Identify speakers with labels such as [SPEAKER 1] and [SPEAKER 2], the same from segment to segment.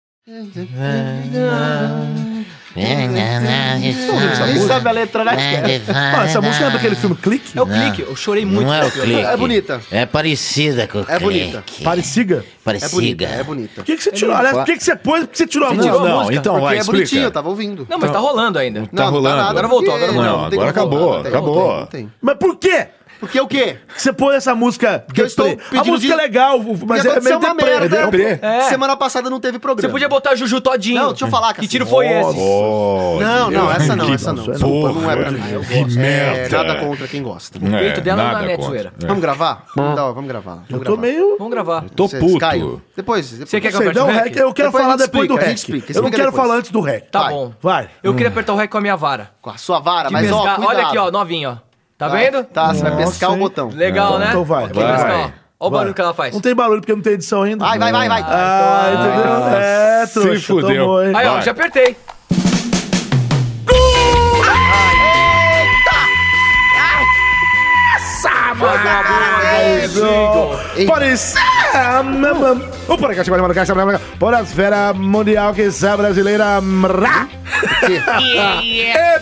[SPEAKER 1] Quem
[SPEAKER 2] é
[SPEAKER 1] Ah, sabe a letra é né?
[SPEAKER 2] Ah, essa música é daquele filme Clique?
[SPEAKER 3] É o
[SPEAKER 2] É
[SPEAKER 1] Não.
[SPEAKER 3] clique, eu chorei muito.
[SPEAKER 1] Não é o
[SPEAKER 3] nesse filme.
[SPEAKER 1] clique.
[SPEAKER 2] É bonita.
[SPEAKER 1] É parecida com o
[SPEAKER 2] É bonita.
[SPEAKER 1] clique.
[SPEAKER 2] Pareciga? É bonita,
[SPEAKER 1] Parecida.
[SPEAKER 2] é bonita.
[SPEAKER 4] Por que, que você tirou? Aliás, por que, que você pôs? Por que você tirou a
[SPEAKER 3] Você
[SPEAKER 4] música?
[SPEAKER 3] tirou a
[SPEAKER 5] não,
[SPEAKER 3] música?
[SPEAKER 5] então,
[SPEAKER 2] Porque
[SPEAKER 5] vai,
[SPEAKER 2] é
[SPEAKER 5] explica.
[SPEAKER 2] bonitinho, eu tava ouvindo.
[SPEAKER 3] Não, mas tá rolando ainda.
[SPEAKER 5] Tá rolando.
[SPEAKER 3] Agora voltou, agora
[SPEAKER 2] porque-
[SPEAKER 3] voltou.
[SPEAKER 5] Não,
[SPEAKER 2] tem
[SPEAKER 5] agora
[SPEAKER 2] como
[SPEAKER 5] acabou,
[SPEAKER 2] não tem como
[SPEAKER 5] acabou.
[SPEAKER 2] ter, não tem.
[SPEAKER 4] Mas por quê?
[SPEAKER 2] Porque o quê?
[SPEAKER 4] Que você pôs essa música?
[SPEAKER 2] Porque eu estou
[SPEAKER 4] deprê? A
[SPEAKER 2] pedindo
[SPEAKER 4] música
[SPEAKER 2] de-
[SPEAKER 4] é legal, mas
[SPEAKER 2] Porque
[SPEAKER 4] é meio
[SPEAKER 2] aconteceu uma
[SPEAKER 4] deprê.
[SPEAKER 2] merda.
[SPEAKER 5] deprê.
[SPEAKER 3] É.
[SPEAKER 2] Semana passada não teve programa.
[SPEAKER 3] Você podia botar Juju todinho.
[SPEAKER 2] Não, deixa eu falar,
[SPEAKER 3] Que
[SPEAKER 2] cacete.
[SPEAKER 3] tiro foi esse?
[SPEAKER 5] Oh,
[SPEAKER 2] Não, não,
[SPEAKER 5] Deus.
[SPEAKER 2] essa não,
[SPEAKER 5] Que
[SPEAKER 2] essa não.
[SPEAKER 5] Porra,
[SPEAKER 2] não é pra mim. Eu
[SPEAKER 5] Que
[SPEAKER 2] gosto. É,
[SPEAKER 5] merda.
[SPEAKER 2] nada contra quem gosta.
[SPEAKER 5] É,
[SPEAKER 3] peito dela não
[SPEAKER 5] nada
[SPEAKER 3] dá net,
[SPEAKER 5] contra.
[SPEAKER 3] zoeira.
[SPEAKER 5] É.
[SPEAKER 2] Vamos gravar?
[SPEAKER 3] Hum.
[SPEAKER 2] Vamos, dar, vamos gravar. Vamos
[SPEAKER 4] Eu tô
[SPEAKER 2] gravar.
[SPEAKER 4] meio...
[SPEAKER 3] Vamos gravar.
[SPEAKER 5] Tô
[SPEAKER 2] Vocês,
[SPEAKER 5] puto.
[SPEAKER 2] Caio, Depois,
[SPEAKER 3] Você quer
[SPEAKER 2] depois.
[SPEAKER 3] que eu
[SPEAKER 4] Sei,
[SPEAKER 3] aperte
[SPEAKER 4] não,
[SPEAKER 3] o
[SPEAKER 4] o
[SPEAKER 3] rec?
[SPEAKER 4] rec- eu quero
[SPEAKER 2] Depois
[SPEAKER 4] falar
[SPEAKER 2] a gente
[SPEAKER 4] depois
[SPEAKER 2] explica,
[SPEAKER 4] do
[SPEAKER 2] a
[SPEAKER 4] rec.
[SPEAKER 2] gente explica,
[SPEAKER 4] Eu não
[SPEAKER 2] explica
[SPEAKER 4] quero
[SPEAKER 2] depois.
[SPEAKER 4] falar antes do rec.
[SPEAKER 3] Tá
[SPEAKER 2] Vai.
[SPEAKER 3] bom.
[SPEAKER 4] Vai.
[SPEAKER 3] Eu queria apertar o rec com a minha vara.
[SPEAKER 2] Com a sua vara,
[SPEAKER 3] De
[SPEAKER 2] mas ó,
[SPEAKER 3] pescar.
[SPEAKER 2] cuidado.
[SPEAKER 3] Olha aqui, ó, novinha, ó. Tá
[SPEAKER 2] Vai.
[SPEAKER 3] vendo?
[SPEAKER 2] Tá, você vai
[SPEAKER 4] Nossa,
[SPEAKER 2] pescar o
[SPEAKER 4] hein?
[SPEAKER 2] botão.
[SPEAKER 3] Legal, né?
[SPEAKER 4] Então vai,
[SPEAKER 3] Ok,
[SPEAKER 4] vai.
[SPEAKER 3] pescar, ó. Ó o barulho que ela faz.
[SPEAKER 4] Não tem barulho porque não tem edição ainda.
[SPEAKER 2] Vai, vai, vai, vai.
[SPEAKER 4] Ah, entendeu? é,
[SPEAKER 5] se
[SPEAKER 4] trouxa.
[SPEAKER 5] fudeu.
[SPEAKER 4] tomou, hein?
[SPEAKER 3] Aí, ó,
[SPEAKER 5] Vai.
[SPEAKER 3] já apertei.
[SPEAKER 4] Parecia. ah, O podcast é mais marcado, mais marcado. Podosfera Mundial que é brasileira. Mrá.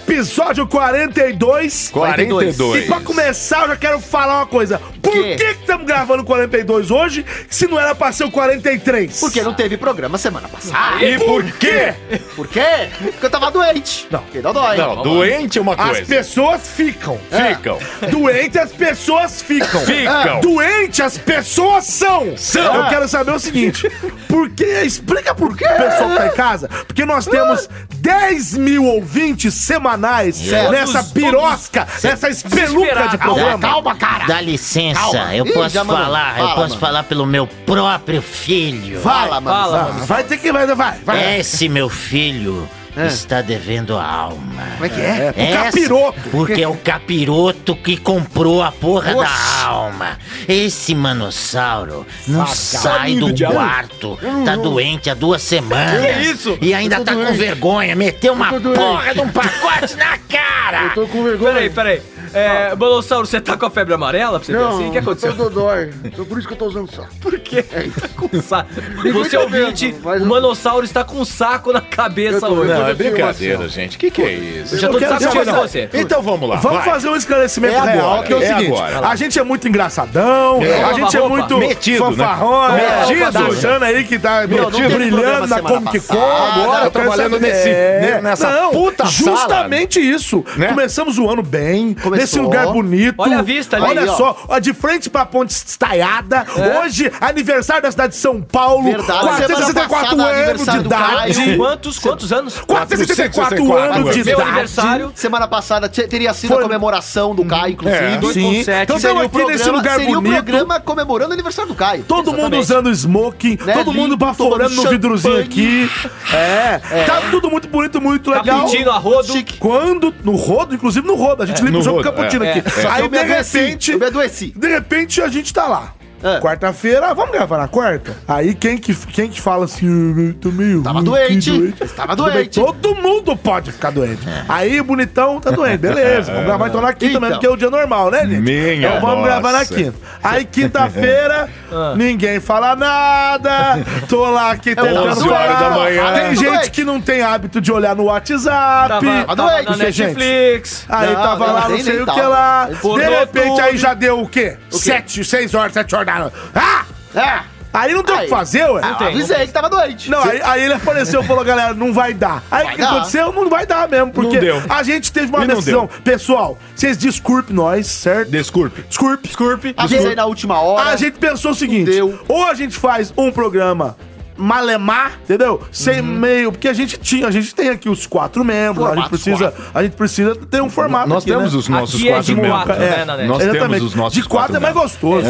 [SPEAKER 4] Episódio 42.
[SPEAKER 5] 42.
[SPEAKER 4] E pra começar, eu já quero falar uma coisa. Por
[SPEAKER 2] Quê?
[SPEAKER 4] que estamos gravando 42 hoje se não era pra ser o 43?
[SPEAKER 2] Porque não teve programa semana passada.
[SPEAKER 5] E por quê?
[SPEAKER 2] Por quê? Porque eu tava doente.
[SPEAKER 4] Não.
[SPEAKER 2] Porque dá dói.
[SPEAKER 5] Não, doente é uma
[SPEAKER 4] As
[SPEAKER 5] coisa. É.
[SPEAKER 4] pessoas ficam.
[SPEAKER 5] Ficam.
[SPEAKER 4] Doente as pessoas ficam.
[SPEAKER 5] Ficam.
[SPEAKER 4] Doente as pessoas são.
[SPEAKER 5] São.
[SPEAKER 4] Eu quero saber o seguinte. Por que? Explica por que o pessoal que tá em casa. Porque nós temos 10 mil ouvintes semanais
[SPEAKER 2] Certo.
[SPEAKER 4] nessa
[SPEAKER 3] Todos-
[SPEAKER 4] birosca, nessa espeluca de
[SPEAKER 3] Desesperado.
[SPEAKER 4] programa.
[SPEAKER 2] Calma, cara.
[SPEAKER 1] Dá licença,
[SPEAKER 2] Calma.
[SPEAKER 1] eu
[SPEAKER 2] Ih,
[SPEAKER 1] posso
[SPEAKER 2] já mandou.
[SPEAKER 1] falar, eu
[SPEAKER 2] Fala,
[SPEAKER 1] posso
[SPEAKER 2] mano.
[SPEAKER 1] falar pelo meu próprio filho.
[SPEAKER 2] Fala, mano.
[SPEAKER 3] Fala,
[SPEAKER 4] Ah, vai ter que... Vai, vai, vai.
[SPEAKER 1] Esse meu filho está devendo a alma.
[SPEAKER 2] É. Como é que é?
[SPEAKER 4] É, pro
[SPEAKER 1] Essa-
[SPEAKER 4] capiroto.
[SPEAKER 1] Porque é o capiroto que comprou a porra
[SPEAKER 2] Oxe.
[SPEAKER 1] da alma. Esse manossauro não sai do quarto. Tá doente há duas semanas.
[SPEAKER 3] Que isso?
[SPEAKER 1] E ainda tá com vergonha. Meteu uma porra de um pacote na cara.
[SPEAKER 6] Tô com vergonha.
[SPEAKER 3] Peraí, peraí. É, Bolossauro, você tá com a febre amarela pra você ver assim? O que aconteceu?
[SPEAKER 6] Eu tô dodói. Então por isso que eu tô usando só.
[SPEAKER 3] Por quê? Tá com saco. Você
[SPEAKER 6] tá vendo,
[SPEAKER 3] ouvinte,
[SPEAKER 6] mas
[SPEAKER 3] o
[SPEAKER 6] eu-
[SPEAKER 3] Manossauro está com um saco na cabeça
[SPEAKER 6] Eu tô
[SPEAKER 3] hoje.
[SPEAKER 6] vendo.
[SPEAKER 5] Não, é
[SPEAKER 6] Eu digo
[SPEAKER 5] brincadeira, gente. O que, que é isso?
[SPEAKER 3] Eu já tô
[SPEAKER 4] Eu
[SPEAKER 3] de
[SPEAKER 4] quero
[SPEAKER 3] saco
[SPEAKER 4] saber
[SPEAKER 3] cheio de
[SPEAKER 4] uma
[SPEAKER 3] você.
[SPEAKER 5] Então vamos lá.
[SPEAKER 4] Vamos
[SPEAKER 5] vai.
[SPEAKER 4] fazer um esclarecimento
[SPEAKER 5] É
[SPEAKER 4] real,
[SPEAKER 5] agora,
[SPEAKER 4] que é o
[SPEAKER 5] é
[SPEAKER 4] seguinte:
[SPEAKER 5] agora.
[SPEAKER 4] a gente é muito engraçadão, a
[SPEAKER 3] Opa,
[SPEAKER 4] gente é
[SPEAKER 3] opa.
[SPEAKER 4] muito
[SPEAKER 5] Metido, né?
[SPEAKER 4] fanfarrão, é,
[SPEAKER 5] Metido.
[SPEAKER 4] tá achando aí que tá
[SPEAKER 2] não teve programa
[SPEAKER 4] brilhando na
[SPEAKER 2] semana
[SPEAKER 4] Comic Con.
[SPEAKER 2] passada,
[SPEAKER 4] agora, eu quero
[SPEAKER 5] trabalhando
[SPEAKER 4] saber-
[SPEAKER 5] nesse-
[SPEAKER 4] É,
[SPEAKER 5] nessa puta sala.
[SPEAKER 4] Justamente isso.
[SPEAKER 5] Né?
[SPEAKER 4] Começamos o ano bem, nesse lugar bonito.
[SPEAKER 3] Olha a vista ali,
[SPEAKER 4] Olha
[SPEAKER 2] ó.
[SPEAKER 4] só, ó, de frente pra ponte estaiada. Hoje, aniversário da cidade de São Paulo.
[SPEAKER 2] Verdade, semana
[SPEAKER 4] 464
[SPEAKER 2] passada,
[SPEAKER 4] anos de
[SPEAKER 2] aniversário do Caio.
[SPEAKER 4] idade.
[SPEAKER 3] Quantos, quantos anos?
[SPEAKER 4] 464 anos de
[SPEAKER 5] Meu
[SPEAKER 3] Meu
[SPEAKER 4] idade.
[SPEAKER 3] aniversário.
[SPEAKER 2] Semana passada te- teria sido
[SPEAKER 4] Foi-
[SPEAKER 2] a comemoração do Caio, inclusive.
[SPEAKER 5] É.
[SPEAKER 2] Dois-
[SPEAKER 4] Sim.
[SPEAKER 3] 2.7.
[SPEAKER 4] Então
[SPEAKER 2] seria
[SPEAKER 4] estamos
[SPEAKER 2] o
[SPEAKER 4] aqui nesse lugar
[SPEAKER 2] seria o
[SPEAKER 4] bonito.
[SPEAKER 2] programa comemorando o aniversário do Caio.
[SPEAKER 4] Todo mundo usando smoking,
[SPEAKER 2] Né?
[SPEAKER 4] todo mundo
[SPEAKER 2] Limpo,
[SPEAKER 4] baforando
[SPEAKER 2] tomando
[SPEAKER 4] no vidrozinho
[SPEAKER 2] champanhe.
[SPEAKER 4] aqui. É. Tá tudo muito bonito, muito legal.
[SPEAKER 3] Caputino, arrodo.
[SPEAKER 2] Chique.
[SPEAKER 4] Quando. No rodo, inclusive no rodo. A gente limpa
[SPEAKER 5] no
[SPEAKER 4] o jogo
[SPEAKER 5] rodo,
[SPEAKER 4] com caputino
[SPEAKER 3] é.
[SPEAKER 4] aqui.
[SPEAKER 5] É.
[SPEAKER 4] Aí
[SPEAKER 2] Eu me
[SPEAKER 4] de
[SPEAKER 2] adoeci,
[SPEAKER 4] repente.
[SPEAKER 2] eu me adoeci.
[SPEAKER 4] De repente a gente tá lá.
[SPEAKER 2] É.
[SPEAKER 4] Quarta-feira, vamos gravar na quarta? Aí quem que, quem que fala assim, eu tô meio.
[SPEAKER 2] Tava
[SPEAKER 4] ruim,
[SPEAKER 2] doente,
[SPEAKER 4] que
[SPEAKER 2] tava
[SPEAKER 4] Tudo bem,
[SPEAKER 2] doente. É.
[SPEAKER 4] Todo mundo pode ficar doente. Aí, bonitão, tá doente. Beleza, vamos gravar então na quinta
[SPEAKER 2] Então.
[SPEAKER 4] mesmo, porque é o dia normal, né, gente?
[SPEAKER 5] Minha
[SPEAKER 4] então vamos
[SPEAKER 5] nossa.
[SPEAKER 4] gravar na quinta. Aí, quinta-feira, ninguém fala nada. Tô lá aqui tentando
[SPEAKER 5] 11 horas
[SPEAKER 4] falar.
[SPEAKER 5] da manhã.
[SPEAKER 4] Tem
[SPEAKER 2] Tava
[SPEAKER 4] gente
[SPEAKER 2] doente.
[SPEAKER 4] que não tem hábito de olhar no WhatsApp.
[SPEAKER 3] Tava, tava na
[SPEAKER 4] Porque, gente,
[SPEAKER 3] Netflix.
[SPEAKER 4] Aí
[SPEAKER 2] Não,
[SPEAKER 4] tava
[SPEAKER 2] não,
[SPEAKER 4] lá, não
[SPEAKER 2] nem-
[SPEAKER 4] sei
[SPEAKER 2] nem
[SPEAKER 4] o que
[SPEAKER 2] tava.
[SPEAKER 4] lá.
[SPEAKER 3] Por
[SPEAKER 4] de repente
[SPEAKER 3] outro-
[SPEAKER 4] aí já deu o quê? Sete, seis horas, sete horas da noite. Ah!
[SPEAKER 2] É.
[SPEAKER 4] Aí não tem o
[SPEAKER 2] Aí.
[SPEAKER 4] que fazer, ué.
[SPEAKER 2] Ah,
[SPEAKER 3] tem,
[SPEAKER 2] avisei que tava doente.
[SPEAKER 4] Não, aí, aí ele apareceu e falou, galera, não vai dar. Aí o
[SPEAKER 2] Vai
[SPEAKER 4] que
[SPEAKER 2] dar.
[SPEAKER 4] aconteceu? Não vai dar mesmo, porque
[SPEAKER 5] deu.
[SPEAKER 4] a gente teve uma
[SPEAKER 5] E não
[SPEAKER 4] decisão. Pessoal, vocês desculpe nós, certo?
[SPEAKER 5] Desculpe.
[SPEAKER 4] Desculpe. Desculpe.
[SPEAKER 2] Avisei na última hora.
[SPEAKER 4] A gente pensou o seguinte:
[SPEAKER 2] Deu.
[SPEAKER 4] ou a gente faz um programa malemar, entendeu?
[SPEAKER 2] Uhum.
[SPEAKER 4] Sem meio, porque a gente tinha, a gente tem aqui os quatro membros, a gente
[SPEAKER 2] Formato
[SPEAKER 4] precisa, a gente precisa ter um formato
[SPEAKER 5] Nós
[SPEAKER 4] aqui,
[SPEAKER 5] temos
[SPEAKER 4] né?
[SPEAKER 5] os nossos
[SPEAKER 3] Aqui é de
[SPEAKER 5] quatro membros.
[SPEAKER 3] quatro, né,
[SPEAKER 5] É,
[SPEAKER 3] Nanete?
[SPEAKER 5] Nós temos
[SPEAKER 4] Exatamente.
[SPEAKER 5] os nossos
[SPEAKER 4] De quatro é mais
[SPEAKER 5] membros.
[SPEAKER 4] gostoso.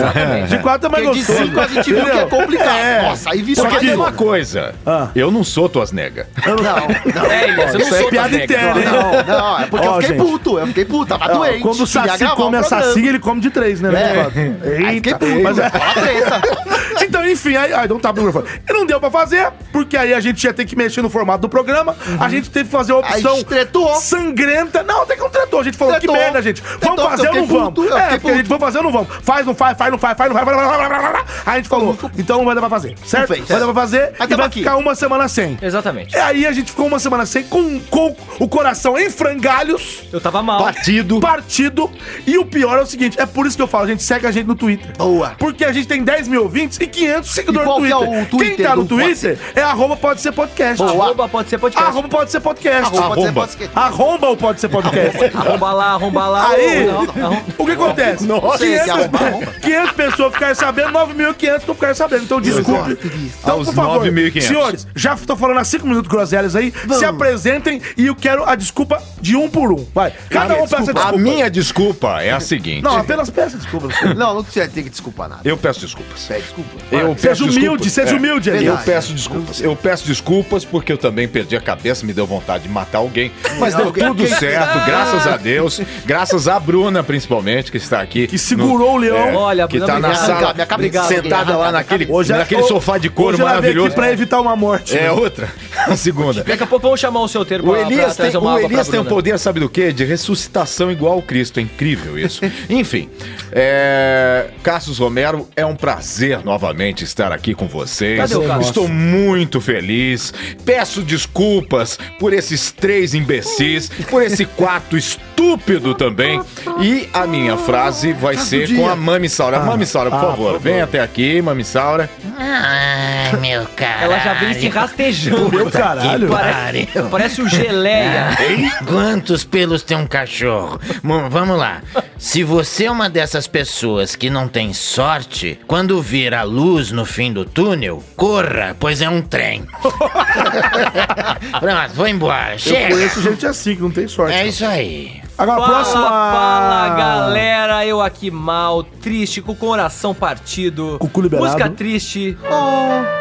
[SPEAKER 4] De quatro é mais
[SPEAKER 2] Porque de
[SPEAKER 4] gostoso.
[SPEAKER 2] cinco a gente viu que é
[SPEAKER 4] Entendeu?
[SPEAKER 2] complicado.
[SPEAKER 4] É.
[SPEAKER 2] Nossa, aí virou
[SPEAKER 5] Só que tem uma
[SPEAKER 2] aquilo.
[SPEAKER 5] coisa.
[SPEAKER 4] Ah.
[SPEAKER 5] Eu não sou tuas nega.
[SPEAKER 2] Não, não.
[SPEAKER 3] É, Elias, eu não
[SPEAKER 4] Isso
[SPEAKER 3] sou
[SPEAKER 4] é piada
[SPEAKER 3] Tateca,
[SPEAKER 4] interna, hein?
[SPEAKER 2] Não, não, é porque eu
[SPEAKER 4] Ó,
[SPEAKER 2] fiquei
[SPEAKER 4] gente.
[SPEAKER 2] puto, eu fiquei puto, tava
[SPEAKER 4] Ó,
[SPEAKER 2] doente.
[SPEAKER 4] quando o Saci
[SPEAKER 2] queria gravar
[SPEAKER 4] come
[SPEAKER 2] um
[SPEAKER 4] a
[SPEAKER 2] programa.
[SPEAKER 4] Saci, ele come de três, né?
[SPEAKER 2] É.
[SPEAKER 4] né, Fábio?
[SPEAKER 2] Aí fiquei
[SPEAKER 4] Eita.
[SPEAKER 2] puto,
[SPEAKER 4] Mas é-
[SPEAKER 2] fala treta.
[SPEAKER 4] então, enfim, aí, aí não tá no microfone. E não deu deu pra fazer, porque aí a gente ia ter que mexer no formato do programa. A gente teve que fazer a
[SPEAKER 2] Uhum. Aí
[SPEAKER 4] opção
[SPEAKER 2] tretou.
[SPEAKER 4] sangrenta. Não, até que não tretou. A gente falou,
[SPEAKER 2] Tretou.
[SPEAKER 4] que merda, gente. Vamos
[SPEAKER 2] Tretou,
[SPEAKER 4] fazer
[SPEAKER 2] eu
[SPEAKER 4] ou não
[SPEAKER 2] fiquei
[SPEAKER 4] vamos?
[SPEAKER 2] puto, eu
[SPEAKER 4] é,
[SPEAKER 2] fiquei
[SPEAKER 4] porque a gente, vamos fazer ou não vamos? Faz, não faz, faz, não faz, faz, não faz. Blá, blá, blá, blá, blá, blá. Aí a gente falou, então vai dar pra fazer, certo?
[SPEAKER 2] fez.
[SPEAKER 4] Vai dar pra fazer
[SPEAKER 2] Aí
[SPEAKER 4] e
[SPEAKER 2] tamo
[SPEAKER 4] vai
[SPEAKER 2] aqui. É.
[SPEAKER 4] ficar uma semana sem.
[SPEAKER 3] Exatamente.
[SPEAKER 4] E aí a gente ficou uma semana sem, com, com o coração em frangalhos,
[SPEAKER 3] Eu tava mal.
[SPEAKER 5] Partido.
[SPEAKER 4] partido. E o pior é o seguinte, é por isso que eu falo, gente, segue a gente no Twitter.
[SPEAKER 2] Boa.
[SPEAKER 4] Porque a gente tem 10 mil ouvintes e 500 seguidores
[SPEAKER 2] qual
[SPEAKER 4] no
[SPEAKER 2] que é
[SPEAKER 4] Twitter.
[SPEAKER 2] o Twitter
[SPEAKER 4] Quem tá no
[SPEAKER 2] do Pode
[SPEAKER 4] Twitter é arroba pode ser podcast.
[SPEAKER 2] Boa.
[SPEAKER 3] Arroba pode ser podcast.
[SPEAKER 4] Arroba pode ser podcast.
[SPEAKER 2] Arroba, pode ser, pode ser.
[SPEAKER 4] Ah, Arromba o pode ser podcast.
[SPEAKER 3] Arromba lá, arromba lá.
[SPEAKER 4] Aí,
[SPEAKER 3] Arromba lá, arromba-
[SPEAKER 4] o que acontece?
[SPEAKER 5] Nossa.
[SPEAKER 4] 500,
[SPEAKER 2] Arromba, arromba.
[SPEAKER 4] 500 pessoas ficaram sabendo, 9.500 não ficaram sabendo. Então, desculpe. Então,
[SPEAKER 5] Aos
[SPEAKER 4] por favor,
[SPEAKER 5] 9.500.
[SPEAKER 4] senhores, já tô falando há 5 minutos groselhas aí, se apresentem e eu quero a desculpa de um por um. Vai, cada um peça
[SPEAKER 5] A
[SPEAKER 4] desculpa.
[SPEAKER 5] minha desculpa é a seguinte.
[SPEAKER 4] Não, apenas peça desculpa.
[SPEAKER 2] Não, não precisa ter que desculpar nada.
[SPEAKER 5] Eu peço desculpas.
[SPEAKER 2] Pede desculpa.
[SPEAKER 5] Eu
[SPEAKER 4] Seja
[SPEAKER 5] peço
[SPEAKER 4] humilde,
[SPEAKER 5] desculpas.
[SPEAKER 4] seja
[SPEAKER 5] É.
[SPEAKER 4] humilde. Eli.
[SPEAKER 5] Eu
[SPEAKER 2] Verdade.
[SPEAKER 5] peço desculpas. Eu peço desculpas porque eu também perdi a cabeça, me deu vontade de matar alguém. Mas deu
[SPEAKER 2] Alguém-
[SPEAKER 5] tudo
[SPEAKER 4] Ah.
[SPEAKER 5] certo, graças a Deus. Graças a Bruna, principalmente, que está aqui.
[SPEAKER 4] Que segurou o leão.
[SPEAKER 3] Olha,
[SPEAKER 5] que
[SPEAKER 3] Bruna,
[SPEAKER 5] tá na
[SPEAKER 3] obrigado.
[SPEAKER 5] sala,
[SPEAKER 2] Minha cabeça-
[SPEAKER 5] sentada lá naquele,
[SPEAKER 4] ela-
[SPEAKER 5] naquele
[SPEAKER 4] ho-
[SPEAKER 5] sofá de couro
[SPEAKER 4] é hoje ela veio
[SPEAKER 5] maravilhoso.
[SPEAKER 4] aqui pra evitar uma morte. né?
[SPEAKER 5] É outra, a segunda.
[SPEAKER 3] Daqui a pouco vamos chamar o solteiro
[SPEAKER 5] O
[SPEAKER 3] pra, pra
[SPEAKER 5] Elias, tem,
[SPEAKER 3] trazer uma
[SPEAKER 5] o
[SPEAKER 3] água
[SPEAKER 5] Elias
[SPEAKER 3] pra
[SPEAKER 5] tem um
[SPEAKER 3] Bruna.
[SPEAKER 5] poder, sabe do quê? De ressuscitação igual ao Cristo. É incrível isso. Enfim, é... Cassius Romero, é um prazer novamente estar aqui com vocês.
[SPEAKER 3] Cadê o Cassius?
[SPEAKER 5] Estou muito feliz. Peço desculpas por esses três imbecis, por esse quarto estúpido também. E a minha frase vai ser com a Mami
[SPEAKER 3] Ah,
[SPEAKER 5] Saura. Mami Saura, por favor, vem até aqui, Mami Saura.
[SPEAKER 1] Ai, meu cara.
[SPEAKER 3] Ela já vem se rastejando.
[SPEAKER 4] Meu caralho.
[SPEAKER 3] Pare-
[SPEAKER 1] pariu.
[SPEAKER 3] Parece o Geleia.
[SPEAKER 1] Quantos pelos tem um cachorro? Bom, vamos lá. Se você é uma dessas pessoas que não tem sorte, quando vir a luz no fim do túnel, corra, pois é um trem. Pronto, vou embora.
[SPEAKER 4] Eu
[SPEAKER 1] Chega.
[SPEAKER 4] conheço gente assim, que não tem sorte.
[SPEAKER 1] É isso aí.
[SPEAKER 4] Agora,
[SPEAKER 3] Fala,
[SPEAKER 4] próxima.
[SPEAKER 3] fala, galera. Eu aqui mal, triste, com o coração partido.
[SPEAKER 4] Cucu liberado.
[SPEAKER 3] Música triste.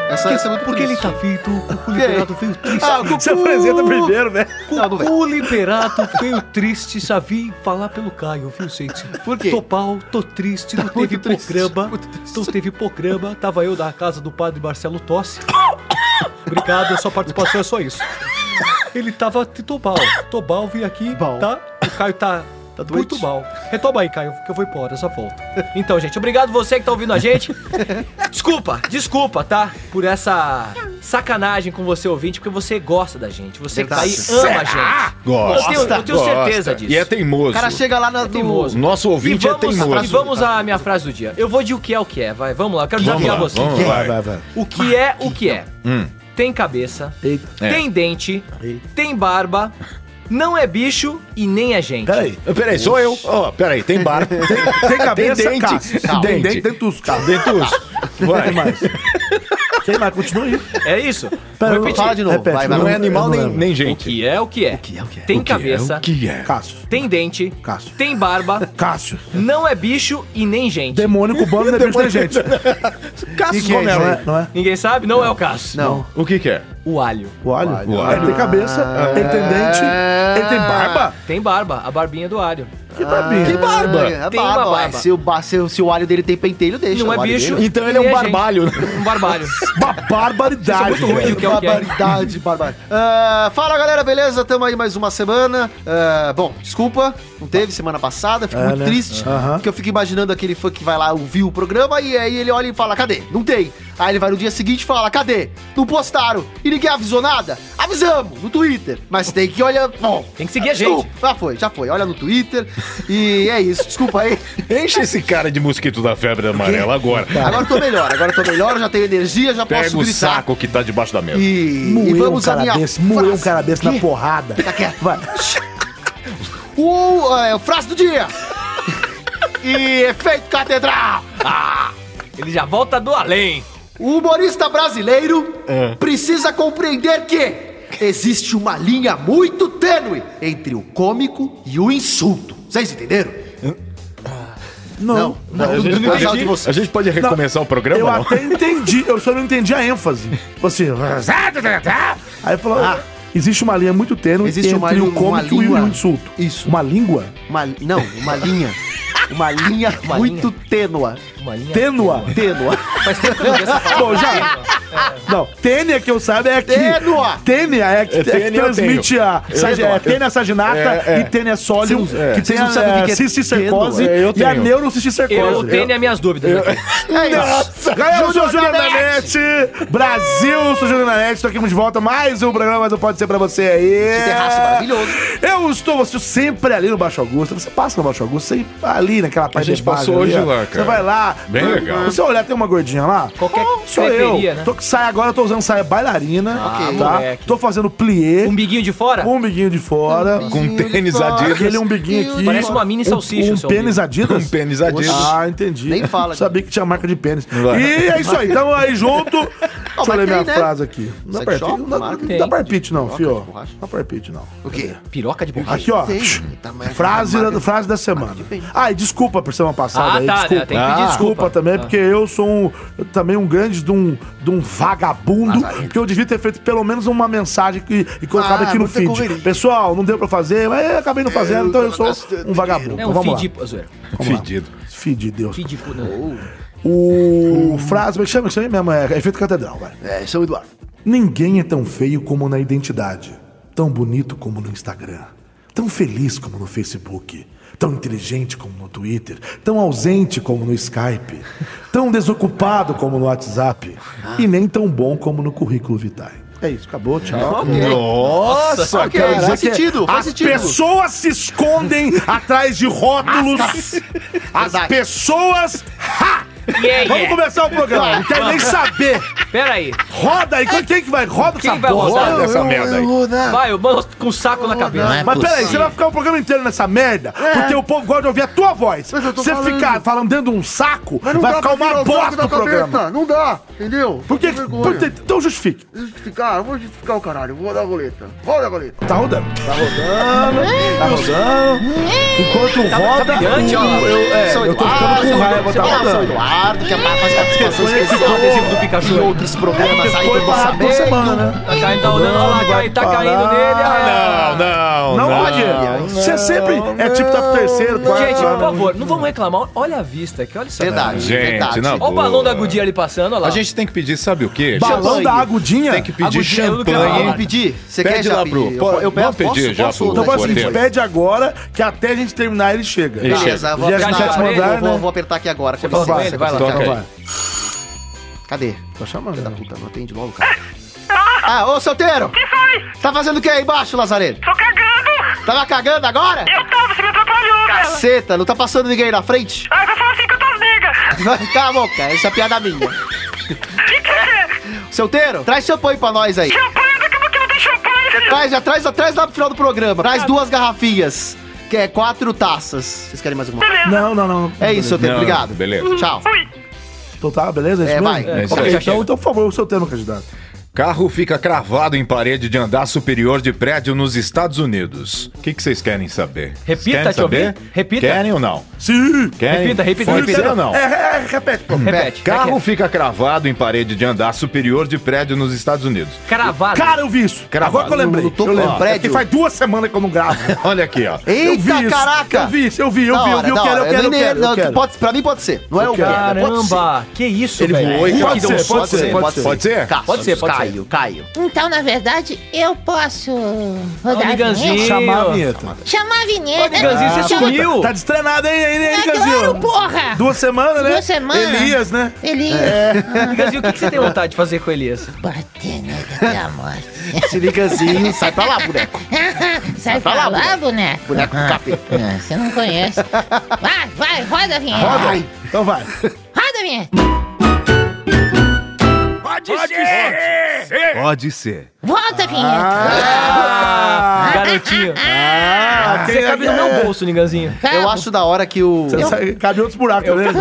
[SPEAKER 2] Essa, essa é muito
[SPEAKER 3] Porque ele
[SPEAKER 2] triste.
[SPEAKER 3] tá feito, o Cucu liberado veio triste.
[SPEAKER 2] Ah, o Cucu-
[SPEAKER 4] Se apresenta primeiro, né?
[SPEAKER 2] Não, não vai.
[SPEAKER 3] Cucu liberado veio triste, já vim falar pelo Caio, viu, gente?
[SPEAKER 2] Por quê?
[SPEAKER 3] Tô mal, tô triste, não teve
[SPEAKER 2] muito triste,
[SPEAKER 3] programa.
[SPEAKER 2] muito triste.
[SPEAKER 3] Não teve programa, tava eu na casa do padre Marcelo Tosse. Obrigado, a sua participação é só isso. Ele tava. Tô mal, tô mal, vim aqui,
[SPEAKER 2] Mal.
[SPEAKER 3] tá? O Caio tá. Tá Muito mal. Retoma aí, Caio, que eu vou embora, já volto. Então, gente, obrigado você que tá ouvindo a gente. Desculpa, desculpa, tá? Por essa sacanagem com você ouvinte, porque você gosta da gente. Você que tá aí ama a gente.
[SPEAKER 5] Gosta.
[SPEAKER 3] Eu tenho- eu tenho certeza
[SPEAKER 5] gosta.
[SPEAKER 3] disso.
[SPEAKER 5] E é teimoso.
[SPEAKER 2] O cara chega lá na
[SPEAKER 3] É teimoso.
[SPEAKER 5] O nosso ouvinte
[SPEAKER 3] e vamos,
[SPEAKER 5] é teimoso.
[SPEAKER 3] e vamos à minha frase do dia. Eu vou de o que é o que é, vai. Vamos lá, eu quero
[SPEAKER 5] Vamos
[SPEAKER 3] desafiar
[SPEAKER 5] lá,
[SPEAKER 3] você.
[SPEAKER 5] vamos lá. Vai.
[SPEAKER 4] vai.
[SPEAKER 3] O que é o que é?
[SPEAKER 5] Hum.
[SPEAKER 3] Tem cabeça,
[SPEAKER 4] Eita.
[SPEAKER 3] tem dente, tem barba, não é bicho e nem é gente.
[SPEAKER 4] Peraí.
[SPEAKER 5] Peraí, sou eu. Ó, peraí, tem bar. Tem,
[SPEAKER 4] Tem cabeça,
[SPEAKER 5] tem dente.
[SPEAKER 4] Cássio. Tem dente, tem tusco.
[SPEAKER 5] dentuço. é
[SPEAKER 4] Vai. é mais. Quem mais? Continua aí.
[SPEAKER 3] É isso?
[SPEAKER 4] Pera,
[SPEAKER 3] Vou repetir.
[SPEAKER 2] fala de novo, vai, vai.
[SPEAKER 5] Não é
[SPEAKER 4] eu
[SPEAKER 5] animal
[SPEAKER 4] não
[SPEAKER 5] nem,
[SPEAKER 4] lembro.
[SPEAKER 5] nem
[SPEAKER 3] O
[SPEAKER 5] gente.
[SPEAKER 3] que é o que é? O que é o que é? Tem cabeça,
[SPEAKER 5] O que é?
[SPEAKER 4] Cássio.
[SPEAKER 3] tem dente,
[SPEAKER 4] Cássio.
[SPEAKER 3] tem barba,
[SPEAKER 4] Cássio.
[SPEAKER 3] não é bicho e nem gente.
[SPEAKER 4] Demônio cubano não é bicho nem gente.
[SPEAKER 5] Cassius
[SPEAKER 4] Que que é isso
[SPEAKER 5] né?
[SPEAKER 4] aí? Não é?
[SPEAKER 3] Ninguém sabe? Não é o caso.
[SPEAKER 2] Não.
[SPEAKER 5] O que que é?
[SPEAKER 3] O alho.
[SPEAKER 4] O alho?
[SPEAKER 5] O
[SPEAKER 2] É.
[SPEAKER 5] alho.
[SPEAKER 4] Ele tem cabeça, ele tem dente, ele tem barba.
[SPEAKER 3] Tem barba, a barbinha do alho.
[SPEAKER 4] Que barbinha.
[SPEAKER 2] Que barba! É
[SPEAKER 3] Tem uma
[SPEAKER 2] barba, ué.
[SPEAKER 3] barba.
[SPEAKER 2] Se o, ba- se, o- se o alho dele tem pentelho, deixa.
[SPEAKER 3] Não
[SPEAKER 2] O
[SPEAKER 3] é
[SPEAKER 2] alho
[SPEAKER 3] bicho.
[SPEAKER 2] dele-
[SPEAKER 5] Então
[SPEAKER 3] e
[SPEAKER 5] ele é um
[SPEAKER 3] nem gente.
[SPEAKER 5] barbalho.
[SPEAKER 3] Um barbalho.
[SPEAKER 4] Ba- barbaridade.
[SPEAKER 3] Isso é muito ruim.
[SPEAKER 4] velho.
[SPEAKER 3] que é o que é.
[SPEAKER 2] barbaridade, barbaridade. Ah, fala galera, beleza? Tamo aí mais uma semana. Ah, bom, desculpa, não teve semana passada, fico
[SPEAKER 4] É,
[SPEAKER 2] muito
[SPEAKER 4] né?
[SPEAKER 2] triste.
[SPEAKER 4] Aham.
[SPEAKER 2] Porque eu fico imaginando aquele fã que vai lá ouvir o programa e aí ele olha e fala: cadê? Não tem. Aí ele vai no dia seguinte e fala: cadê? Não postaram. E ninguém avisou nada? Avisamos no Twitter. Mas tem que olhar. Bom,
[SPEAKER 3] Tem que seguir a gente.
[SPEAKER 2] desculpa. Já foi, já foi. Olha no Twitter. E é isso, desculpa aí.
[SPEAKER 5] Enche esse cara de mosquito da febre amarela agora.
[SPEAKER 4] Tá.
[SPEAKER 2] Agora eu tô melhor, agora eu tô melhor, eu já tenho energia, já
[SPEAKER 5] Pega
[SPEAKER 2] Tá. posso
[SPEAKER 5] o
[SPEAKER 2] gritar.
[SPEAKER 5] saco que tá debaixo da mesa.
[SPEAKER 2] E, e
[SPEAKER 4] Moeu um
[SPEAKER 2] vamos à
[SPEAKER 4] cara
[SPEAKER 2] minha
[SPEAKER 4] desse, moeu um
[SPEAKER 2] frase.
[SPEAKER 4] cara desse na
[SPEAKER 2] Que-
[SPEAKER 4] porrada.
[SPEAKER 2] Tá quieto.
[SPEAKER 4] Vai.
[SPEAKER 2] O é, frase do dia. e efeito catedral.
[SPEAKER 3] Ele já volta do além.
[SPEAKER 2] O humorista brasileiro precisa compreender que existe uma linha muito tênue entre o cômico e o insulto. Vocês entenderam?
[SPEAKER 4] Não.
[SPEAKER 5] A gente,
[SPEAKER 2] Mas
[SPEAKER 5] a
[SPEAKER 2] algo de
[SPEAKER 5] gente-
[SPEAKER 2] você.
[SPEAKER 5] a gente pode recomeçar o programa,
[SPEAKER 4] Eu
[SPEAKER 5] não?
[SPEAKER 4] até entendi, eu só não entendi a ênfase. Tipo assim.
[SPEAKER 1] tá,
[SPEAKER 4] Aí falou.
[SPEAKER 2] Ah.
[SPEAKER 4] Existe uma linha muito tênue
[SPEAKER 2] Existe
[SPEAKER 4] entre
[SPEAKER 2] uma
[SPEAKER 4] o
[SPEAKER 2] linha- uma
[SPEAKER 4] cômico e o
[SPEAKER 2] língua.
[SPEAKER 4] insulto.
[SPEAKER 2] Isso.
[SPEAKER 4] Uma língua
[SPEAKER 2] Uma, não, uma linha. Uma linha
[SPEAKER 3] Uma
[SPEAKER 2] muito tênua.
[SPEAKER 3] Uma linha.
[SPEAKER 4] tênua.
[SPEAKER 2] Tênua.
[SPEAKER 3] Faz tempo que eu não vi essa palavra.
[SPEAKER 4] Bom, já, Não, tênia que eu saiba é que.
[SPEAKER 2] Tênua.
[SPEAKER 4] Tênia é que,
[SPEAKER 5] É,
[SPEAKER 4] é que
[SPEAKER 5] tênia eu
[SPEAKER 4] transmite a. sag-
[SPEAKER 5] tenho.
[SPEAKER 4] é tênia saginata
[SPEAKER 5] É, é.
[SPEAKER 4] e tênia sólium,
[SPEAKER 2] Vocês- é.
[SPEAKER 4] que
[SPEAKER 2] vocês
[SPEAKER 4] tem
[SPEAKER 2] não
[SPEAKER 4] a
[SPEAKER 2] sabem o que que
[SPEAKER 4] é,
[SPEAKER 2] é
[SPEAKER 4] cisticercose
[SPEAKER 5] tênia? Eu
[SPEAKER 4] e a
[SPEAKER 5] tenho.
[SPEAKER 3] Eu
[SPEAKER 4] neurocisticercose.
[SPEAKER 3] tenho as minhas dúvidas. aqui.
[SPEAKER 2] É isso.
[SPEAKER 4] Galera, eu sou o Júnior da NET! Brasil, eu sou o Júnior da NET, tô aqui de volta, mais um programa, mas não pode ser pra você aí.
[SPEAKER 2] terraço maravilhoso.
[SPEAKER 4] Eu estou você sempre ali no Baixo Augusto, você passa no Baixo Augusto, você ali naquela parte
[SPEAKER 5] gente
[SPEAKER 4] de baixo
[SPEAKER 5] passou
[SPEAKER 4] ali,
[SPEAKER 5] hoje
[SPEAKER 4] ó.
[SPEAKER 5] lá, cara.
[SPEAKER 4] Você vai lá.
[SPEAKER 5] Bem
[SPEAKER 4] eu-
[SPEAKER 5] legal.
[SPEAKER 4] Você olhar, tem uma gordinha lá?
[SPEAKER 3] Qualquer
[SPEAKER 4] sou eu.
[SPEAKER 3] creperia, né?
[SPEAKER 4] Tô que saia agora, eu tô usando saia bailarina,
[SPEAKER 2] Ok.
[SPEAKER 4] tá?
[SPEAKER 3] moleque.
[SPEAKER 4] Tô fazendo plié,
[SPEAKER 3] Um biguinho de fora?
[SPEAKER 4] um umbiguinho de fora,
[SPEAKER 5] Com um tênis
[SPEAKER 4] aquele
[SPEAKER 5] Adidas.
[SPEAKER 4] umbiguinho aqui.
[SPEAKER 3] Parece uma mini salsicha,
[SPEAKER 4] Um, um
[SPEAKER 3] seu
[SPEAKER 4] pênis Adidas?
[SPEAKER 5] Um pênis Adidas.
[SPEAKER 4] Ah, entendi.
[SPEAKER 2] Nem fala.
[SPEAKER 4] Sabia que tinha marca de pênis.
[SPEAKER 5] Vai.
[SPEAKER 4] E é isso aí, tamo aí junto. Deixa eu
[SPEAKER 2] mas
[SPEAKER 4] ler
[SPEAKER 2] tem,
[SPEAKER 4] minha
[SPEAKER 2] né?
[SPEAKER 4] frase aqui. Não dá
[SPEAKER 2] Sex
[SPEAKER 4] parpite,
[SPEAKER 2] shop,
[SPEAKER 4] não dá-
[SPEAKER 2] marca,
[SPEAKER 4] não
[SPEAKER 3] tem.
[SPEAKER 4] dá parpite não,
[SPEAKER 2] Piroca
[SPEAKER 4] fio.
[SPEAKER 2] de borracha.
[SPEAKER 4] Não dá parpite não.
[SPEAKER 2] O quê?
[SPEAKER 3] Piroca de borracha?
[SPEAKER 4] Aqui, ó.
[SPEAKER 2] Tem.
[SPEAKER 4] Psh,
[SPEAKER 2] Tá, mas-
[SPEAKER 4] Frase
[SPEAKER 2] marca
[SPEAKER 4] da,
[SPEAKER 2] de-
[SPEAKER 4] frase da semana.
[SPEAKER 2] pênis.
[SPEAKER 4] Ah, e desculpa por semana passada
[SPEAKER 3] Ah,
[SPEAKER 4] aí,
[SPEAKER 3] tá, né?
[SPEAKER 4] desculpa.
[SPEAKER 3] Tem que pedir desculpa.
[SPEAKER 4] também,
[SPEAKER 3] Ah.
[SPEAKER 4] porque eu sou um, eu também um grande de um, de um vagabundo, que eu devia ter feito pelo menos uma mensagem que, e colocado
[SPEAKER 2] tá. Ah,
[SPEAKER 4] aqui no
[SPEAKER 2] muita
[SPEAKER 4] feed.
[SPEAKER 2] correria. É,
[SPEAKER 4] Pessoal, não deu pra fazer, mas eu acabei não fazendo, então eu
[SPEAKER 2] tava
[SPEAKER 4] sou
[SPEAKER 2] gastando
[SPEAKER 4] um vagabundo.
[SPEAKER 3] É
[SPEAKER 4] Então
[SPEAKER 3] um
[SPEAKER 4] vamos
[SPEAKER 3] fedipo. Zoeira.
[SPEAKER 4] lá.
[SPEAKER 5] Fedido.
[SPEAKER 4] lá. Filho de Deus.
[SPEAKER 3] Fedipo, não.
[SPEAKER 4] O frase, como é que chama isso aí mesmo? É efeito catedral, vai.
[SPEAKER 2] É, São Eduardo.
[SPEAKER 4] Ninguém é tão feio como na identidade, tão bonito como no Instagram, tão feliz como no Facebook, tão inteligente como no Twitter, tão ausente como no Skype, tão desocupado como no WhatsApp e nem tão bom como no currículo Vitae. É isso, acabou, tchau.
[SPEAKER 5] Nossa,
[SPEAKER 2] Ok,
[SPEAKER 5] cara. é
[SPEAKER 2] faz
[SPEAKER 4] que
[SPEAKER 2] sentido, faz
[SPEAKER 4] as
[SPEAKER 2] sentido.
[SPEAKER 4] pessoas se escondem atrás de rótulos. As
[SPEAKER 2] Verdade.
[SPEAKER 4] pessoas. Ha!
[SPEAKER 3] Yeah,
[SPEAKER 4] Vamos
[SPEAKER 3] yeah.
[SPEAKER 4] começar o programa. Não quero nem saber.
[SPEAKER 3] Pera aí.
[SPEAKER 4] Roda aí. Quem, quem que vai? Roda
[SPEAKER 3] Quem
[SPEAKER 4] essa
[SPEAKER 3] vai
[SPEAKER 4] bola.
[SPEAKER 3] rodar?
[SPEAKER 5] Olha essa merda aí.
[SPEAKER 3] Vai, eu mando com o saco na
[SPEAKER 1] Não
[SPEAKER 3] cabeça.
[SPEAKER 1] é
[SPEAKER 4] Mas peraí, você
[SPEAKER 1] possível.
[SPEAKER 4] vai ficar o programa inteiro nessa merda? Porque o povo gosta de ouvir a tua voz.
[SPEAKER 6] Mas eu tô
[SPEAKER 4] Você
[SPEAKER 6] falando.
[SPEAKER 4] ficar falando dentro de um saco,
[SPEAKER 6] Mas não
[SPEAKER 4] vai
[SPEAKER 6] dá
[SPEAKER 4] ficar
[SPEAKER 6] pra tirar
[SPEAKER 4] uma
[SPEAKER 6] o saco
[SPEAKER 4] bosta
[SPEAKER 6] da
[SPEAKER 4] do programa.
[SPEAKER 6] cabeça, Não dá, entendeu?
[SPEAKER 4] Por que?
[SPEAKER 6] Tô com vergonha.
[SPEAKER 4] por que- Então justifique.
[SPEAKER 6] Justificar? Eu vou justificar o caralho. Vou rodar a roleta. Roda a roleta.
[SPEAKER 4] Tá rodando. Tá rodando. Tá rodando. Enquanto roda.
[SPEAKER 3] brilhante, ó.
[SPEAKER 4] eu- eu- é,
[SPEAKER 2] São
[SPEAKER 4] eu tô
[SPEAKER 2] Eduardo,
[SPEAKER 4] ficando com
[SPEAKER 2] São
[SPEAKER 4] raiva, tá
[SPEAKER 2] Eduardo, São
[SPEAKER 4] rodando.
[SPEAKER 2] Eduardo, que faz participação
[SPEAKER 4] Esse
[SPEAKER 2] especial
[SPEAKER 4] foi-
[SPEAKER 3] adesivo do Pikachu
[SPEAKER 2] em
[SPEAKER 3] aí.
[SPEAKER 2] outros programas aí
[SPEAKER 4] Foi
[SPEAKER 2] que eu vou
[SPEAKER 4] parado por
[SPEAKER 2] saber.
[SPEAKER 4] semana, né?
[SPEAKER 3] Tá caindo, tá olhando olha lá, cai- tá
[SPEAKER 4] Parar.
[SPEAKER 3] caindo nele. ah,
[SPEAKER 5] Não, não,
[SPEAKER 4] Não, pode. Você sempre é tipo tá pro terceiro, quarto.
[SPEAKER 3] Gente, por
[SPEAKER 4] ano.
[SPEAKER 3] favor, não vamos reclamar. Olha a vista aqui, olha isso.
[SPEAKER 2] Verdade,
[SPEAKER 5] Gente,
[SPEAKER 2] verdade.
[SPEAKER 5] não.
[SPEAKER 3] Olha o balão da Goodyear ali passando, olha lá.
[SPEAKER 5] A gente tem que pedir, sabe o quê?
[SPEAKER 4] Balão
[SPEAKER 2] Champanhe.
[SPEAKER 4] da Agudinha.
[SPEAKER 5] Tem que pedir
[SPEAKER 3] Agudinho, eu não quero
[SPEAKER 2] Eu
[SPEAKER 5] champanhe.
[SPEAKER 2] vou pedir? Você
[SPEAKER 5] Pede
[SPEAKER 2] quer já
[SPEAKER 5] lá
[SPEAKER 2] pedir?
[SPEAKER 5] pro-
[SPEAKER 2] Eu-
[SPEAKER 5] pode-
[SPEAKER 2] eu peço,
[SPEAKER 5] vamos pedir
[SPEAKER 2] posso?
[SPEAKER 5] já
[SPEAKER 2] Posso?
[SPEAKER 5] pro-
[SPEAKER 4] Então
[SPEAKER 2] Não,
[SPEAKER 4] faz
[SPEAKER 5] pro
[SPEAKER 2] pode
[SPEAKER 4] o
[SPEAKER 2] pedir.
[SPEAKER 4] seguinte,
[SPEAKER 5] Roteiro.
[SPEAKER 4] pede agora, que até a gente terminar ele chega.
[SPEAKER 5] Ele chega.
[SPEAKER 2] Beleza, eu vou
[SPEAKER 4] Já
[SPEAKER 2] apertar
[SPEAKER 4] já te
[SPEAKER 2] agora,
[SPEAKER 4] mandar,
[SPEAKER 2] eu vou-
[SPEAKER 4] né?
[SPEAKER 2] vou apertar aqui agora. com
[SPEAKER 3] Então
[SPEAKER 2] licença.
[SPEAKER 3] vai, vai lá.
[SPEAKER 5] Toca
[SPEAKER 4] Então
[SPEAKER 5] aí.
[SPEAKER 4] vai.
[SPEAKER 2] Cadê?
[SPEAKER 4] Tá chamando.
[SPEAKER 2] Filho da
[SPEAKER 4] né?
[SPEAKER 2] puta, não atende logo, cara. Ah, ô solteiro!
[SPEAKER 7] que foi?
[SPEAKER 2] Tá fazendo o que aí embaixo, Lazareiro?
[SPEAKER 7] Tô cagando!
[SPEAKER 2] Tava cagando agora?
[SPEAKER 7] Eu tava, você me atrapalhou, cara!
[SPEAKER 2] Caceta, não tá passando ninguém aí na frente?
[SPEAKER 7] Aí vai falar assim que eu tô as negas!
[SPEAKER 2] Cala a boca, essa é piada minha.
[SPEAKER 7] Que que é?
[SPEAKER 2] Solteiro, traz champanhe pra nós aí.
[SPEAKER 7] Champanhe, daqui a pouco não tem champanhe!
[SPEAKER 2] Traz, já traz, já traz lá pro final do programa. Traz
[SPEAKER 4] Tá
[SPEAKER 2] duas garrafinhas, que é quatro taças. Vocês querem mais alguma coisa?
[SPEAKER 7] Beleza!
[SPEAKER 4] Não, não, não.
[SPEAKER 2] É isso, solteiro,
[SPEAKER 5] Não,
[SPEAKER 2] obrigado.
[SPEAKER 5] beleza.
[SPEAKER 2] Tchau.
[SPEAKER 7] Fui!
[SPEAKER 4] Então tá, beleza?
[SPEAKER 2] É,
[SPEAKER 4] mesmo?
[SPEAKER 2] vai. É,
[SPEAKER 5] isso
[SPEAKER 4] Ok,
[SPEAKER 5] aí.
[SPEAKER 4] então, então, por favor, o seu tema, candidato.
[SPEAKER 5] Carro fica cravado em parede de andar superior de prédio nos Estados Unidos. O que que vocês querem saber? Vocês
[SPEAKER 3] Repita,
[SPEAKER 5] querem
[SPEAKER 3] te ouvi. Repita.
[SPEAKER 5] Querem ou não?
[SPEAKER 4] Sim.
[SPEAKER 5] Querem?
[SPEAKER 3] Repita, repita,
[SPEAKER 5] Pode
[SPEAKER 3] repita. É
[SPEAKER 5] ser ou não?
[SPEAKER 4] É, é, repete. pô.
[SPEAKER 3] Repete.
[SPEAKER 5] Carro fica cravado em parede de andar superior de prédio nos Estados Unidos.
[SPEAKER 3] Cravado.
[SPEAKER 4] Cara, eu vi isso.
[SPEAKER 5] Cravado.
[SPEAKER 4] Agora que eu lembrei.
[SPEAKER 2] No topo
[SPEAKER 4] eu
[SPEAKER 2] do
[SPEAKER 4] lembrei.
[SPEAKER 2] prédio.
[SPEAKER 4] É que faz duas semanas que eu não gravo.
[SPEAKER 5] Olha aqui, ó.
[SPEAKER 4] eu vi
[SPEAKER 2] Eita,
[SPEAKER 4] isso.
[SPEAKER 2] caraca!
[SPEAKER 4] Eu vi isso, eu vi, eu
[SPEAKER 2] Da
[SPEAKER 4] vi, eu
[SPEAKER 2] hora,
[SPEAKER 4] vi. Eu
[SPEAKER 2] da
[SPEAKER 4] quero, eu
[SPEAKER 2] hora.
[SPEAKER 4] quero, eu
[SPEAKER 2] Nem-
[SPEAKER 4] quero.
[SPEAKER 2] não, tipo,
[SPEAKER 4] eu quero.
[SPEAKER 2] Pode, pra mim pode ser. Não é o
[SPEAKER 4] quero.
[SPEAKER 2] quero. Pode ser. É,
[SPEAKER 3] Caramba, que isso,
[SPEAKER 5] Ele
[SPEAKER 3] velho.
[SPEAKER 5] voou e
[SPEAKER 4] Pode
[SPEAKER 5] caiu.
[SPEAKER 4] ser, pode ser, pode ser.
[SPEAKER 5] Pode ser?
[SPEAKER 2] Cassius,
[SPEAKER 3] Pode ser, pode ser.
[SPEAKER 2] Caio, Caio.
[SPEAKER 8] Então, na verdade, eu posso rodar a
[SPEAKER 3] Amiganzinho.
[SPEAKER 8] vinheta?
[SPEAKER 4] Chamar a vinheta.
[SPEAKER 8] Chamar a vinheta. Ah.
[SPEAKER 3] Ô,
[SPEAKER 2] Assim,
[SPEAKER 3] Biganzinho, você
[SPEAKER 8] Chama-
[SPEAKER 3] sumiu.
[SPEAKER 4] Tá destrenado, hein, hein, hein,
[SPEAKER 8] É claro,
[SPEAKER 4] Gazinho?
[SPEAKER 8] porra!
[SPEAKER 4] Duas semanas, né?
[SPEAKER 8] Duas semanas.
[SPEAKER 4] Elias, né?
[SPEAKER 8] Ele
[SPEAKER 7] É.
[SPEAKER 3] Biganzinho, o que que você tem vontade de fazer com Elias?
[SPEAKER 8] bater nega da morte.
[SPEAKER 2] Se ligazinho, sai pra lá, boneco.
[SPEAKER 8] Sai pra
[SPEAKER 2] lá,
[SPEAKER 8] lá, boneco.
[SPEAKER 2] Boneco com capeta.
[SPEAKER 8] Ah, você não conhece. Vai, vai, roda a vinheta.
[SPEAKER 4] Roda.
[SPEAKER 2] Ai.
[SPEAKER 4] Então vai.
[SPEAKER 8] Roda a vinheta.
[SPEAKER 5] Pode ser! Pode ser.
[SPEAKER 8] Volta a vinheta.
[SPEAKER 3] Ah, garotinho.
[SPEAKER 4] Ah,
[SPEAKER 3] Você cabe no meu bolso, Niganzinho.
[SPEAKER 8] Cabo.
[SPEAKER 2] Eu acho da hora que o.
[SPEAKER 4] É. Você sabe, cabe outros buracos, né?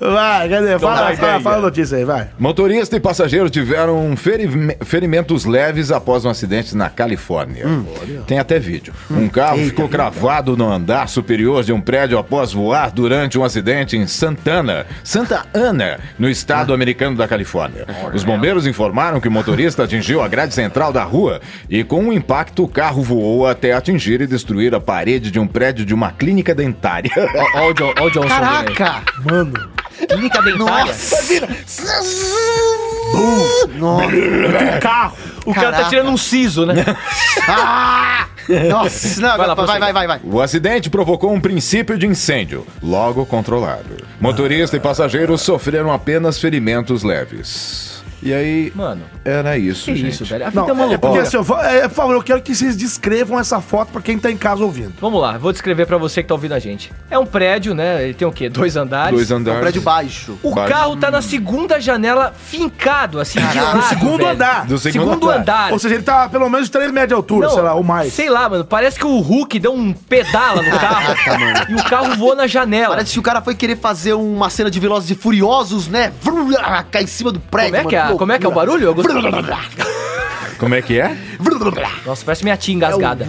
[SPEAKER 4] Vai,
[SPEAKER 2] Então
[SPEAKER 4] cadê? Fala, fala, fala a notícia aí, vai.
[SPEAKER 5] Motorista e passageiro tiveram um ferime- ferimentos leves após um acidente na Califórnia. Tem até vídeo. Um carro ficou cravado no andar superior de um prédio após voar durante um acidente em Santana, Santa Ana, no estado americano da Califórnia. Os bombeiros informaram que o motorista atingiu a grade central da rua e, com o impacto, o carro voou até atingir e destruir a parede de um prédio de uma clínica dentária.
[SPEAKER 3] Ó ó o, John, ó o Johnson. vindo aí.
[SPEAKER 2] Caraca!
[SPEAKER 4] Mano,
[SPEAKER 3] Clínica dentária.
[SPEAKER 2] Imagina! Nossa!
[SPEAKER 3] Um carro. O cara tá
[SPEAKER 2] Caraca.
[SPEAKER 3] tirando um siso, né?
[SPEAKER 2] Ah! Nossa! Não,
[SPEAKER 3] Vai lá,
[SPEAKER 2] vai,
[SPEAKER 3] prossegue.
[SPEAKER 2] vai, vai, vai.
[SPEAKER 5] O acidente provocou um princípio de incêndio, logo controlado. Motorista e passageiros sofreram apenas ferimentos leves. E aí,
[SPEAKER 3] Mano,
[SPEAKER 5] era isso,
[SPEAKER 3] que
[SPEAKER 5] gente.
[SPEAKER 3] isso, velho. A vida
[SPEAKER 4] Não,
[SPEAKER 3] é uma
[SPEAKER 4] é porque
[SPEAKER 3] loucura.
[SPEAKER 4] assim, eu vou- é, por favor, eu quero que vocês descrevam essa foto pra quem tá em casa ouvindo.
[SPEAKER 3] Vamos lá, vou descrever pra você que tá ouvindo a gente. É um prédio, né? Ele tem o quê? Dois andares.
[SPEAKER 5] Dois
[SPEAKER 2] É um
[SPEAKER 5] andares.
[SPEAKER 2] prédio baixo.
[SPEAKER 3] O
[SPEAKER 5] Quase.
[SPEAKER 3] carro tá na segunda janela, fincado, assim, de lado,
[SPEAKER 4] No segundo
[SPEAKER 3] velho.
[SPEAKER 4] andar.
[SPEAKER 5] Do
[SPEAKER 3] Segundo,
[SPEAKER 5] segundo
[SPEAKER 3] andar.
[SPEAKER 4] Ou seja, ele tá a pelo menos 3 metros de altura,
[SPEAKER 3] Não,
[SPEAKER 4] sei lá, ou mais.
[SPEAKER 3] Sei lá, mano. Parece que o Hulk deu um pedala no carro e o carro voou na janela.
[SPEAKER 2] Parece que o cara foi querer fazer uma cena de Velozes e Furiosos, né? Vrum, ah, Cai em cima do prédio.
[SPEAKER 3] Como é, que é,
[SPEAKER 2] mano.
[SPEAKER 3] como é que é o barulho? Eu gostei.
[SPEAKER 5] Como é que é?
[SPEAKER 3] Nossa, parece minha tia
[SPEAKER 4] É
[SPEAKER 3] engasgada.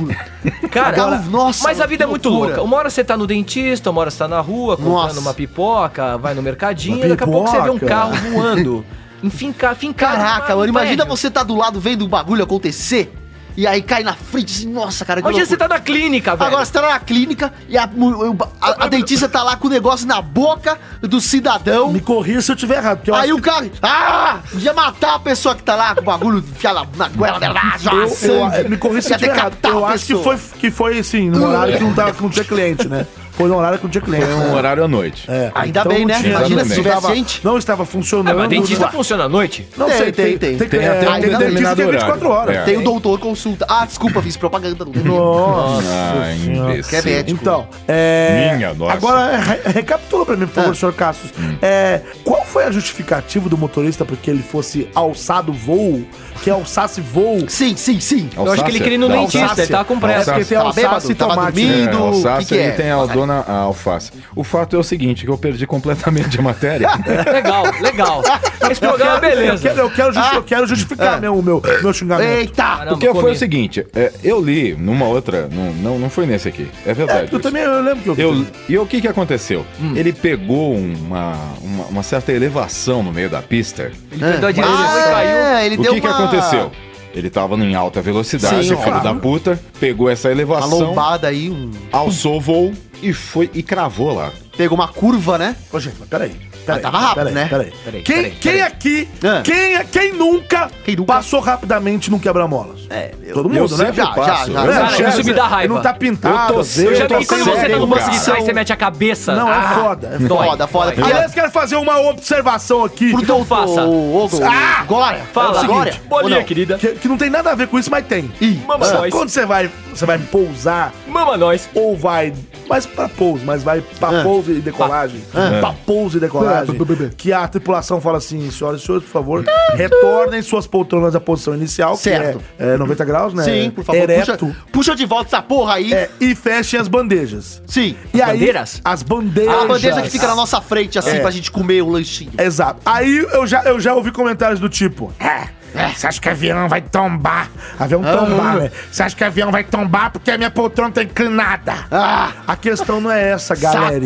[SPEAKER 3] Cara,
[SPEAKER 2] Agora- Nossa,
[SPEAKER 3] mas a vida é
[SPEAKER 2] que
[SPEAKER 3] muito
[SPEAKER 2] loucura.
[SPEAKER 3] louca. Uma hora você tá no dentista, uma hora você tá na rua, comprando
[SPEAKER 2] Nossa.
[SPEAKER 3] uma pipoca, vai no mercadinho,
[SPEAKER 4] Uma
[SPEAKER 3] daqui a pouco você vê um
[SPEAKER 4] pipoca.
[SPEAKER 3] carro voando. Enfim, ca- fincado.
[SPEAKER 2] Caraca, mano, imagina
[SPEAKER 3] você.
[SPEAKER 2] você tá do lado vendo o bagulho acontecer e aí cai na frente assim, nossa, cara, que
[SPEAKER 3] Imagina
[SPEAKER 2] loucura.
[SPEAKER 3] você tá na clínica, velho.
[SPEAKER 2] Agora você tá na clínica e a, mu- a- a dentista tá lá com o negócio na boca do cidadão.
[SPEAKER 4] Me corrija se eu tiver errado, porque eu
[SPEAKER 2] é um Aí
[SPEAKER 4] acho
[SPEAKER 2] o cara. Ah! Ia matar a pessoa que tá lá com o bagulho enfiado na, na goela dela. ah,
[SPEAKER 4] que- eu-
[SPEAKER 2] joga
[SPEAKER 4] eu-
[SPEAKER 2] sangue.
[SPEAKER 4] me corrija se eu
[SPEAKER 2] Ia
[SPEAKER 4] tiver errado.
[SPEAKER 2] decapitar
[SPEAKER 4] Eu
[SPEAKER 2] a
[SPEAKER 4] acho que
[SPEAKER 2] pessoa.
[SPEAKER 4] foi, que foi assim, num horário que não, tava, que não tinha cliente, né? Foi no horário que não tinha cliente.
[SPEAKER 5] É um
[SPEAKER 4] né?
[SPEAKER 5] horário à noite.
[SPEAKER 4] É,
[SPEAKER 2] Ainda bem, né?
[SPEAKER 4] não
[SPEAKER 2] Imagina
[SPEAKER 4] tinha-
[SPEAKER 5] Exatamente.
[SPEAKER 2] se
[SPEAKER 4] não
[SPEAKER 2] tivesse
[SPEAKER 4] tava-
[SPEAKER 2] gente.
[SPEAKER 4] Não estava funcionando.
[SPEAKER 3] Ah, mas dentista
[SPEAKER 4] não-
[SPEAKER 3] funciona à noite?
[SPEAKER 4] Não
[SPEAKER 2] Tem,
[SPEAKER 4] sei,
[SPEAKER 2] tem, tem.
[SPEAKER 4] tem. Tem,
[SPEAKER 5] Tem até um
[SPEAKER 4] tem dentista que é
[SPEAKER 5] determinado
[SPEAKER 4] 24 horas.
[SPEAKER 5] horário. É.
[SPEAKER 2] Tem o doutor consulta. Ah, desculpa, fiz propaganda. Não.
[SPEAKER 4] Nossa
[SPEAKER 5] Ah,
[SPEAKER 4] senhora.
[SPEAKER 5] imbecil.
[SPEAKER 2] Quer ver?
[SPEAKER 4] Então, é...
[SPEAKER 5] Minha nossa.
[SPEAKER 4] Agora, re- recapitula pra mim, por favor,
[SPEAKER 2] Ah.
[SPEAKER 4] senhor Cassius.
[SPEAKER 2] Hum.
[SPEAKER 4] É, qual foi a justificativa do motorista pra que ele fosse alçado voo? Que alçasse voo?
[SPEAKER 2] Sim, sim, sim.
[SPEAKER 5] É
[SPEAKER 3] Eu acho que ele queria ir no
[SPEAKER 5] Não,
[SPEAKER 3] dentista,
[SPEAKER 4] Alsácia.
[SPEAKER 3] ele tava com pressa.
[SPEAKER 4] É porque tem
[SPEAKER 2] Tava
[SPEAKER 4] alçasse
[SPEAKER 2] bêbado,
[SPEAKER 4] e
[SPEAKER 2] tava
[SPEAKER 4] tomate.
[SPEAKER 2] dormindo.
[SPEAKER 4] né?
[SPEAKER 5] É,
[SPEAKER 2] do-
[SPEAKER 5] alface,
[SPEAKER 2] que que
[SPEAKER 5] ele
[SPEAKER 2] é?
[SPEAKER 5] tem a dona a alface. O fato é o seguinte, que eu perdi completamente a matéria.
[SPEAKER 3] Legal, legal. Esse programa é
[SPEAKER 4] Eu
[SPEAKER 3] beleza.
[SPEAKER 4] quero, eu quero,
[SPEAKER 2] Ah.
[SPEAKER 4] justi- eu quero
[SPEAKER 2] É.
[SPEAKER 4] justificar meu, meu, meu xingamento.
[SPEAKER 2] Eita!
[SPEAKER 3] Caramba,
[SPEAKER 5] Porque foi o
[SPEAKER 3] comi.
[SPEAKER 5] seguinte, é, eu li numa outra, não, não, não foi nesse aqui, é verdade.
[SPEAKER 4] Eu também eu lembro que eu...
[SPEAKER 5] Eu, e o que que aconteceu?
[SPEAKER 4] Hum.
[SPEAKER 5] Ele pegou uma, uma, uma certa elevação no meio da pista.
[SPEAKER 3] Ele perdeu a direção
[SPEAKER 2] Ah,
[SPEAKER 3] e caiu.
[SPEAKER 2] é, ele
[SPEAKER 5] o que
[SPEAKER 2] deu
[SPEAKER 5] que
[SPEAKER 2] uma-
[SPEAKER 5] aconteceu? Ele tava em alta velocidade,
[SPEAKER 2] Sim,
[SPEAKER 5] filho
[SPEAKER 2] claro.
[SPEAKER 5] da puta, pegou essa
[SPEAKER 2] Uma
[SPEAKER 5] elevação,
[SPEAKER 2] lombada aí, um...
[SPEAKER 5] alçou o voo e foi e cravou lá.
[SPEAKER 2] pegou uma curva, né?
[SPEAKER 4] Ô, gente, mas peraí.
[SPEAKER 2] Mas
[SPEAKER 4] peraí
[SPEAKER 2] tava rápido,
[SPEAKER 4] peraí,
[SPEAKER 2] né?
[SPEAKER 4] Peraí.
[SPEAKER 3] Peraí,
[SPEAKER 4] quem,
[SPEAKER 3] peraí,
[SPEAKER 4] quem
[SPEAKER 3] peraí.
[SPEAKER 4] aqui,
[SPEAKER 2] Ah.
[SPEAKER 4] quem, quem, nunca
[SPEAKER 2] Quem nunca?
[SPEAKER 4] passou rapidamente num quebra-molas?
[SPEAKER 2] É, eu-
[SPEAKER 4] Todo
[SPEAKER 5] eu
[SPEAKER 4] mundo, né?
[SPEAKER 5] sempre passo.
[SPEAKER 2] já,
[SPEAKER 5] Eu
[SPEAKER 4] Né?
[SPEAKER 5] não
[SPEAKER 3] Cara,
[SPEAKER 5] chego-
[SPEAKER 3] isso me dá raiva.
[SPEAKER 4] Não tá pintado.
[SPEAKER 5] Eu tô
[SPEAKER 4] às
[SPEAKER 5] sempre-
[SPEAKER 4] vezes,
[SPEAKER 3] Eu já
[SPEAKER 4] tá
[SPEAKER 3] vi quando você tá
[SPEAKER 4] sério,
[SPEAKER 3] numa
[SPEAKER 4] cara.
[SPEAKER 3] seguidagem, você mete a cabeça.
[SPEAKER 4] Não,
[SPEAKER 3] Ah,
[SPEAKER 4] é foda. é foda.
[SPEAKER 3] dói,
[SPEAKER 2] Foda, foda.
[SPEAKER 3] dói.
[SPEAKER 2] Aliás,
[SPEAKER 4] Aliás, quero fazer uma observação aqui.
[SPEAKER 2] Pro
[SPEAKER 3] Então
[SPEAKER 2] doutor-
[SPEAKER 3] faça.
[SPEAKER 2] Ô, ô, ô,
[SPEAKER 4] Ah!
[SPEAKER 2] Agora!
[SPEAKER 3] Fala,
[SPEAKER 2] agora! É
[SPEAKER 3] bolinha
[SPEAKER 2] Ou não?
[SPEAKER 3] querida.
[SPEAKER 4] Que, que não tem nada a ver com isso, mas tem.
[SPEAKER 2] Ih,
[SPEAKER 3] Mama
[SPEAKER 4] Sabe
[SPEAKER 3] nós.
[SPEAKER 4] Quando você vai, você vai pousar
[SPEAKER 3] Mama nós.
[SPEAKER 4] ou vai mais pra pouso, mas vai pra
[SPEAKER 2] Ah.
[SPEAKER 4] pouso e decolagem, pra pouso e decolagem, que a tripulação fala assim, senhoras e senhores, por favor, retornem suas poltronas à posição inicial,
[SPEAKER 2] Certo.
[SPEAKER 4] que é, é 90 graus, né?
[SPEAKER 2] Sim, por favor,
[SPEAKER 4] Ereto.
[SPEAKER 2] puxa, puxa de volta essa porra aí.
[SPEAKER 4] É, e fechem as bandejas.
[SPEAKER 2] Sim.
[SPEAKER 4] E aí,
[SPEAKER 3] bandeiras?
[SPEAKER 4] As bandeiras.
[SPEAKER 2] Ah, A bandeja que fica na nossa frente,
[SPEAKER 4] É.
[SPEAKER 2] assim, pra gente comer o lanchinho.
[SPEAKER 4] Exato. Aí eu já, eu já ouvi comentários do tipo:
[SPEAKER 9] É, você acha que o avião vai tombar?
[SPEAKER 4] avião
[SPEAKER 2] Ah.
[SPEAKER 4] tombar, né?
[SPEAKER 9] Você acha que o avião vai tombar porque a minha poltrona tá inclinada?
[SPEAKER 2] Ah!
[SPEAKER 4] A questão não é essa, galera.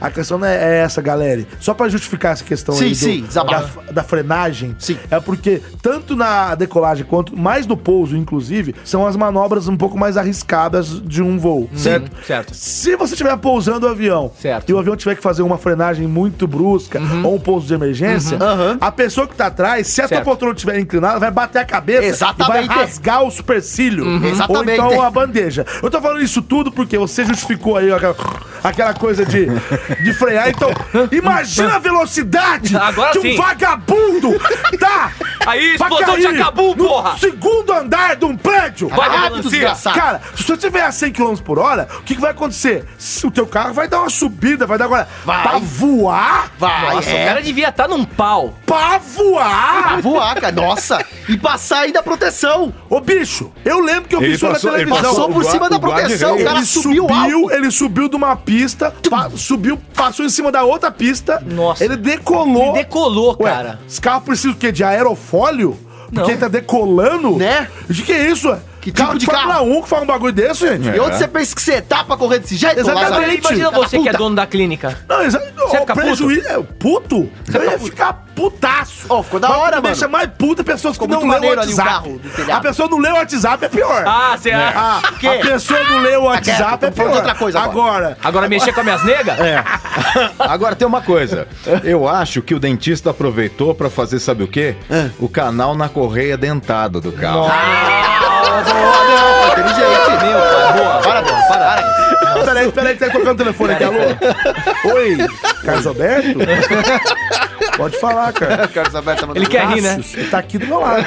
[SPEAKER 4] A questão não é essa, galera. Só pra justificar essa questão
[SPEAKER 2] Sim,
[SPEAKER 4] aí
[SPEAKER 2] sim, desabafo.
[SPEAKER 4] da, da frenagem,
[SPEAKER 2] Sim.
[SPEAKER 4] é porque tanto na decolagem quanto mais no pouso, inclusive, são as manobras um pouco mais arriscadas de um voo, certo?
[SPEAKER 3] certo.
[SPEAKER 4] Se você estiver pousando o avião
[SPEAKER 3] Certo. Uhum.
[SPEAKER 4] e o avião tiver que fazer uma frenagem muito brusca ou um pouso de emergência, a pessoa que tá atrás, se a tua
[SPEAKER 3] Certo.
[SPEAKER 4] poltrona estiver inclinada, vai bater a cabeça e
[SPEAKER 2] Exatamente.
[SPEAKER 4] vai rasgar o
[SPEAKER 3] Uhum.
[SPEAKER 4] supercílio. Ou
[SPEAKER 2] Exatamente.
[SPEAKER 4] então a bandeja. Eu tô falando isso tudo porque você justificou aí aquela, aquela coisa de, de frear. Então, imagina a velocidade
[SPEAKER 3] Agora
[SPEAKER 4] que um
[SPEAKER 3] sim.
[SPEAKER 4] vagabundo tá
[SPEAKER 3] Aí,
[SPEAKER 4] pra
[SPEAKER 3] explosão de
[SPEAKER 4] cair
[SPEAKER 3] Acabum,
[SPEAKER 4] no
[SPEAKER 3] porra!
[SPEAKER 4] segundo andar de um prédio.
[SPEAKER 3] Vai,
[SPEAKER 2] Rápido, desgraçado.
[SPEAKER 4] Cara, se você tiver a 100 km por hora, o que, que vai acontecer? Se O teu carro vai dar uma subida, vai dar agora.
[SPEAKER 2] Vai.
[SPEAKER 4] Pra voar?
[SPEAKER 2] Vai,
[SPEAKER 3] Nossa, o
[SPEAKER 2] é.
[SPEAKER 3] cara devia estar num pau.
[SPEAKER 4] Pra voar?
[SPEAKER 2] Ah, Voar, cara. Nossa! E passar ainda a proteção.
[SPEAKER 4] Ô, bicho, eu lembro que eu vi
[SPEAKER 5] Ele
[SPEAKER 4] isso na
[SPEAKER 5] passou- ele
[SPEAKER 4] televisão.
[SPEAKER 2] Passou por
[SPEAKER 5] o
[SPEAKER 2] cima da
[SPEAKER 5] guarda- o guarda
[SPEAKER 2] proteção, o
[SPEAKER 5] veio.
[SPEAKER 2] cara
[SPEAKER 4] ele
[SPEAKER 2] subiu alto.
[SPEAKER 4] ele subiu de uma pista, pa- subiu, passou em cima da outra pista.
[SPEAKER 3] Nossa.
[SPEAKER 4] Ele decolou.
[SPEAKER 3] Ele decolou,
[SPEAKER 4] Ué,
[SPEAKER 3] cara.
[SPEAKER 4] Esse carro precisa o quê? De aerofólio?
[SPEAKER 3] Não.
[SPEAKER 4] Porque ele tá decolando?
[SPEAKER 2] Né?
[SPEAKER 4] De que é isso?
[SPEAKER 2] Que tipo
[SPEAKER 4] carro
[SPEAKER 2] de
[SPEAKER 4] de Fórmula
[SPEAKER 2] carro?
[SPEAKER 4] 1 que faz um bagulho desse, gente?
[SPEAKER 2] E onde você pensa que você tá pra correr desse jeito?
[SPEAKER 4] Exatamente.
[SPEAKER 2] Lázaro?
[SPEAKER 3] Imagina
[SPEAKER 2] Filho da
[SPEAKER 3] você que é
[SPEAKER 2] puta.
[SPEAKER 3] dono da clínica.
[SPEAKER 4] Não, exa-
[SPEAKER 3] Você
[SPEAKER 4] o
[SPEAKER 3] fica
[SPEAKER 4] prejuízo. é, Puto? eu ia ficar putaço.
[SPEAKER 2] Ó, ficou da
[SPEAKER 4] Mas o que
[SPEAKER 2] hora,
[SPEAKER 4] me
[SPEAKER 2] mano.
[SPEAKER 4] Deixa mais puta pessoas que
[SPEAKER 2] Ficou
[SPEAKER 4] não
[SPEAKER 2] muito
[SPEAKER 4] leu o
[SPEAKER 2] maneiro ali o
[SPEAKER 4] WhatsApp.
[SPEAKER 2] carro do telhado.
[SPEAKER 4] a pessoa não lê o WhatsApp é pior.
[SPEAKER 3] Ah, você acha?
[SPEAKER 4] Ah, a pessoa não lê o
[SPEAKER 2] quieto,
[SPEAKER 4] WhatsApp é
[SPEAKER 2] tô falando
[SPEAKER 4] pior.
[SPEAKER 2] de outra coisa
[SPEAKER 4] agora.
[SPEAKER 3] Agora mexer com as minhas negas?
[SPEAKER 5] Agora tem uma coisa. Eu acho que o dentista aproveitou pra fazer, sabe o quê?
[SPEAKER 4] É.
[SPEAKER 5] O canal na correia dentada do carro.
[SPEAKER 2] Não, inteligente.
[SPEAKER 3] Meu, cara, boa.
[SPEAKER 2] Parabéns, parabéns.
[SPEAKER 4] Peraí, peraí, que tá tocando o telefone aqui, alô? Oi, Carlos Alberto? Pode falar, cara.
[SPEAKER 2] Carlos Alberto tá mandando
[SPEAKER 3] Ele quer rir, né?
[SPEAKER 4] Cassius, ele tá aqui do meu lado.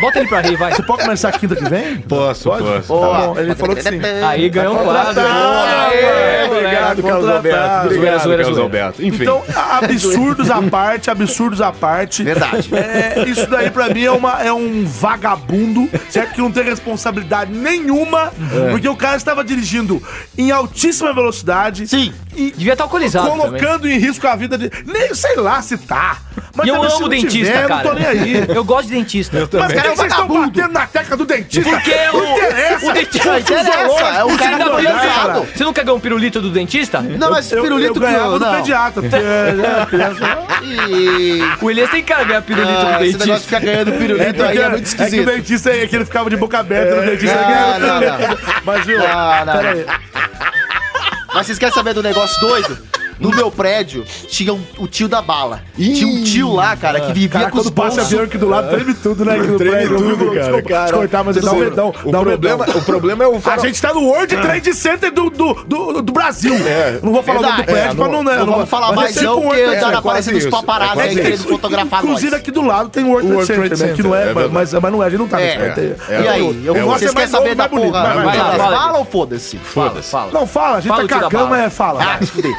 [SPEAKER 3] Bota ele pra rir, vai.
[SPEAKER 4] Você pode começar quinta que vem?
[SPEAKER 5] Posso, posso.
[SPEAKER 4] Tá bom, ele falou que sim.
[SPEAKER 3] Aí ganhou um quadro. Boa,
[SPEAKER 5] É,
[SPEAKER 3] moleque.
[SPEAKER 5] obrigado, Carlos Alberto.
[SPEAKER 4] Contratado.
[SPEAKER 5] Obrigado,
[SPEAKER 3] Zoeira,
[SPEAKER 5] Carlos
[SPEAKER 3] zoeira.
[SPEAKER 5] Alberto. Enfim.
[SPEAKER 4] Então, absurdos à parte, absurdos à parte.
[SPEAKER 2] Verdade.
[SPEAKER 4] É, isso daí pra mim é, uma, é um vagabundo, certo? Que não tem responsabilidade nenhuma, porque o cara estava dirigindo em altíssima velocidade.
[SPEAKER 2] Sim.
[SPEAKER 4] E
[SPEAKER 3] Devia estar alcoolizado também.
[SPEAKER 4] colocando em risco a vida de. Nem sei lá se tá. Mas
[SPEAKER 3] E eu
[SPEAKER 4] também se
[SPEAKER 3] amo
[SPEAKER 4] não
[SPEAKER 3] dentista,
[SPEAKER 4] tiver,
[SPEAKER 3] cara.
[SPEAKER 4] Eu não tô nem aí.
[SPEAKER 3] Eu gosto de dentista.
[SPEAKER 4] Mas cara,
[SPEAKER 2] é um
[SPEAKER 4] vocês estão
[SPEAKER 2] vagabundo.
[SPEAKER 4] batendo na teca do dentista.
[SPEAKER 3] Porque
[SPEAKER 4] não
[SPEAKER 3] o-
[SPEAKER 4] interessa.
[SPEAKER 3] o dentista-
[SPEAKER 4] Não
[SPEAKER 2] interessa, é o
[SPEAKER 4] não
[SPEAKER 2] cara
[SPEAKER 4] se
[SPEAKER 2] da
[SPEAKER 4] dá
[SPEAKER 2] piada.
[SPEAKER 4] nada.
[SPEAKER 2] Cara,
[SPEAKER 3] tá Você não quer ganhar um pirulito do dentista?
[SPEAKER 2] Não, mas
[SPEAKER 4] Eu, eu,
[SPEAKER 2] pirulito que
[SPEAKER 4] ganhava
[SPEAKER 2] eu-
[SPEAKER 4] do
[SPEAKER 2] não.
[SPEAKER 4] pediatra, porque né?
[SPEAKER 2] Ih,
[SPEAKER 3] O Elias tem cara de ganhar pirulito
[SPEAKER 2] ah,
[SPEAKER 3] do
[SPEAKER 2] Esse negócio de
[SPEAKER 3] dentista.
[SPEAKER 2] ficar ganhando
[SPEAKER 4] É,
[SPEAKER 2] pirulito aí
[SPEAKER 4] porque
[SPEAKER 2] é muito
[SPEAKER 4] é que o
[SPEAKER 2] esquisito.
[SPEAKER 4] dentista é que ele ficava de boca aberta no dentista.
[SPEAKER 2] Não,
[SPEAKER 4] ele ganhava
[SPEAKER 2] Ah, não, Ah,
[SPEAKER 4] tudo. Mas viu?
[SPEAKER 2] Não, não,
[SPEAKER 4] pera aí.
[SPEAKER 2] Mas vocês querem saber do negócio doido? No meu prédio tinha um- o tio da bala. Tinha um tio lá, cara, que vivia
[SPEAKER 4] Cara,
[SPEAKER 2] com os
[SPEAKER 4] quando passa
[SPEAKER 2] bolsos.
[SPEAKER 4] avião aqui do lado, treme tudo, né? Aqui no prédio, viu? Desculpa, Cortar, mas dá um medão.
[SPEAKER 5] O
[SPEAKER 4] dá um
[SPEAKER 5] problema,
[SPEAKER 4] medão.
[SPEAKER 5] o problema é o
[SPEAKER 4] A
[SPEAKER 5] farol.
[SPEAKER 4] gente tá no World Trade Center do, do, do, do Brasil.
[SPEAKER 5] É.
[SPEAKER 4] Não vou falar o nome do
[SPEAKER 2] Verdade.
[SPEAKER 4] prédio
[SPEAKER 5] É,
[SPEAKER 4] pra
[SPEAKER 5] não-
[SPEAKER 4] não... né,
[SPEAKER 2] Não
[SPEAKER 4] vou-
[SPEAKER 2] vamos falar
[SPEAKER 4] mas
[SPEAKER 2] mais
[SPEAKER 4] é sempre
[SPEAKER 2] não,
[SPEAKER 4] um
[SPEAKER 2] porque tá
[SPEAKER 4] World
[SPEAKER 5] é,
[SPEAKER 2] na
[SPEAKER 5] quase
[SPEAKER 2] aparecendo os
[SPEAKER 5] isso.
[SPEAKER 2] paparazzi
[SPEAKER 5] É
[SPEAKER 2] aí
[SPEAKER 5] quase
[SPEAKER 2] querendo
[SPEAKER 5] isso.
[SPEAKER 2] fotografar
[SPEAKER 4] Inclusive
[SPEAKER 2] nós.
[SPEAKER 4] aqui do lado tem o World Trade
[SPEAKER 5] O World
[SPEAKER 4] Center,
[SPEAKER 5] Trade
[SPEAKER 4] né? Que não
[SPEAKER 5] Center,
[SPEAKER 4] é,
[SPEAKER 5] é
[SPEAKER 4] mas, mas, mas não é, a gente não tá nesse
[SPEAKER 2] É.
[SPEAKER 4] prédio.
[SPEAKER 5] É,
[SPEAKER 2] e
[SPEAKER 5] é
[SPEAKER 2] aí?
[SPEAKER 5] o- é
[SPEAKER 2] Eu,
[SPEAKER 5] o-
[SPEAKER 2] vocês
[SPEAKER 4] é
[SPEAKER 2] querem
[SPEAKER 4] mais
[SPEAKER 2] saber
[SPEAKER 4] novo,
[SPEAKER 2] da
[SPEAKER 4] mais bonito,
[SPEAKER 2] porra?
[SPEAKER 4] vai,
[SPEAKER 2] Vai,
[SPEAKER 4] vai,
[SPEAKER 2] lá,
[SPEAKER 3] vai, vai.
[SPEAKER 2] fala ou foda-se?
[SPEAKER 5] Foda-se.
[SPEAKER 4] Não, fala, a gente
[SPEAKER 3] Fala do
[SPEAKER 4] tá
[SPEAKER 3] tio da
[SPEAKER 4] cagando,
[SPEAKER 3] bala.
[SPEAKER 4] mas fala.
[SPEAKER 2] Ah, se fuder.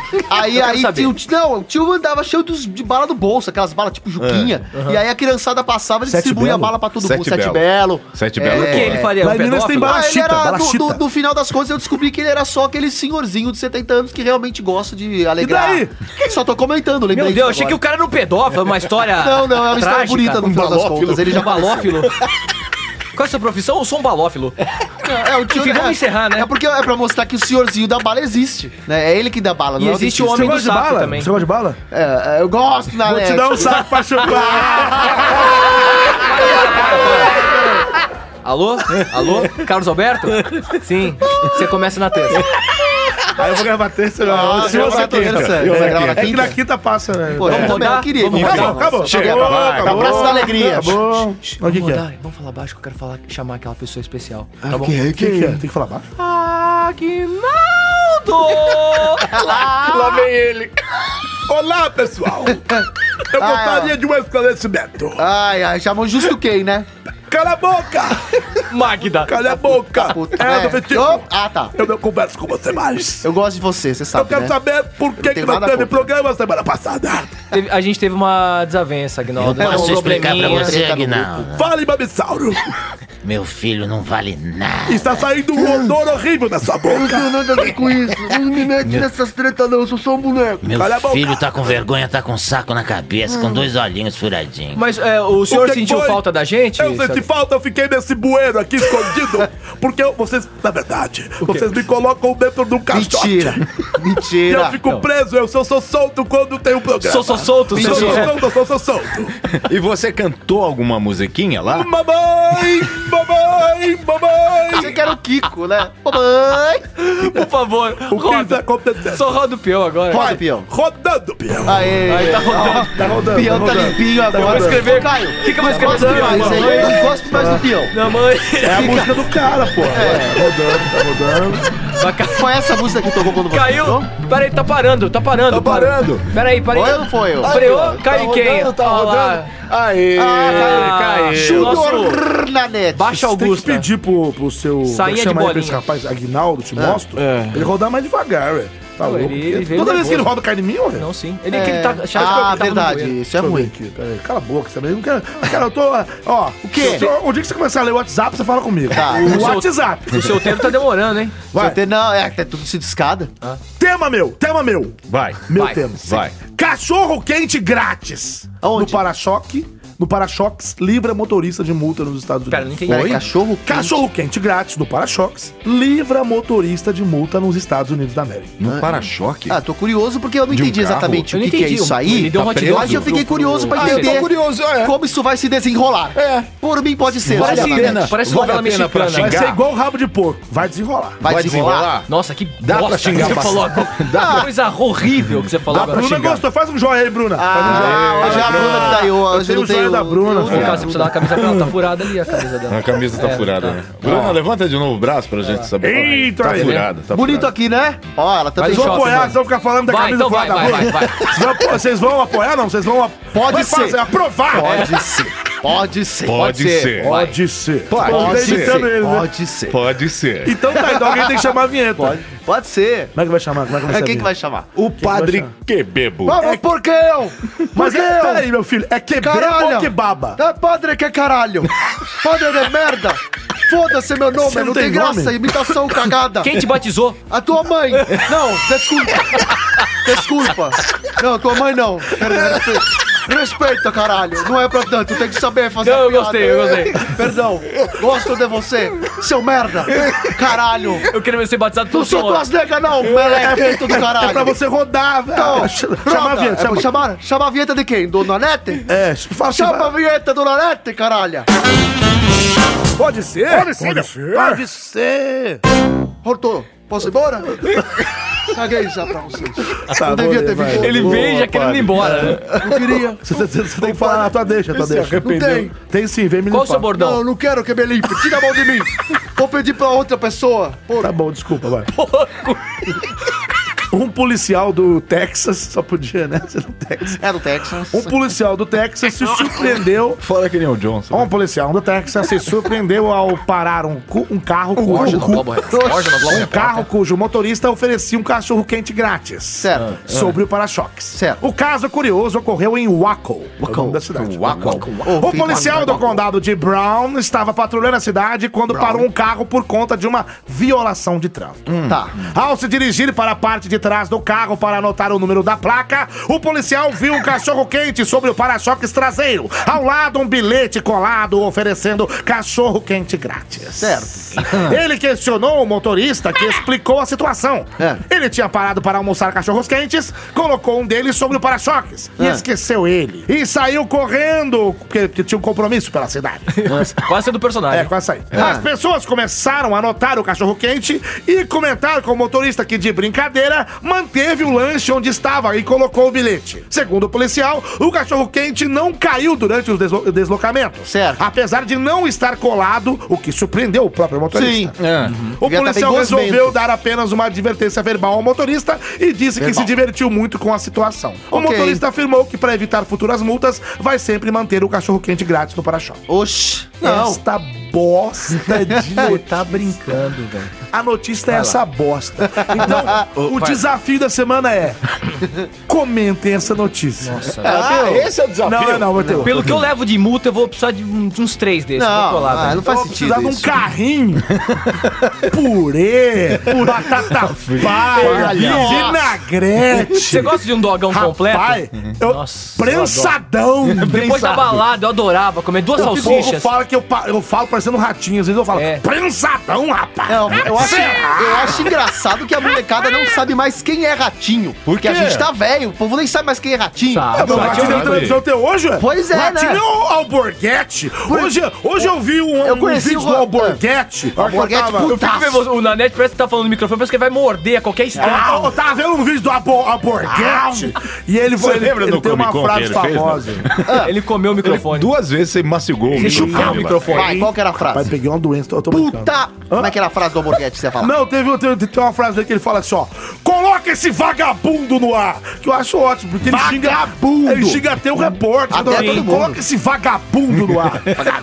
[SPEAKER 2] Aí,
[SPEAKER 3] quero
[SPEAKER 2] aí
[SPEAKER 3] saber.
[SPEAKER 2] tinha o tio. Não, o tio andava cheio dos- de bala no bolso, aquelas balas tipo Juquinha. E aí a criançada passava e
[SPEAKER 4] É. Sete
[SPEAKER 2] distribuía
[SPEAKER 4] Belo?
[SPEAKER 2] bala pra todo
[SPEAKER 5] Sete
[SPEAKER 2] mundo. Sete
[SPEAKER 5] Belo.
[SPEAKER 2] Belo.
[SPEAKER 5] Sete Belo
[SPEAKER 3] O que
[SPEAKER 2] é.
[SPEAKER 3] ele faria?
[SPEAKER 4] Lá
[SPEAKER 3] Um
[SPEAKER 4] em Minas tem
[SPEAKER 3] pedófilo?
[SPEAKER 4] bala
[SPEAKER 2] Ah, ele
[SPEAKER 4] chita,
[SPEAKER 2] era,
[SPEAKER 4] bala
[SPEAKER 2] no,
[SPEAKER 4] chita.
[SPEAKER 2] no- no final das contas, eu descobri que ele era só aquele senhorzinho de 70 anos que realmente gosta de alegrar.
[SPEAKER 4] E
[SPEAKER 2] Só tô comentando, lembrei
[SPEAKER 3] Meu Deus, achei que
[SPEAKER 2] disso
[SPEAKER 3] o cara era um pedófilo, é uma história.
[SPEAKER 2] agora. Não, não, é uma história
[SPEAKER 3] trágica.
[SPEAKER 2] bonita no
[SPEAKER 5] Um
[SPEAKER 2] final das
[SPEAKER 5] balófilo.
[SPEAKER 2] contas. Ele já
[SPEAKER 3] Um balófilo. Qual é a sua profissão? Eu sou um balófilo.
[SPEAKER 2] É, o tio
[SPEAKER 3] Enfim, vamos encerrar, né?
[SPEAKER 2] É porque é pra mostrar que o senhorzinho da bala existe. Né? É ele que dá bala,
[SPEAKER 3] E
[SPEAKER 2] é o
[SPEAKER 3] existe
[SPEAKER 2] dentista.
[SPEAKER 3] o
[SPEAKER 4] Você
[SPEAKER 3] homem do
[SPEAKER 4] gosta de
[SPEAKER 3] saco
[SPEAKER 4] bala?
[SPEAKER 3] também.
[SPEAKER 4] Você gosta de bala?
[SPEAKER 2] É, tipo, é, eu gosto, na
[SPEAKER 4] Vou te dar um saco pra chupar.
[SPEAKER 3] Alô? Alô? Carlos Alberto? Sim. Você começa na terça.
[SPEAKER 4] Aí eu vou gravar terça, não.
[SPEAKER 2] Ah,
[SPEAKER 4] Se
[SPEAKER 2] eu
[SPEAKER 4] você
[SPEAKER 2] vou gravar
[SPEAKER 4] quinta.
[SPEAKER 2] terça,
[SPEAKER 4] Eu
[SPEAKER 2] vai
[SPEAKER 4] na
[SPEAKER 2] gravar
[SPEAKER 4] quinta.
[SPEAKER 2] na
[SPEAKER 4] É que na
[SPEAKER 2] quinta?
[SPEAKER 4] quinta passa, né?
[SPEAKER 2] Pô,
[SPEAKER 3] Vamos
[SPEAKER 2] eu também
[SPEAKER 3] rodar?
[SPEAKER 2] não queria.
[SPEAKER 3] Vamos
[SPEAKER 2] não
[SPEAKER 3] rodar?
[SPEAKER 2] queria.
[SPEAKER 4] Acabou, acabou.
[SPEAKER 5] Chega,
[SPEAKER 4] acabou,
[SPEAKER 5] vai,
[SPEAKER 4] acabou.
[SPEAKER 2] Tá abraço da alegria.
[SPEAKER 4] Acabou. O que que é?
[SPEAKER 3] Vamos falar baixo que eu quero falar, chamar aquela pessoa especial. Tá
[SPEAKER 2] Tá
[SPEAKER 3] bom?
[SPEAKER 2] bom.
[SPEAKER 4] O que que é? Tem que falar baixo?
[SPEAKER 3] Ah, Aguinaldo!
[SPEAKER 4] Lá vem ele. Olá, pessoal. Eu gostaria de um esclarecimento.
[SPEAKER 2] Ai, ai, chamou justo quem, né?
[SPEAKER 4] Cala a boca!
[SPEAKER 3] Magda!
[SPEAKER 4] Cala a boca!
[SPEAKER 2] Puta,
[SPEAKER 4] É,
[SPEAKER 2] né?
[SPEAKER 4] do Vitico.
[SPEAKER 2] Ô, Ah, tá.
[SPEAKER 4] Eu não converso com você mais.
[SPEAKER 2] Eu gosto de você, você
[SPEAKER 4] Eu
[SPEAKER 2] sabe,
[SPEAKER 4] quero
[SPEAKER 2] né?
[SPEAKER 4] saber por que, que
[SPEAKER 2] tenho
[SPEAKER 4] não
[SPEAKER 2] nada
[SPEAKER 4] teve
[SPEAKER 2] contra.
[SPEAKER 4] programa semana passada.
[SPEAKER 3] Teve- a gente teve uma desavença,
[SPEAKER 4] tá
[SPEAKER 3] Aguinaldo.
[SPEAKER 1] Eu
[SPEAKER 3] Um
[SPEAKER 1] posso explicar pra
[SPEAKER 3] probleminha.
[SPEAKER 1] você,
[SPEAKER 2] Treta no
[SPEAKER 1] Aguinaldo.
[SPEAKER 4] Fale, Mamissauro.
[SPEAKER 1] Meu filho não vale nada.
[SPEAKER 4] Está saindo um odor horrível da sua boca.
[SPEAKER 10] Não tem nada a ver com isso. Não me mete nessas tretas, não. Eu sou só um boneco.
[SPEAKER 1] Meu
[SPEAKER 4] Cala a boca.
[SPEAKER 1] filho tá com vergonha, tá com um saco na cabeça, com dois olhinhos furadinhos.
[SPEAKER 3] Mas é, o
[SPEAKER 4] O
[SPEAKER 3] senhor
[SPEAKER 4] que
[SPEAKER 3] sentiu
[SPEAKER 4] foi?
[SPEAKER 3] falta da gente?
[SPEAKER 4] Eu senti
[SPEAKER 3] sabe?
[SPEAKER 4] falta, eu fiquei nesse bueiro aqui escondido. Porque eu- vocês, na verdade, vocês me colocam dentro de um caixote.
[SPEAKER 2] Mentira.
[SPEAKER 4] E eu
[SPEAKER 2] Mentira.
[SPEAKER 4] fico preso, eu sou, sou solto quando tem um programa.
[SPEAKER 3] Sou, sou solto,
[SPEAKER 4] sou, sou
[SPEAKER 3] senhor.
[SPEAKER 4] solto, sou, sou solto.
[SPEAKER 5] E você cantou alguma musiquinha lá?
[SPEAKER 4] mamãe, mamãe,
[SPEAKER 2] Você
[SPEAKER 4] mamãe.
[SPEAKER 2] quer o Kiko, né? Mamãe!
[SPEAKER 3] Por favor,
[SPEAKER 4] O que está
[SPEAKER 3] roda.
[SPEAKER 4] acontecendo?
[SPEAKER 3] tá- Só roda o peão agora.
[SPEAKER 2] Roda, peão.
[SPEAKER 4] Rodando, peão.
[SPEAKER 2] Aê!
[SPEAKER 3] Aí tá rodando.
[SPEAKER 4] Tá rodando.
[SPEAKER 2] O peão Ah, tá
[SPEAKER 4] rodando.
[SPEAKER 2] limpinho agora.
[SPEAKER 3] vou escrever.
[SPEAKER 2] Ô, Caio,
[SPEAKER 3] Que que eu vou escrever
[SPEAKER 2] Não
[SPEAKER 3] do
[SPEAKER 2] gosto
[SPEAKER 3] peão?
[SPEAKER 2] mais, hein?
[SPEAKER 3] Mamãe?
[SPEAKER 2] Não gosto mais do peão.
[SPEAKER 3] Minha mãe.
[SPEAKER 4] É a música do cara, pô. Tá rodando, tá rodando.
[SPEAKER 3] Só ca-
[SPEAKER 2] Foi essa música que tocou quando você
[SPEAKER 3] Caiu.
[SPEAKER 2] entrou?
[SPEAKER 3] Peraí, tá parando, tá parando.
[SPEAKER 5] Tá parando. tá
[SPEAKER 3] Peraí, parei.
[SPEAKER 2] Foi ou não foi?
[SPEAKER 3] Freou, caiu quem?
[SPEAKER 5] rodando, tá
[SPEAKER 3] Olha lá.
[SPEAKER 5] rodando. Aê,
[SPEAKER 3] Ah,
[SPEAKER 5] caiu.
[SPEAKER 3] Nosso
[SPEAKER 2] Chudor na net.
[SPEAKER 3] Baixa
[SPEAKER 4] Você tem que
[SPEAKER 3] Augusta.
[SPEAKER 4] pedir pro, pro seu.
[SPEAKER 3] Sainha
[SPEAKER 4] como é que chama
[SPEAKER 3] de
[SPEAKER 4] ele pra
[SPEAKER 3] bolinha.
[SPEAKER 4] esse rapaz, Aguinaldo, te mostro. Ele rodar mais devagar, ué. Tá
[SPEAKER 3] Pô,
[SPEAKER 4] louco.
[SPEAKER 3] ele- ele veio
[SPEAKER 4] Toda vez
[SPEAKER 3] nervoso.
[SPEAKER 4] que ele roda cai em mim, ué.
[SPEAKER 3] Não, sim. Ele,
[SPEAKER 2] É.
[SPEAKER 3] que ele tá chato
[SPEAKER 2] ah,
[SPEAKER 3] que ele tava no banheiro.
[SPEAKER 2] verdade. Isso é
[SPEAKER 4] Deixa eu ver
[SPEAKER 2] ruim.
[SPEAKER 4] aqui, peraí. Cala a boca, você também não quero. Cara, eu tô. Ó, o
[SPEAKER 2] quê?
[SPEAKER 4] O dia que você começar a ler o WhatsApp, você fala comigo.
[SPEAKER 2] Tá.
[SPEAKER 4] O
[SPEAKER 3] seu-
[SPEAKER 4] WhatsApp.
[SPEAKER 3] O seu tempo tá demorando, hein?
[SPEAKER 4] Vai.
[SPEAKER 2] Seu te- Não, é, é tudo se descada.
[SPEAKER 5] Ah,
[SPEAKER 4] Tema meu, tema meu.
[SPEAKER 5] Vai,
[SPEAKER 4] Meu
[SPEAKER 3] Vai.
[SPEAKER 4] tema.
[SPEAKER 5] vai.
[SPEAKER 4] Cachorro quente grátis.
[SPEAKER 2] Aonde?
[SPEAKER 4] No para-choque no para-choques livra motorista de multa nos Estados
[SPEAKER 3] Pera, não
[SPEAKER 4] Unidos.
[SPEAKER 3] entendi.
[SPEAKER 2] Peraí, cachorro?
[SPEAKER 4] Cachorro quente grátis no para-choques livra motorista de multa nos Estados Unidos da América.
[SPEAKER 5] No para-choque?
[SPEAKER 2] Ah, tô curioso porque eu não
[SPEAKER 5] De um
[SPEAKER 2] entendi
[SPEAKER 5] carro? Tá
[SPEAKER 2] exatamente
[SPEAKER 3] Eu
[SPEAKER 2] o
[SPEAKER 3] não
[SPEAKER 2] que, que é
[SPEAKER 3] entendi,
[SPEAKER 2] isso
[SPEAKER 3] um-
[SPEAKER 2] aí.
[SPEAKER 3] ele deu um hot dog
[SPEAKER 2] Mas eu
[SPEAKER 3] pro-
[SPEAKER 2] fiquei
[SPEAKER 3] pro-
[SPEAKER 2] curioso pra
[SPEAKER 5] Ah, eu tô
[SPEAKER 2] entender
[SPEAKER 5] curioso, é.
[SPEAKER 2] como isso vai se desenrolar.
[SPEAKER 5] É.
[SPEAKER 2] Por mim pode ser.
[SPEAKER 3] Parece,
[SPEAKER 2] olha lá.
[SPEAKER 5] pena.
[SPEAKER 3] parece
[SPEAKER 5] Vale
[SPEAKER 3] novela
[SPEAKER 5] a pena pra
[SPEAKER 3] mexicana.
[SPEAKER 5] xingar?
[SPEAKER 4] Vai ser igual rabo de porco, vai desenrolar.
[SPEAKER 2] Vai desenrolar.
[SPEAKER 3] Nossa, que
[SPEAKER 5] Dá pra
[SPEAKER 3] bosta
[SPEAKER 5] xingar
[SPEAKER 3] que você
[SPEAKER 5] bastante.
[SPEAKER 3] falou agora. Que coisa horrível que você falou
[SPEAKER 4] A
[SPEAKER 3] agora.
[SPEAKER 4] Ah, Bruna
[SPEAKER 5] xingar.
[SPEAKER 4] gostou, faz um joia aí, Bruna. Faz um joia.
[SPEAKER 2] Ah, hoje é a Bruna que tá aí.
[SPEAKER 4] Eu
[SPEAKER 2] Hoje eu
[SPEAKER 4] tenho o joelho
[SPEAKER 2] tenho
[SPEAKER 4] da Bruna,
[SPEAKER 3] Ô, cara, você precisa dar uma camisa pra ela, tá furada ali a camisa dela.
[SPEAKER 5] A camisa tá
[SPEAKER 3] É,
[SPEAKER 5] furada,
[SPEAKER 3] tá.
[SPEAKER 5] né? Bruna, levanta de novo o braço pra gente saber.
[SPEAKER 4] Eita,
[SPEAKER 5] tá
[SPEAKER 4] aí,
[SPEAKER 5] furada. Tá
[SPEAKER 2] Bonito
[SPEAKER 5] furada.
[SPEAKER 2] aqui, né? Ó, ela também
[SPEAKER 4] Vocês
[SPEAKER 3] Mas
[SPEAKER 4] vão
[SPEAKER 3] Choque,
[SPEAKER 4] apoiar, um
[SPEAKER 3] mano.
[SPEAKER 4] vocês vão ficar falando da
[SPEAKER 3] Vai,
[SPEAKER 4] camisa
[SPEAKER 3] então
[SPEAKER 4] furada
[SPEAKER 3] vai,
[SPEAKER 4] da
[SPEAKER 3] vai,
[SPEAKER 5] é
[SPEAKER 4] Bruna?
[SPEAKER 3] vai, vai.
[SPEAKER 4] Vocês vão apo- Vocês vão apoiar? Não, vocês vão ap-
[SPEAKER 2] Pode
[SPEAKER 4] Vai
[SPEAKER 2] ser.
[SPEAKER 4] fazer, aprovar.
[SPEAKER 2] Pode ser. Pode ser.
[SPEAKER 5] Pode ser.
[SPEAKER 3] vai.
[SPEAKER 4] Pode ser.
[SPEAKER 5] Pode
[SPEAKER 4] Eu tô
[SPEAKER 5] ser.
[SPEAKER 4] imitando ele, né?
[SPEAKER 2] Pode ser.
[SPEAKER 5] Pode ser.
[SPEAKER 4] Então tá, então alguém tem que chamar a vinheta.
[SPEAKER 2] Pode, pode ser.
[SPEAKER 4] Como é que vai chamar? Como é que vai ser
[SPEAKER 2] Quem
[SPEAKER 4] a
[SPEAKER 2] que
[SPEAKER 4] vinheta?
[SPEAKER 2] vai chamar? É
[SPEAKER 5] O padre Quebebo.
[SPEAKER 2] Vamos, porcão!
[SPEAKER 4] Mas é,
[SPEAKER 2] Porcão!
[SPEAKER 4] peraí, meu filho, é quebrar
[SPEAKER 2] Caralho!
[SPEAKER 4] ou quebaba?
[SPEAKER 2] É padre que é caralho! Padre de merda! Foda-se meu nome,
[SPEAKER 4] Você
[SPEAKER 2] não,
[SPEAKER 4] não
[SPEAKER 2] tem,
[SPEAKER 4] tem
[SPEAKER 2] graça,
[SPEAKER 4] nome?
[SPEAKER 2] imitação cagada!
[SPEAKER 3] Quem te batizou?
[SPEAKER 2] A tua mãe! Não, desculpa! Desculpa! Não, tua mãe não! Respeita, caralho! Não é pra tanto, tem que saber fazer
[SPEAKER 3] Não,
[SPEAKER 2] a
[SPEAKER 3] eu gostei, eu gostei.
[SPEAKER 2] Perdão, gosto de você, seu merda! Caralho!
[SPEAKER 3] Eu queria ser batizado
[SPEAKER 2] Não
[SPEAKER 3] pelo
[SPEAKER 2] sou
[SPEAKER 3] seu
[SPEAKER 2] tuas negas não, meleca, feito do caralho!
[SPEAKER 4] É pra você rodar.
[SPEAKER 2] Então,
[SPEAKER 4] velho. Ch- Tá, Chama a
[SPEAKER 2] roda.
[SPEAKER 4] vinheta.
[SPEAKER 2] É,
[SPEAKER 4] Chama,
[SPEAKER 2] chamar, chamar a vinheta de quem? Dona Nete?
[SPEAKER 4] é, fala assim,
[SPEAKER 2] Chama a
[SPEAKER 4] vai.
[SPEAKER 2] vinheta, Dona Nete, caralho!
[SPEAKER 4] Pode ser? Pode ser. Tá, Pode ser.
[SPEAKER 2] Hortô, posso ir embora? Caguei já pra vocês.
[SPEAKER 4] Tá,
[SPEAKER 2] não devia
[SPEAKER 4] vou
[SPEAKER 2] ter
[SPEAKER 4] levar
[SPEAKER 2] vindo.
[SPEAKER 4] ele.
[SPEAKER 3] Ele veio já querendo ir embora.
[SPEAKER 5] É.
[SPEAKER 3] né?
[SPEAKER 2] Não queria.
[SPEAKER 4] Você, você- você tem que falar na tua deixa, tua deixa.
[SPEAKER 2] Não tem.
[SPEAKER 4] Tem sim, vem me
[SPEAKER 3] Qual o
[SPEAKER 4] limpar.
[SPEAKER 3] seu
[SPEAKER 2] Não,
[SPEAKER 3] bordão?
[SPEAKER 2] não quero que me limpe. Tira a mão de mim. Vou pedir pra outra pessoa. Pô,
[SPEAKER 4] Tá bom, desculpa, vai. Um policial do Texas, só podia, né? Ser do Texas.
[SPEAKER 2] É do Texas. É,
[SPEAKER 4] Um policial do Texas se surpreendeu.
[SPEAKER 5] Fora que nem o Johnson.
[SPEAKER 4] Um policial do Texas se surpreendeu ao parar um, cu- um carro
[SPEAKER 3] Jorge
[SPEAKER 4] cujo.
[SPEAKER 3] na Globo, Jorge na Globo.
[SPEAKER 4] Um carro cujo motorista oferecia um cachorro quente grátis.
[SPEAKER 2] Certo.
[SPEAKER 4] Sobre o para-choques.
[SPEAKER 2] Certo.
[SPEAKER 4] O caso curioso ocorreu em Waco, Waco. o nome da cidade.
[SPEAKER 5] Uau,
[SPEAKER 4] O policial
[SPEAKER 2] é
[SPEAKER 4] do condado de Brown estava patrulhando a cidade quando parou um carro por conta de uma violação de trânsito.
[SPEAKER 2] Tá.
[SPEAKER 4] Hum. Ao se dirigir para a parte de trás do carro para anotar o número da placa, o policial viu um cachorro quente sobre o para-choques traseiro. Ao lado, um bilhete colado oferecendo cachorro quente grátis.
[SPEAKER 2] Certo.
[SPEAKER 4] Ele questionou o motorista que explicou a situação.
[SPEAKER 2] É.
[SPEAKER 4] Ele tinha parado para almoçar cachorros quentes, colocou um deles sobre o para-choques e
[SPEAKER 2] É.
[SPEAKER 4] esqueceu ele. E saiu correndo, porque, porque tinha um compromisso pela cidade.
[SPEAKER 3] Quase sendo
[SPEAKER 4] É,
[SPEAKER 3] personagem.
[SPEAKER 4] quase saí. As pessoas começaram a anotar o cachorro quente e comentaram com o motorista que, de brincadeira, manteve o lanche onde estava e colocou o bilhete. Segundo o policial, o cachorro quente não caiu durante os deslo- deslocamentos.
[SPEAKER 2] Certo.
[SPEAKER 4] Apesar de não estar colado, o que surpreendeu o próprio motorista.
[SPEAKER 2] Sim.
[SPEAKER 4] O
[SPEAKER 2] Devia tá
[SPEAKER 4] policial
[SPEAKER 2] bem
[SPEAKER 4] resolveu
[SPEAKER 2] gosmento.
[SPEAKER 4] dar apenas uma advertência verbal ao motorista e disse que se divertiu muito com a situação. O
[SPEAKER 2] Ok.
[SPEAKER 4] motorista afirmou que, para evitar futuras multas, vai sempre manter o cachorro quente grátis no para-choque.
[SPEAKER 2] Oxi.
[SPEAKER 4] Esta bosta de
[SPEAKER 3] tá
[SPEAKER 4] notícia.
[SPEAKER 3] brincando, velho.
[SPEAKER 4] A notícia é essa bosta. Então, o
[SPEAKER 3] vai.
[SPEAKER 4] desafio da semana é: comentem essa notícia.
[SPEAKER 5] Ah, esse é o desafio.
[SPEAKER 4] Não, não, não, vou ter outro.
[SPEAKER 3] Pelo que eu levo de multa, eu vou precisar de um- de uns três desses.
[SPEAKER 2] Não,
[SPEAKER 3] vou colar,
[SPEAKER 2] ah,
[SPEAKER 3] velho.
[SPEAKER 2] não faz
[SPEAKER 4] Vou precisar
[SPEAKER 2] sentido
[SPEAKER 4] de um
[SPEAKER 2] isso.
[SPEAKER 4] carrinho, purê, batata palha,
[SPEAKER 3] Você
[SPEAKER 4] vinagrete.
[SPEAKER 3] gosta de um dogão completo?
[SPEAKER 4] Rapaz, eu,
[SPEAKER 3] Nossa,
[SPEAKER 4] prensadão.
[SPEAKER 3] Depois da
[SPEAKER 4] prensado.
[SPEAKER 3] balada, eu adorava comer duas
[SPEAKER 4] O povo
[SPEAKER 3] salsichas.
[SPEAKER 4] fala que eu, pa- eu falo parecendo um ratinho. Às vezes eu falo,
[SPEAKER 3] É.
[SPEAKER 4] prensadão, rapaz.
[SPEAKER 2] Não, eu acho,
[SPEAKER 4] Será?
[SPEAKER 2] eu acho engraçado que a molecada não sabe mais quem é ratinho. Porque a
[SPEAKER 5] quê?
[SPEAKER 2] gente tá velho, o povo nem sabe mais quem é ratinho.
[SPEAKER 3] Sabe.
[SPEAKER 4] Ah, meu
[SPEAKER 5] Ratinho
[SPEAKER 4] ratinho
[SPEAKER 5] é
[SPEAKER 4] deu
[SPEAKER 5] doido.
[SPEAKER 4] televisão até hoje, ué?
[SPEAKER 2] Pois é,
[SPEAKER 4] Ratinho
[SPEAKER 2] né?
[SPEAKER 4] é o Alborguete. Hoje, hoje eu vi um,
[SPEAKER 2] Eu
[SPEAKER 4] um
[SPEAKER 2] conheci
[SPEAKER 4] vídeo
[SPEAKER 2] o
[SPEAKER 4] do
[SPEAKER 2] Ra-
[SPEAKER 4] Alborguete.
[SPEAKER 2] Alborguete,
[SPEAKER 4] Eu tava-
[SPEAKER 2] puta.
[SPEAKER 4] eu
[SPEAKER 3] Eu fico
[SPEAKER 2] Taço.
[SPEAKER 3] nervoso. O Nanete parece que tá falando no microfone, parece que ele vai morder a qualquer
[SPEAKER 4] Ah,
[SPEAKER 3] instante.
[SPEAKER 4] eu tava vendo um vídeo do Abo- Alborguete e ele foi.
[SPEAKER 5] Você
[SPEAKER 4] Ele,
[SPEAKER 5] lembra
[SPEAKER 4] ele
[SPEAKER 5] do
[SPEAKER 4] tem uma
[SPEAKER 5] Comic Con que
[SPEAKER 4] frase
[SPEAKER 5] ele fez, né?
[SPEAKER 4] famosa.
[SPEAKER 3] Ele comeu o
[SPEAKER 5] Ele,
[SPEAKER 3] microfone.
[SPEAKER 5] duas vezes você mastigou o
[SPEAKER 4] Ele chupou o microfone.
[SPEAKER 2] Vai, qual que era a frase?
[SPEAKER 4] Rapaz, peguei uma doença, eu tô brincando.
[SPEAKER 2] Puta! Como é que era a frase do Alborguete que você ia falar?
[SPEAKER 4] Não, teve, teve, tem uma frase dele que ele fala assim, ó. Coloca esse vagabundo no ar! Que eu acho ótimo, porque ele xinga.
[SPEAKER 2] Vagabundo!
[SPEAKER 4] Ele xinga até o repórter.
[SPEAKER 2] Até
[SPEAKER 4] Então,
[SPEAKER 2] todo mundo.
[SPEAKER 4] Coloca esse vagabundo no ar.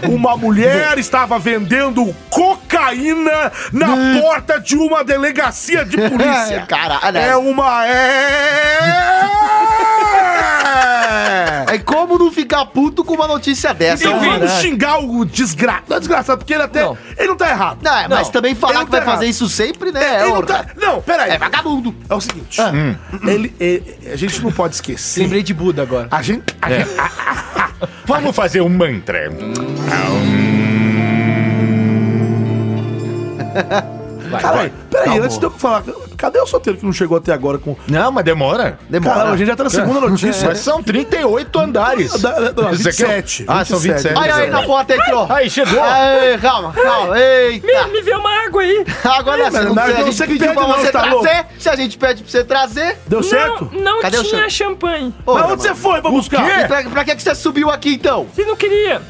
[SPEAKER 4] uma mulher estava vendendo cocaína
[SPEAKER 2] Hum.
[SPEAKER 4] na porta de uma delegacia de polícia.
[SPEAKER 2] É, caralho.
[SPEAKER 4] É uma. É.
[SPEAKER 2] É como não ficar puto com uma notícia dessa,
[SPEAKER 4] Então
[SPEAKER 2] né?
[SPEAKER 4] vamos xingar o desgraçado. Não é desgraçado, porque ele até.
[SPEAKER 3] Não.
[SPEAKER 4] Ele não tá errado.
[SPEAKER 2] Não, é, mas
[SPEAKER 3] Não,
[SPEAKER 2] também
[SPEAKER 4] ele
[SPEAKER 2] falar
[SPEAKER 4] não
[SPEAKER 2] que vai
[SPEAKER 4] tá
[SPEAKER 2] fazer
[SPEAKER 4] errado.
[SPEAKER 2] isso sempre, né?
[SPEAKER 4] Ele
[SPEAKER 2] É,
[SPEAKER 4] não
[SPEAKER 2] horror.
[SPEAKER 4] tá. Não, peraí.
[SPEAKER 2] é vagabundo.
[SPEAKER 4] É o seguinte,
[SPEAKER 3] Ah.
[SPEAKER 2] Hum.
[SPEAKER 4] ele, ele- a gente não pode esquecer.
[SPEAKER 3] Lembrei de Buda agora.
[SPEAKER 4] A gente. a gente- a- a-
[SPEAKER 5] Vamos fazer um mantra.
[SPEAKER 4] Caralho, peraí, antes de eu falar, cadê o solteiro que não chegou até agora com.
[SPEAKER 5] Não, mas demora.
[SPEAKER 2] Demora. É.
[SPEAKER 4] Caralho, a gente já tá na segunda notícia.
[SPEAKER 5] Mas são 38 andares.
[SPEAKER 4] Da- da- não,
[SPEAKER 5] Esse aqui é o-
[SPEAKER 4] 27,
[SPEAKER 5] Ah, são 27.
[SPEAKER 4] 27.
[SPEAKER 2] Olha aí na porta, entrou.
[SPEAKER 5] Aí, chegou.
[SPEAKER 2] Aí, calma, calma. Eita.
[SPEAKER 11] Me vê uma água aí.
[SPEAKER 2] Tá Agora se não
[SPEAKER 4] Bernardo,
[SPEAKER 2] quiser, a gente
[SPEAKER 4] você que
[SPEAKER 2] pediu
[SPEAKER 4] pede
[SPEAKER 2] pra
[SPEAKER 4] não,
[SPEAKER 2] você
[SPEAKER 4] tá louco?
[SPEAKER 2] trazer. Se a gente pede pra você trazer.
[SPEAKER 4] Deu certo?
[SPEAKER 3] Não
[SPEAKER 2] Cadê o
[SPEAKER 3] tinha
[SPEAKER 2] champ-
[SPEAKER 3] champanhe.
[SPEAKER 2] Ô,
[SPEAKER 4] Mas
[SPEAKER 2] meu
[SPEAKER 4] onde você
[SPEAKER 2] mano,
[SPEAKER 4] foi pra buscar? Então,
[SPEAKER 2] e Pra, pra que que você subiu aqui então?
[SPEAKER 3] Você não queria.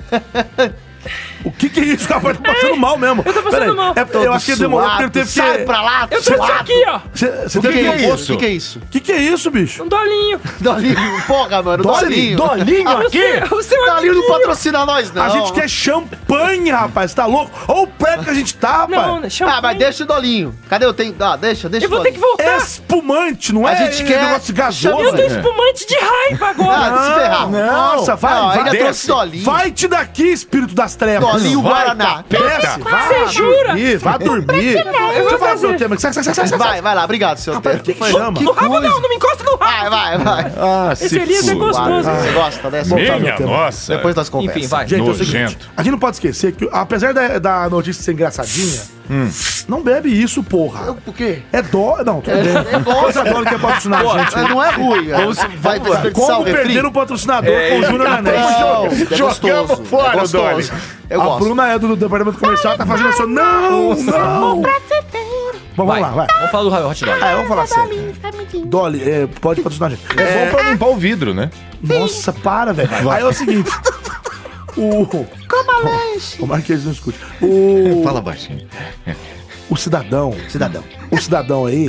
[SPEAKER 4] O que que é isso, rapaz? Tá passando mal mesmo. Eu
[SPEAKER 3] tô passando mal.
[SPEAKER 4] eu acho que demorou porque ele teve que...
[SPEAKER 2] Sai pra lá,
[SPEAKER 3] Eu trouxe
[SPEAKER 2] suado.
[SPEAKER 3] aqui, ó.
[SPEAKER 4] Você você
[SPEAKER 2] O que,
[SPEAKER 4] teve
[SPEAKER 2] que é
[SPEAKER 4] que...
[SPEAKER 2] isso? O que, que é isso?
[SPEAKER 4] O que que é isso, bicho?
[SPEAKER 3] Um dolinho.
[SPEAKER 2] Dolinho, porra, mano.
[SPEAKER 4] Dolinho,
[SPEAKER 2] Dolinho.
[SPEAKER 4] dolinho
[SPEAKER 3] O
[SPEAKER 4] aqui?
[SPEAKER 3] seu, o seu
[SPEAKER 2] Dolinho não
[SPEAKER 3] amiguinho.
[SPEAKER 2] patrocina nós, não.
[SPEAKER 4] A gente quer champanhe, rapaz. Tá louco? Olha o prego que a gente tá,
[SPEAKER 3] Não, né?
[SPEAKER 4] rapaz.
[SPEAKER 3] não, champanhe.
[SPEAKER 2] Ah, mas deixa o dolinho. Cadê o tempo? Ah, deixa, deixa
[SPEAKER 3] Então Eu
[SPEAKER 2] o
[SPEAKER 3] vou ter que
[SPEAKER 2] dolinho.
[SPEAKER 3] voltar.
[SPEAKER 4] Espumante, não
[SPEAKER 2] A
[SPEAKER 4] é?
[SPEAKER 2] gente
[SPEAKER 4] esse
[SPEAKER 2] quer
[SPEAKER 4] negócio
[SPEAKER 3] tá. Eu
[SPEAKER 4] gasoso.
[SPEAKER 3] tô espumante de raiva agora.
[SPEAKER 2] Ah, se ferrar.
[SPEAKER 4] Tá Nossa, vai,
[SPEAKER 2] Não,
[SPEAKER 4] vai.
[SPEAKER 2] ainda trouxe
[SPEAKER 5] desce.
[SPEAKER 2] dolinho.
[SPEAKER 4] Vai-te daqui, espírito das trevas.
[SPEAKER 2] Dolinho
[SPEAKER 4] Vai,
[SPEAKER 2] Guaraná.
[SPEAKER 4] Desce, vai.
[SPEAKER 3] Você jura?
[SPEAKER 4] dormir, Vai dormir. Deixa eu falar pro meu tema. Sai, sai, sai, sai, sai.
[SPEAKER 2] Vai, vai lá. Obrigado, seu
[SPEAKER 4] tá Rapaz,
[SPEAKER 2] Teto.
[SPEAKER 4] que
[SPEAKER 2] Foi-
[SPEAKER 4] chama?
[SPEAKER 2] que
[SPEAKER 3] No rabo
[SPEAKER 2] coisa.
[SPEAKER 3] não, não me encosta no
[SPEAKER 2] Vai,
[SPEAKER 3] rabo.
[SPEAKER 2] vai, vai.
[SPEAKER 5] Ah, se
[SPEAKER 3] Esse Elias é
[SPEAKER 5] fu-
[SPEAKER 3] gostoso.
[SPEAKER 2] Você gosta dessa?
[SPEAKER 4] Bom, tá
[SPEAKER 5] Minha
[SPEAKER 4] Voltar no
[SPEAKER 5] nossa.
[SPEAKER 2] Depois das conversas.
[SPEAKER 11] Enfim, vai.
[SPEAKER 4] Gente, é o
[SPEAKER 5] Nojento.
[SPEAKER 4] seguinte, a gente não pode esquecer que, apesar da, da notícia ser engraçadinha, não bebe isso, porra.
[SPEAKER 2] Por quê?
[SPEAKER 4] É dó. Não, tudo bem.
[SPEAKER 2] É bom,
[SPEAKER 4] Coisa dó que é patrocinar a gente.
[SPEAKER 2] Não é ruim. é. Vai desperdiçar o
[SPEAKER 4] Como
[SPEAKER 2] refri.
[SPEAKER 4] perder o patrocinador com o Júnior Nanete?
[SPEAKER 2] É Não, é
[SPEAKER 5] Jogamos
[SPEAKER 2] gostoso,
[SPEAKER 5] fora
[SPEAKER 2] é
[SPEAKER 5] o
[SPEAKER 2] gostoso.
[SPEAKER 5] Dolly.
[SPEAKER 2] Eu
[SPEAKER 4] a
[SPEAKER 2] gosto.
[SPEAKER 4] Bruna é do, do departamento comercial, tá fazendo assim, não, não. Bom, vamos
[SPEAKER 11] Vai,
[SPEAKER 4] lá, vai.
[SPEAKER 11] Vamos falar do Raio Hot Dog.
[SPEAKER 4] Ah, vamos falar sério. Dolly, é, pode patrocinar a gente.
[SPEAKER 5] É bom pra limpar o vidro, né?
[SPEAKER 4] Nossa, para, velho. Aí é o seguinte. O. Como que eles não escutam? O,
[SPEAKER 5] Fala baixinho.
[SPEAKER 4] o cidadão.
[SPEAKER 2] Cidadão.
[SPEAKER 4] O cidadão aí,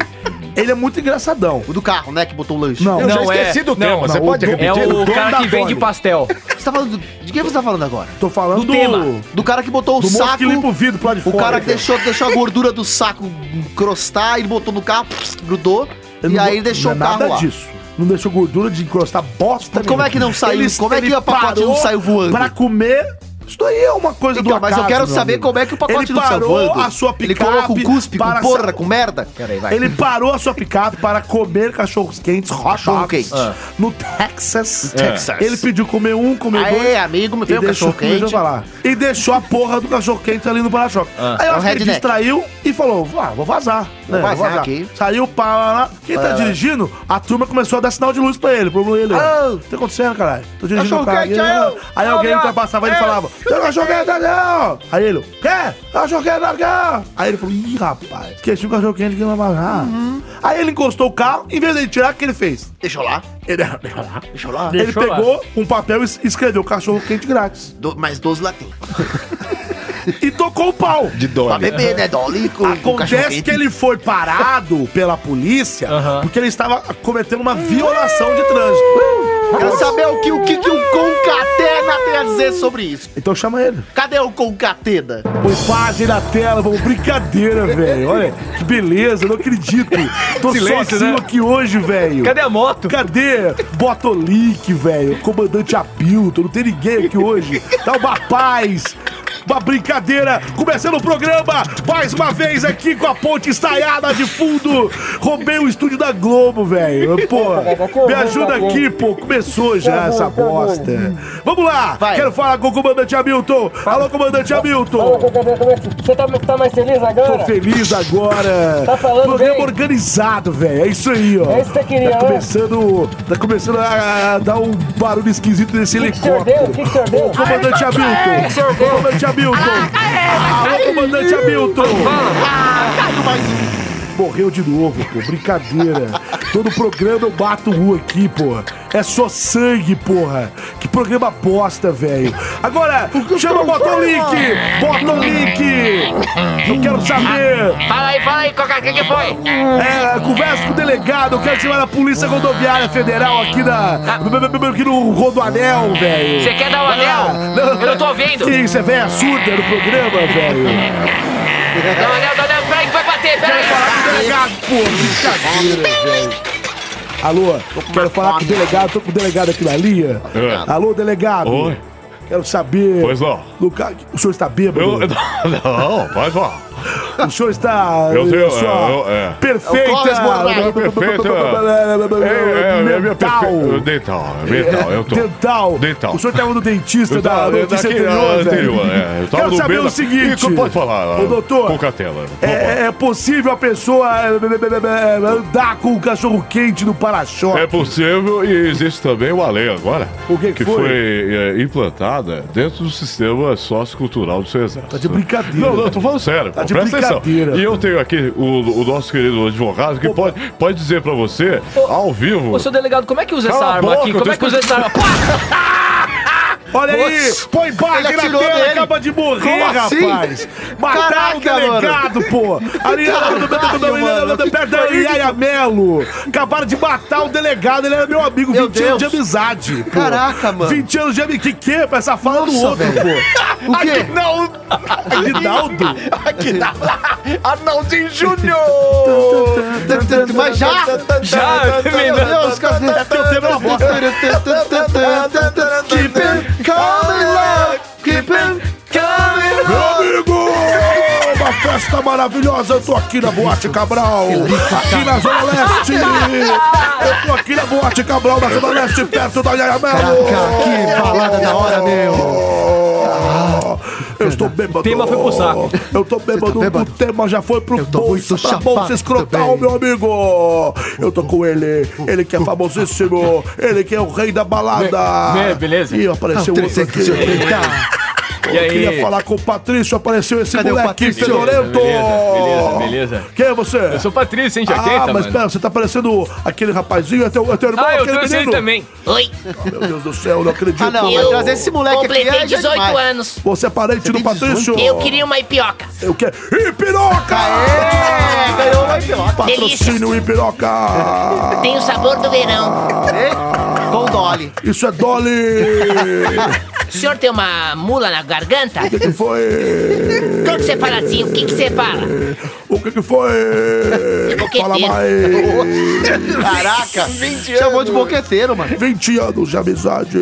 [SPEAKER 4] ele é muito engraçadão.
[SPEAKER 2] O do carro, né? Que botou o lanche.
[SPEAKER 4] Não.
[SPEAKER 5] Eu já
[SPEAKER 11] Não, é-
[SPEAKER 5] esqueci do
[SPEAKER 11] não,
[SPEAKER 5] tema. Você
[SPEAKER 4] não,
[SPEAKER 5] pode
[SPEAKER 4] o-
[SPEAKER 5] repetir?
[SPEAKER 11] É o
[SPEAKER 4] dono
[SPEAKER 11] cara
[SPEAKER 4] da
[SPEAKER 11] que vende
[SPEAKER 4] Dolly.
[SPEAKER 11] pastel.
[SPEAKER 2] Você tá falando do... De quem você tá falando agora?
[SPEAKER 4] Tô falando do.
[SPEAKER 11] tema.
[SPEAKER 2] Do cara que botou o
[SPEAKER 4] Do moço
[SPEAKER 2] saco...
[SPEAKER 4] que limpa o vidro pro lado de
[SPEAKER 2] O
[SPEAKER 4] fora. então.
[SPEAKER 2] cara que deixou, deixou a gordura do saco encrostar, ele botou no carro, pss, grudou,
[SPEAKER 4] Ele
[SPEAKER 2] e
[SPEAKER 4] não-
[SPEAKER 2] aí deixou o
[SPEAKER 4] não é
[SPEAKER 2] carro
[SPEAKER 4] nada
[SPEAKER 2] lá.
[SPEAKER 4] disso. Não deixou gordura de encrostar bosta
[SPEAKER 2] Como é que não saiu? Como é que o pacote
[SPEAKER 4] parou
[SPEAKER 2] não saiu voando?
[SPEAKER 4] Pra comer. Isso daí é uma coisa
[SPEAKER 2] Então,
[SPEAKER 4] do
[SPEAKER 2] mas
[SPEAKER 4] acaso,
[SPEAKER 2] eu quero
[SPEAKER 4] meu
[SPEAKER 2] saber
[SPEAKER 4] amigo.
[SPEAKER 2] como é que o pacote
[SPEAKER 4] ele
[SPEAKER 2] não saiu
[SPEAKER 4] parou
[SPEAKER 2] voando.
[SPEAKER 4] a sua
[SPEAKER 2] Ele
[SPEAKER 4] picape.
[SPEAKER 2] coloca com cuspe, com
[SPEAKER 4] para
[SPEAKER 2] porra,
[SPEAKER 4] sa-
[SPEAKER 2] com merda.
[SPEAKER 11] Peraí, vai.
[SPEAKER 4] Ele parou a sua picape para comer cachorros quentes, hot
[SPEAKER 2] Cachorro
[SPEAKER 4] dogs,
[SPEAKER 2] quente.
[SPEAKER 4] no Texas.
[SPEAKER 5] Texas.
[SPEAKER 4] Ele pediu comer um, comer
[SPEAKER 2] Aê,
[SPEAKER 4] dois.
[SPEAKER 2] amigo, me
[SPEAKER 4] E
[SPEAKER 2] veio um
[SPEAKER 4] deixou,
[SPEAKER 2] cachorro
[SPEAKER 4] deixa eu
[SPEAKER 2] quente.
[SPEAKER 4] falar. E deixou a porra do cachorro quente ali no para-choque.
[SPEAKER 11] Ah.
[SPEAKER 4] Aí
[SPEAKER 2] É
[SPEAKER 4] eu
[SPEAKER 2] um
[SPEAKER 4] acho que ele
[SPEAKER 2] redneck.
[SPEAKER 4] distraiu e falou: ah, vou vazar. né,
[SPEAKER 2] vazar aqui.
[SPEAKER 4] Saiu para lá. Quem tá dirigindo, a turma começou a dar sinal de luz pra ele. Pro ele.
[SPEAKER 2] Ah.
[SPEAKER 4] O que tá acontecendo, caralho? Tô dirigindo
[SPEAKER 2] Cachorro
[SPEAKER 4] o carro.
[SPEAKER 2] quente,
[SPEAKER 4] aqui, né?"
[SPEAKER 2] eu. É,
[SPEAKER 4] Aí
[SPEAKER 2] Ô,
[SPEAKER 4] alguém
[SPEAKER 2] meu,
[SPEAKER 4] ultrapassava ele e
[SPEAKER 2] eu.
[SPEAKER 4] falava: Tem cachorro quente não! Aí ele, quê? Cachorro quente não quer! Aí ele falou: Ih, rapaz, esqueci o cachorro quente que não vai pagar.
[SPEAKER 2] Uhum.
[SPEAKER 4] Aí ele encostou o carro, em vez de ele tirar, o que ele fez?
[SPEAKER 2] Deixou lá,
[SPEAKER 4] Ele,
[SPEAKER 2] deixou lá.
[SPEAKER 4] ele
[SPEAKER 11] Deixou lá.
[SPEAKER 4] pegou um papel e es- escreveu cachorro quente grátis.
[SPEAKER 2] Do- mais 12 latim.
[SPEAKER 4] E tocou o pau.
[SPEAKER 5] De
[SPEAKER 2] Pra
[SPEAKER 5] Dolly.
[SPEAKER 2] beber, né, Dolly? Com, com cachorro
[SPEAKER 4] Acontece
[SPEAKER 2] quente.
[SPEAKER 4] que ele foi parado pela polícia
[SPEAKER 11] Aham.
[SPEAKER 4] porque ele estava cometendo uma violação de trânsito.
[SPEAKER 2] Quero saber o que o, que, que o Concatena tem a dizer sobre isso.
[SPEAKER 4] Então chama ele.
[SPEAKER 2] Cadê o Concatena?
[SPEAKER 4] Põe página na tela, vamos. Brincadeira, velho. Olha, que beleza, eu não acredito. Tô
[SPEAKER 11] Silêncio,
[SPEAKER 4] sozinho
[SPEAKER 11] né?
[SPEAKER 4] aqui hoje, velho.
[SPEAKER 11] Cadê a moto?
[SPEAKER 4] Cadê? Botolique, velho. Comandante Apilton, não tem ninguém aqui hoje. Tá uma paz. Uma brincadeira, começando o programa mais uma vez aqui com a ponte estaiada de fundo. Roubei o estúdio da Globo, velho. Pô, me ajuda aqui, pô. Começou já essa bosta. Vamos lá,
[SPEAKER 2] Vai.
[SPEAKER 4] quero falar com o comandante Hamilton. Alô, comandante Hamilton.
[SPEAKER 3] Você tá, mais feliz
[SPEAKER 4] Tô
[SPEAKER 3] agora?
[SPEAKER 4] feliz agora.
[SPEAKER 3] Tá falando
[SPEAKER 4] Programa
[SPEAKER 3] bem?
[SPEAKER 4] organizado, velho. É isso aí, ó.
[SPEAKER 3] É isso que eu queria,
[SPEAKER 4] Tá
[SPEAKER 3] né?
[SPEAKER 4] começando, tá começando a, a dar um barulho esquisito nesse
[SPEAKER 3] que que o senhor
[SPEAKER 4] helicóptero.
[SPEAKER 3] deu? O que que o senhor deu? Ah, é,
[SPEAKER 4] Ô, comandante Hamilton. Comandante Hamilton. Alô, comandante Hamilton.
[SPEAKER 3] Ah,
[SPEAKER 4] Morreu de novo, pô. Brincadeira. Todo programa eu bato rua aqui, porra. É só sangue, porra. Que programa bosta, velho. Agora, chama bota o link. Bota o link. Eu quero saber.
[SPEAKER 12] Fala aí, fala aí, Coca, o que, que foi?
[SPEAKER 4] É, conversa com o delegado. Eu quero chamar a Polícia Rodoviária Federal aqui na... Aqui no Rodoanel, velho.
[SPEAKER 3] Você quer dar o um anel? Eu não tô ouvindo.
[SPEAKER 4] Que isso, é velha surda no programa, velho.
[SPEAKER 3] Dá o um anel, dá o anel. Peraí que vai bater,
[SPEAKER 4] Quero
[SPEAKER 3] peraí.
[SPEAKER 4] falar com o delegado, pô, brincadeira, velho. Alô, quero falar com o delegado, tô com o delegado aqui na linha.
[SPEAKER 5] É.
[SPEAKER 4] Alô, delegado.
[SPEAKER 5] Oi.
[SPEAKER 4] Quero saber.
[SPEAKER 5] Pois não.
[SPEAKER 4] Luca- O senhor está bêbado?
[SPEAKER 5] Eu- Não, pode falar.
[SPEAKER 4] O senhor está.
[SPEAKER 5] Eu tenho,
[SPEAKER 4] em sua
[SPEAKER 5] eu- é.
[SPEAKER 4] Perfeita.
[SPEAKER 2] O Clóvis Bornai.
[SPEAKER 5] Perfeito. É, é, é, é minha perfe- Dental, dental, eu tô.
[SPEAKER 4] Dental.
[SPEAKER 5] Dental.
[SPEAKER 4] O senhor estava no dentista
[SPEAKER 5] Eu
[SPEAKER 4] da
[SPEAKER 5] tava-
[SPEAKER 4] notícia
[SPEAKER 5] daquele-
[SPEAKER 4] anterior,
[SPEAKER 5] anterior,
[SPEAKER 4] velho.
[SPEAKER 5] é. Eu tava
[SPEAKER 4] Quero
[SPEAKER 5] no
[SPEAKER 4] saber
[SPEAKER 5] Bela-
[SPEAKER 4] o seguinte.
[SPEAKER 5] Ih, pode falar,
[SPEAKER 4] Ô, doutor.
[SPEAKER 5] Pocatela, por favor.
[SPEAKER 4] É, é possível a pessoa é, be- be- be- be- andar com o cachorro quente no para-choque?
[SPEAKER 5] É possível e existe também uma lei agora.
[SPEAKER 4] O que que
[SPEAKER 5] que
[SPEAKER 4] foi?
[SPEAKER 5] foi? é, implantada dentro do sistema sociocultural do seu exército.
[SPEAKER 4] Tá de brincadeira,
[SPEAKER 5] Não, não,
[SPEAKER 4] velho.
[SPEAKER 5] tô falando sério.
[SPEAKER 4] Tá
[SPEAKER 5] pô,
[SPEAKER 4] de
[SPEAKER 5] presta atenção.
[SPEAKER 4] brincadeira,
[SPEAKER 5] E eu tenho aqui o, o nosso querido advogado que pode, pode dizer pra você, ao vivo.
[SPEAKER 3] Ô, seu delegado, como é que usa
[SPEAKER 5] Cala
[SPEAKER 3] essa
[SPEAKER 5] a
[SPEAKER 3] arma
[SPEAKER 5] boca,
[SPEAKER 3] aqui?
[SPEAKER 5] eu tô
[SPEAKER 3] Como é que usa essa arma?
[SPEAKER 4] Olha aí, põe
[SPEAKER 2] Ele
[SPEAKER 4] barra na
[SPEAKER 2] atirou
[SPEAKER 4] tela,
[SPEAKER 2] nele.
[SPEAKER 4] acaba de morrer,
[SPEAKER 2] Como assim?
[SPEAKER 4] rapaz. Mataram o
[SPEAKER 2] Caraca, mano.
[SPEAKER 4] delegado, pô. Ali,
[SPEAKER 2] Caralho, mano, que
[SPEAKER 4] perto da Yaya Melo. Acabaram de matar o delegado, ele era meu amigo,
[SPEAKER 2] Meu
[SPEAKER 4] 20 anos de
[SPEAKER 2] Deus.
[SPEAKER 4] amizade. pô.
[SPEAKER 2] Caraca, mano.
[SPEAKER 4] 20 anos de amizade, que que? Pra essa fala do
[SPEAKER 2] Nossa,
[SPEAKER 4] outro,
[SPEAKER 2] velho.
[SPEAKER 4] pô.
[SPEAKER 2] O quê?
[SPEAKER 5] Não,
[SPEAKER 4] Aguinaldo?
[SPEAKER 5] Arnaldinho Júnior!
[SPEAKER 2] Mas já?
[SPEAKER 3] Já,
[SPEAKER 2] Meu Deus, cadê? Teu tempo é uma bosta. Keep it coming love, keep it coming
[SPEAKER 4] Meu amigo! Uma festa maravilhosa, eu tô aqui na Boate Cabral, aqui na Zona Leste! Eu tô aqui na Boate Cabral, na Zona Leste, perto da Yaya Melo!
[SPEAKER 2] Caraca, que balada da hora, meu.
[SPEAKER 4] Eu estou bêbado. O
[SPEAKER 3] tema foi pro saco.
[SPEAKER 4] Eu tô bêbado,
[SPEAKER 2] bêbado?
[SPEAKER 4] o tema já foi pro
[SPEAKER 2] Eu tô
[SPEAKER 4] bolso,
[SPEAKER 2] muito
[SPEAKER 4] pra
[SPEAKER 2] chapado
[SPEAKER 4] bolsa escrotal,
[SPEAKER 2] também.
[SPEAKER 4] meu amigo. Eu tô com ele, ele que é famosíssimo, ele que é o rei da balada.
[SPEAKER 3] Be- be- beleza?
[SPEAKER 4] E apareceu outro aqui.
[SPEAKER 3] E
[SPEAKER 4] Eu queria
[SPEAKER 3] aí?
[SPEAKER 4] falar com o Patrício, apareceu esse
[SPEAKER 2] Cadê o
[SPEAKER 4] moleque
[SPEAKER 2] Patrício?
[SPEAKER 4] fedorento.
[SPEAKER 3] Beleza, beleza, beleza.
[SPEAKER 4] Quem é você?
[SPEAKER 3] Eu sou o Patrício, hein, de 80,
[SPEAKER 4] Ah, mas
[SPEAKER 3] mano.
[SPEAKER 4] pera, você tá parecendo aquele rapazinho, é teu, é teu irmão,
[SPEAKER 3] Ah, eu
[SPEAKER 4] aquele
[SPEAKER 3] trouxe ele
[SPEAKER 4] menino?
[SPEAKER 3] também.
[SPEAKER 7] Oi,
[SPEAKER 4] Meu Deus do céu, não acredito.
[SPEAKER 2] Ah, não, mas trazer esse moleque aqui
[SPEAKER 7] completei
[SPEAKER 2] é já
[SPEAKER 7] 18
[SPEAKER 2] demais.
[SPEAKER 7] anos.
[SPEAKER 4] Você é parente do
[SPEAKER 2] tem 18?
[SPEAKER 4] Patrício?
[SPEAKER 7] Eu queria uma ipioca.
[SPEAKER 4] Eu quero. Ipiroca!
[SPEAKER 2] É, ganhou uma idiota.
[SPEAKER 4] Patrocínio Ipiroca!
[SPEAKER 7] Tem o sabor do verão.
[SPEAKER 2] Com Dolly.
[SPEAKER 4] Isso é Dolly!
[SPEAKER 7] O senhor tem uma mula na garganta?
[SPEAKER 4] O que, que foi?
[SPEAKER 7] Quando você fala assim, o que, que você fala?
[SPEAKER 4] O que, que foi?
[SPEAKER 7] Boqueteiro.
[SPEAKER 4] Fala mais!
[SPEAKER 2] Caraca, chamou de boqueteiro, mano.
[SPEAKER 4] 20 anos de amizade!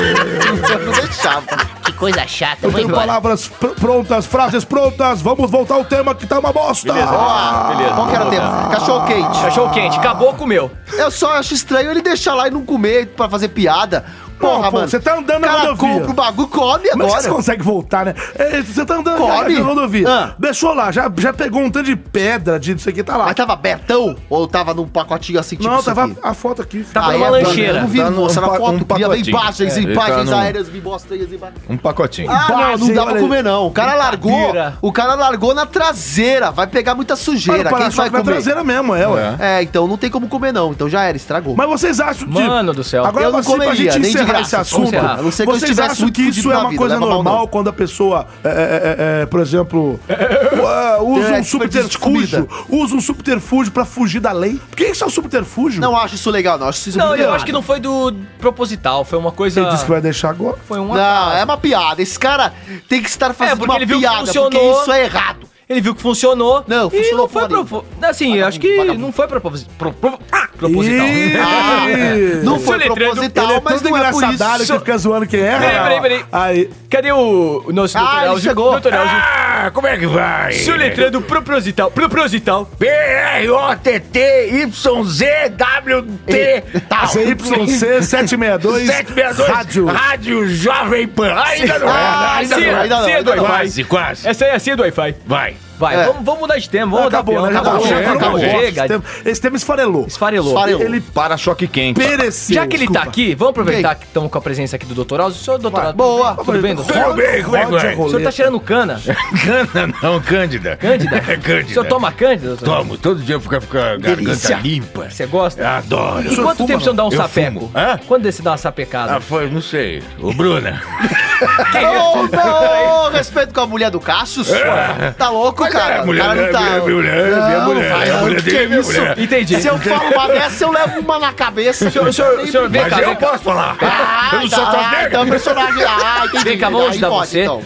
[SPEAKER 2] Não deixava.
[SPEAKER 7] Que coisa chata,
[SPEAKER 4] Eu
[SPEAKER 7] vou
[SPEAKER 4] tenho
[SPEAKER 7] embora.
[SPEAKER 4] palavras pr- prontas, frases prontas, vamos voltar ao tema que tá uma bosta! Ah,
[SPEAKER 2] Ó, Qual que era o tema? Cachorro quente.
[SPEAKER 3] Cachorro quente, acabou com o meu.
[SPEAKER 2] Eu só acho estranho ele deixar lá e não comer pra fazer piada. Porra,
[SPEAKER 4] Não, pô,
[SPEAKER 2] mano.
[SPEAKER 4] você tá andando na
[SPEAKER 2] cara
[SPEAKER 4] rodovia.
[SPEAKER 2] compra o bagulho, come
[SPEAKER 4] Mas é
[SPEAKER 2] agora.
[SPEAKER 4] você consegue voltar, né? É, Você tá andando
[SPEAKER 2] Come.
[SPEAKER 4] na rodovia.
[SPEAKER 2] Ah.
[SPEAKER 4] Deixou lá, já, já pegou um tanto de pedra, de não sei o que, tá lá.
[SPEAKER 2] Mas tava abertão? Ou tava num pacotinho assim, tipo
[SPEAKER 4] não,
[SPEAKER 2] isso
[SPEAKER 4] tava
[SPEAKER 2] aqui? Tá, é
[SPEAKER 4] a foto aqui.
[SPEAKER 3] Tava numa
[SPEAKER 2] Brandon,
[SPEAKER 3] lancheira.
[SPEAKER 2] né? Eu não vi,
[SPEAKER 5] Tá num
[SPEAKER 2] moça, na
[SPEAKER 5] pa-
[SPEAKER 2] foto.
[SPEAKER 5] um
[SPEAKER 2] Queria ver
[SPEAKER 5] pacotinho.
[SPEAKER 2] imagens,
[SPEAKER 5] É, ele tá
[SPEAKER 2] imagens
[SPEAKER 5] num-
[SPEAKER 2] aéreas, me mostranhas, imagens.
[SPEAKER 5] Um pacotinho.
[SPEAKER 2] Ah, não
[SPEAKER 4] Imagem,
[SPEAKER 2] dá
[SPEAKER 4] olha
[SPEAKER 2] pra
[SPEAKER 4] aí.
[SPEAKER 2] comer, não. O cara largou,
[SPEAKER 3] Pira.
[SPEAKER 2] o cara largou na traseira. Vai pegar muita sujeira.
[SPEAKER 4] para
[SPEAKER 2] Quem vai
[SPEAKER 4] o vai
[SPEAKER 2] comer?
[SPEAKER 4] na traseira mesmo, é, ué.
[SPEAKER 2] É, então não tem como comer, não. Então já era, estragou.
[SPEAKER 4] Mas vocês acham que...
[SPEAKER 3] Mano do céu.
[SPEAKER 4] Agora,
[SPEAKER 2] Eu não
[SPEAKER 4] assim, pra
[SPEAKER 2] comeria, nem
[SPEAKER 4] gente
[SPEAKER 2] de
[SPEAKER 4] encerrar
[SPEAKER 2] graça.
[SPEAKER 4] esse assunto,
[SPEAKER 3] Vamos encerrar.
[SPEAKER 2] A não ser que eu
[SPEAKER 4] vocês
[SPEAKER 2] estivesse
[SPEAKER 4] acham
[SPEAKER 2] muito
[SPEAKER 4] que isso
[SPEAKER 2] fudido
[SPEAKER 4] é
[SPEAKER 2] na
[SPEAKER 4] uma
[SPEAKER 2] vida,
[SPEAKER 4] coisa
[SPEAKER 2] leva mal,
[SPEAKER 4] normal
[SPEAKER 2] não.
[SPEAKER 4] quando a pessoa, é, é, é, é, por exemplo, é,
[SPEAKER 2] É,
[SPEAKER 4] usa um
[SPEAKER 2] expert de
[SPEAKER 4] subterfúgio,
[SPEAKER 2] comida.
[SPEAKER 4] usa um subterfúgio pra fugir da lei? Por que isso é um subterfúgio?
[SPEAKER 2] Não acho isso legal, não. Acho isso
[SPEAKER 3] Não,
[SPEAKER 2] muito
[SPEAKER 3] eu
[SPEAKER 2] errado.
[SPEAKER 3] acho que não foi do proposital, foi uma coisa.
[SPEAKER 2] ah.
[SPEAKER 4] Você disse que vai deixar agora?
[SPEAKER 3] Foi um
[SPEAKER 2] Não, é uma piada. Esse cara tem que estar fazendo
[SPEAKER 3] porque
[SPEAKER 2] uma
[SPEAKER 3] ele viu que
[SPEAKER 2] piada, porque
[SPEAKER 3] funcionou.
[SPEAKER 2] isso é errado.
[SPEAKER 3] Ele viu que funcionou.
[SPEAKER 2] Não,
[SPEAKER 3] e
[SPEAKER 2] funcionou
[SPEAKER 3] não foi
[SPEAKER 2] foda.
[SPEAKER 3] propo... Assim, eu acho que
[SPEAKER 2] vagabundo.
[SPEAKER 3] não foi proposi... pro- pro- ah, proposital.
[SPEAKER 4] Ih,
[SPEAKER 2] Ah,
[SPEAKER 4] é.
[SPEAKER 2] não
[SPEAKER 3] Esse
[SPEAKER 2] foi
[SPEAKER 3] letreiro
[SPEAKER 2] proposital,
[SPEAKER 4] Ele é
[SPEAKER 2] mas
[SPEAKER 4] todo
[SPEAKER 2] não é por isso.
[SPEAKER 4] engraçadalho que fica zoando quem erra.
[SPEAKER 3] Peraí, peraí, peraí.
[SPEAKER 4] Aí,
[SPEAKER 3] Cadê o o nosso
[SPEAKER 2] Ah,
[SPEAKER 3] doutor
[SPEAKER 2] ele
[SPEAKER 3] Elgio?
[SPEAKER 2] chegou.
[SPEAKER 3] Doutor Elgio.
[SPEAKER 1] Ah, como é que vai?
[SPEAKER 3] Se o letreiro do proposital. Proposital.
[SPEAKER 1] P-R-O-T-T-Y-Z-W-T.
[SPEAKER 2] tá.
[SPEAKER 4] Ah,
[SPEAKER 1] tal.
[SPEAKER 2] Ah,
[SPEAKER 4] ZYC762,
[SPEAKER 1] 762.
[SPEAKER 4] rádio.
[SPEAKER 1] Rádio Jovem Pan. Ainda não
[SPEAKER 2] Ah,
[SPEAKER 1] é. Ainda
[SPEAKER 2] sim.
[SPEAKER 1] não é.
[SPEAKER 2] ainda não,
[SPEAKER 3] Cedo,
[SPEAKER 2] ainda não.
[SPEAKER 3] Wi-Fi.
[SPEAKER 1] Quase, quase.
[SPEAKER 3] Essa aí é cedo Wi-Fi.
[SPEAKER 1] Vai.
[SPEAKER 3] Vai,
[SPEAKER 2] É.
[SPEAKER 3] vamos, vamos mudar de tema, vamos mudar de
[SPEAKER 4] Acabou,
[SPEAKER 3] tema.
[SPEAKER 4] né? Já
[SPEAKER 3] Acabou,
[SPEAKER 4] tá
[SPEAKER 3] chega,
[SPEAKER 4] chega,
[SPEAKER 3] acabou,
[SPEAKER 4] acabou. Esse
[SPEAKER 3] chega.
[SPEAKER 4] tema- Esse tema esfarelou.
[SPEAKER 3] Esfarelou.
[SPEAKER 2] Esfarelou.
[SPEAKER 4] Ele
[SPEAKER 5] Para-choque quente.
[SPEAKER 4] pereceu.
[SPEAKER 3] Já que ele tá aqui, vamos aproveitar
[SPEAKER 2] Ok.
[SPEAKER 3] que estamos com a presença aqui do doutor Elgio. Senhor doutor Elgio,
[SPEAKER 2] boa.
[SPEAKER 3] Tudo bem, doutor?
[SPEAKER 1] Tudo bem, como é que vai?
[SPEAKER 3] O senhor tá cheirando cana?
[SPEAKER 1] Cana não, Cândida.
[SPEAKER 3] Cândida? O
[SPEAKER 1] Cândida.
[SPEAKER 3] senhor toma cândida, doutor?
[SPEAKER 1] Tomo, todo dia fica, fica a garganta
[SPEAKER 3] Delícia.
[SPEAKER 1] limpa.
[SPEAKER 3] Você gosta?
[SPEAKER 1] Adoro.
[SPEAKER 3] E quanto tempo o senhor dá
[SPEAKER 2] é
[SPEAKER 3] um
[SPEAKER 1] Eu
[SPEAKER 3] sapeco?
[SPEAKER 1] fumo. Hã?
[SPEAKER 3] Quando você dá uma sapecada?
[SPEAKER 1] Ah, foi, não sei. Ô, Bruna.
[SPEAKER 2] Ô, não, respeito com a mulher do Cassius. Tá louco,
[SPEAKER 1] Mas é,
[SPEAKER 2] cara? o cara não
[SPEAKER 1] mulher,
[SPEAKER 2] tá.
[SPEAKER 1] é, minha mulher, é minha
[SPEAKER 2] Não,
[SPEAKER 1] mulher,
[SPEAKER 2] vai,
[SPEAKER 1] é a mulher
[SPEAKER 2] que
[SPEAKER 1] dele, é minha
[SPEAKER 2] isso?
[SPEAKER 1] mulher.
[SPEAKER 3] Entendi.
[SPEAKER 2] Se eu falo uma dessa, eu levo uma na cabeça.
[SPEAKER 3] senhor, senhor, senhor, vem cá,
[SPEAKER 1] Mas é um eu
[SPEAKER 3] vem cá.
[SPEAKER 1] posso falar.
[SPEAKER 2] Ah,
[SPEAKER 1] eu não sou
[SPEAKER 2] tá,
[SPEAKER 1] tua
[SPEAKER 2] ah,
[SPEAKER 1] nega.
[SPEAKER 2] então, personagem. Ah, entendi.
[SPEAKER 3] Vem cá, vamos
[SPEAKER 2] Aí
[SPEAKER 3] ajudar
[SPEAKER 2] pode,
[SPEAKER 3] você. tá
[SPEAKER 2] então.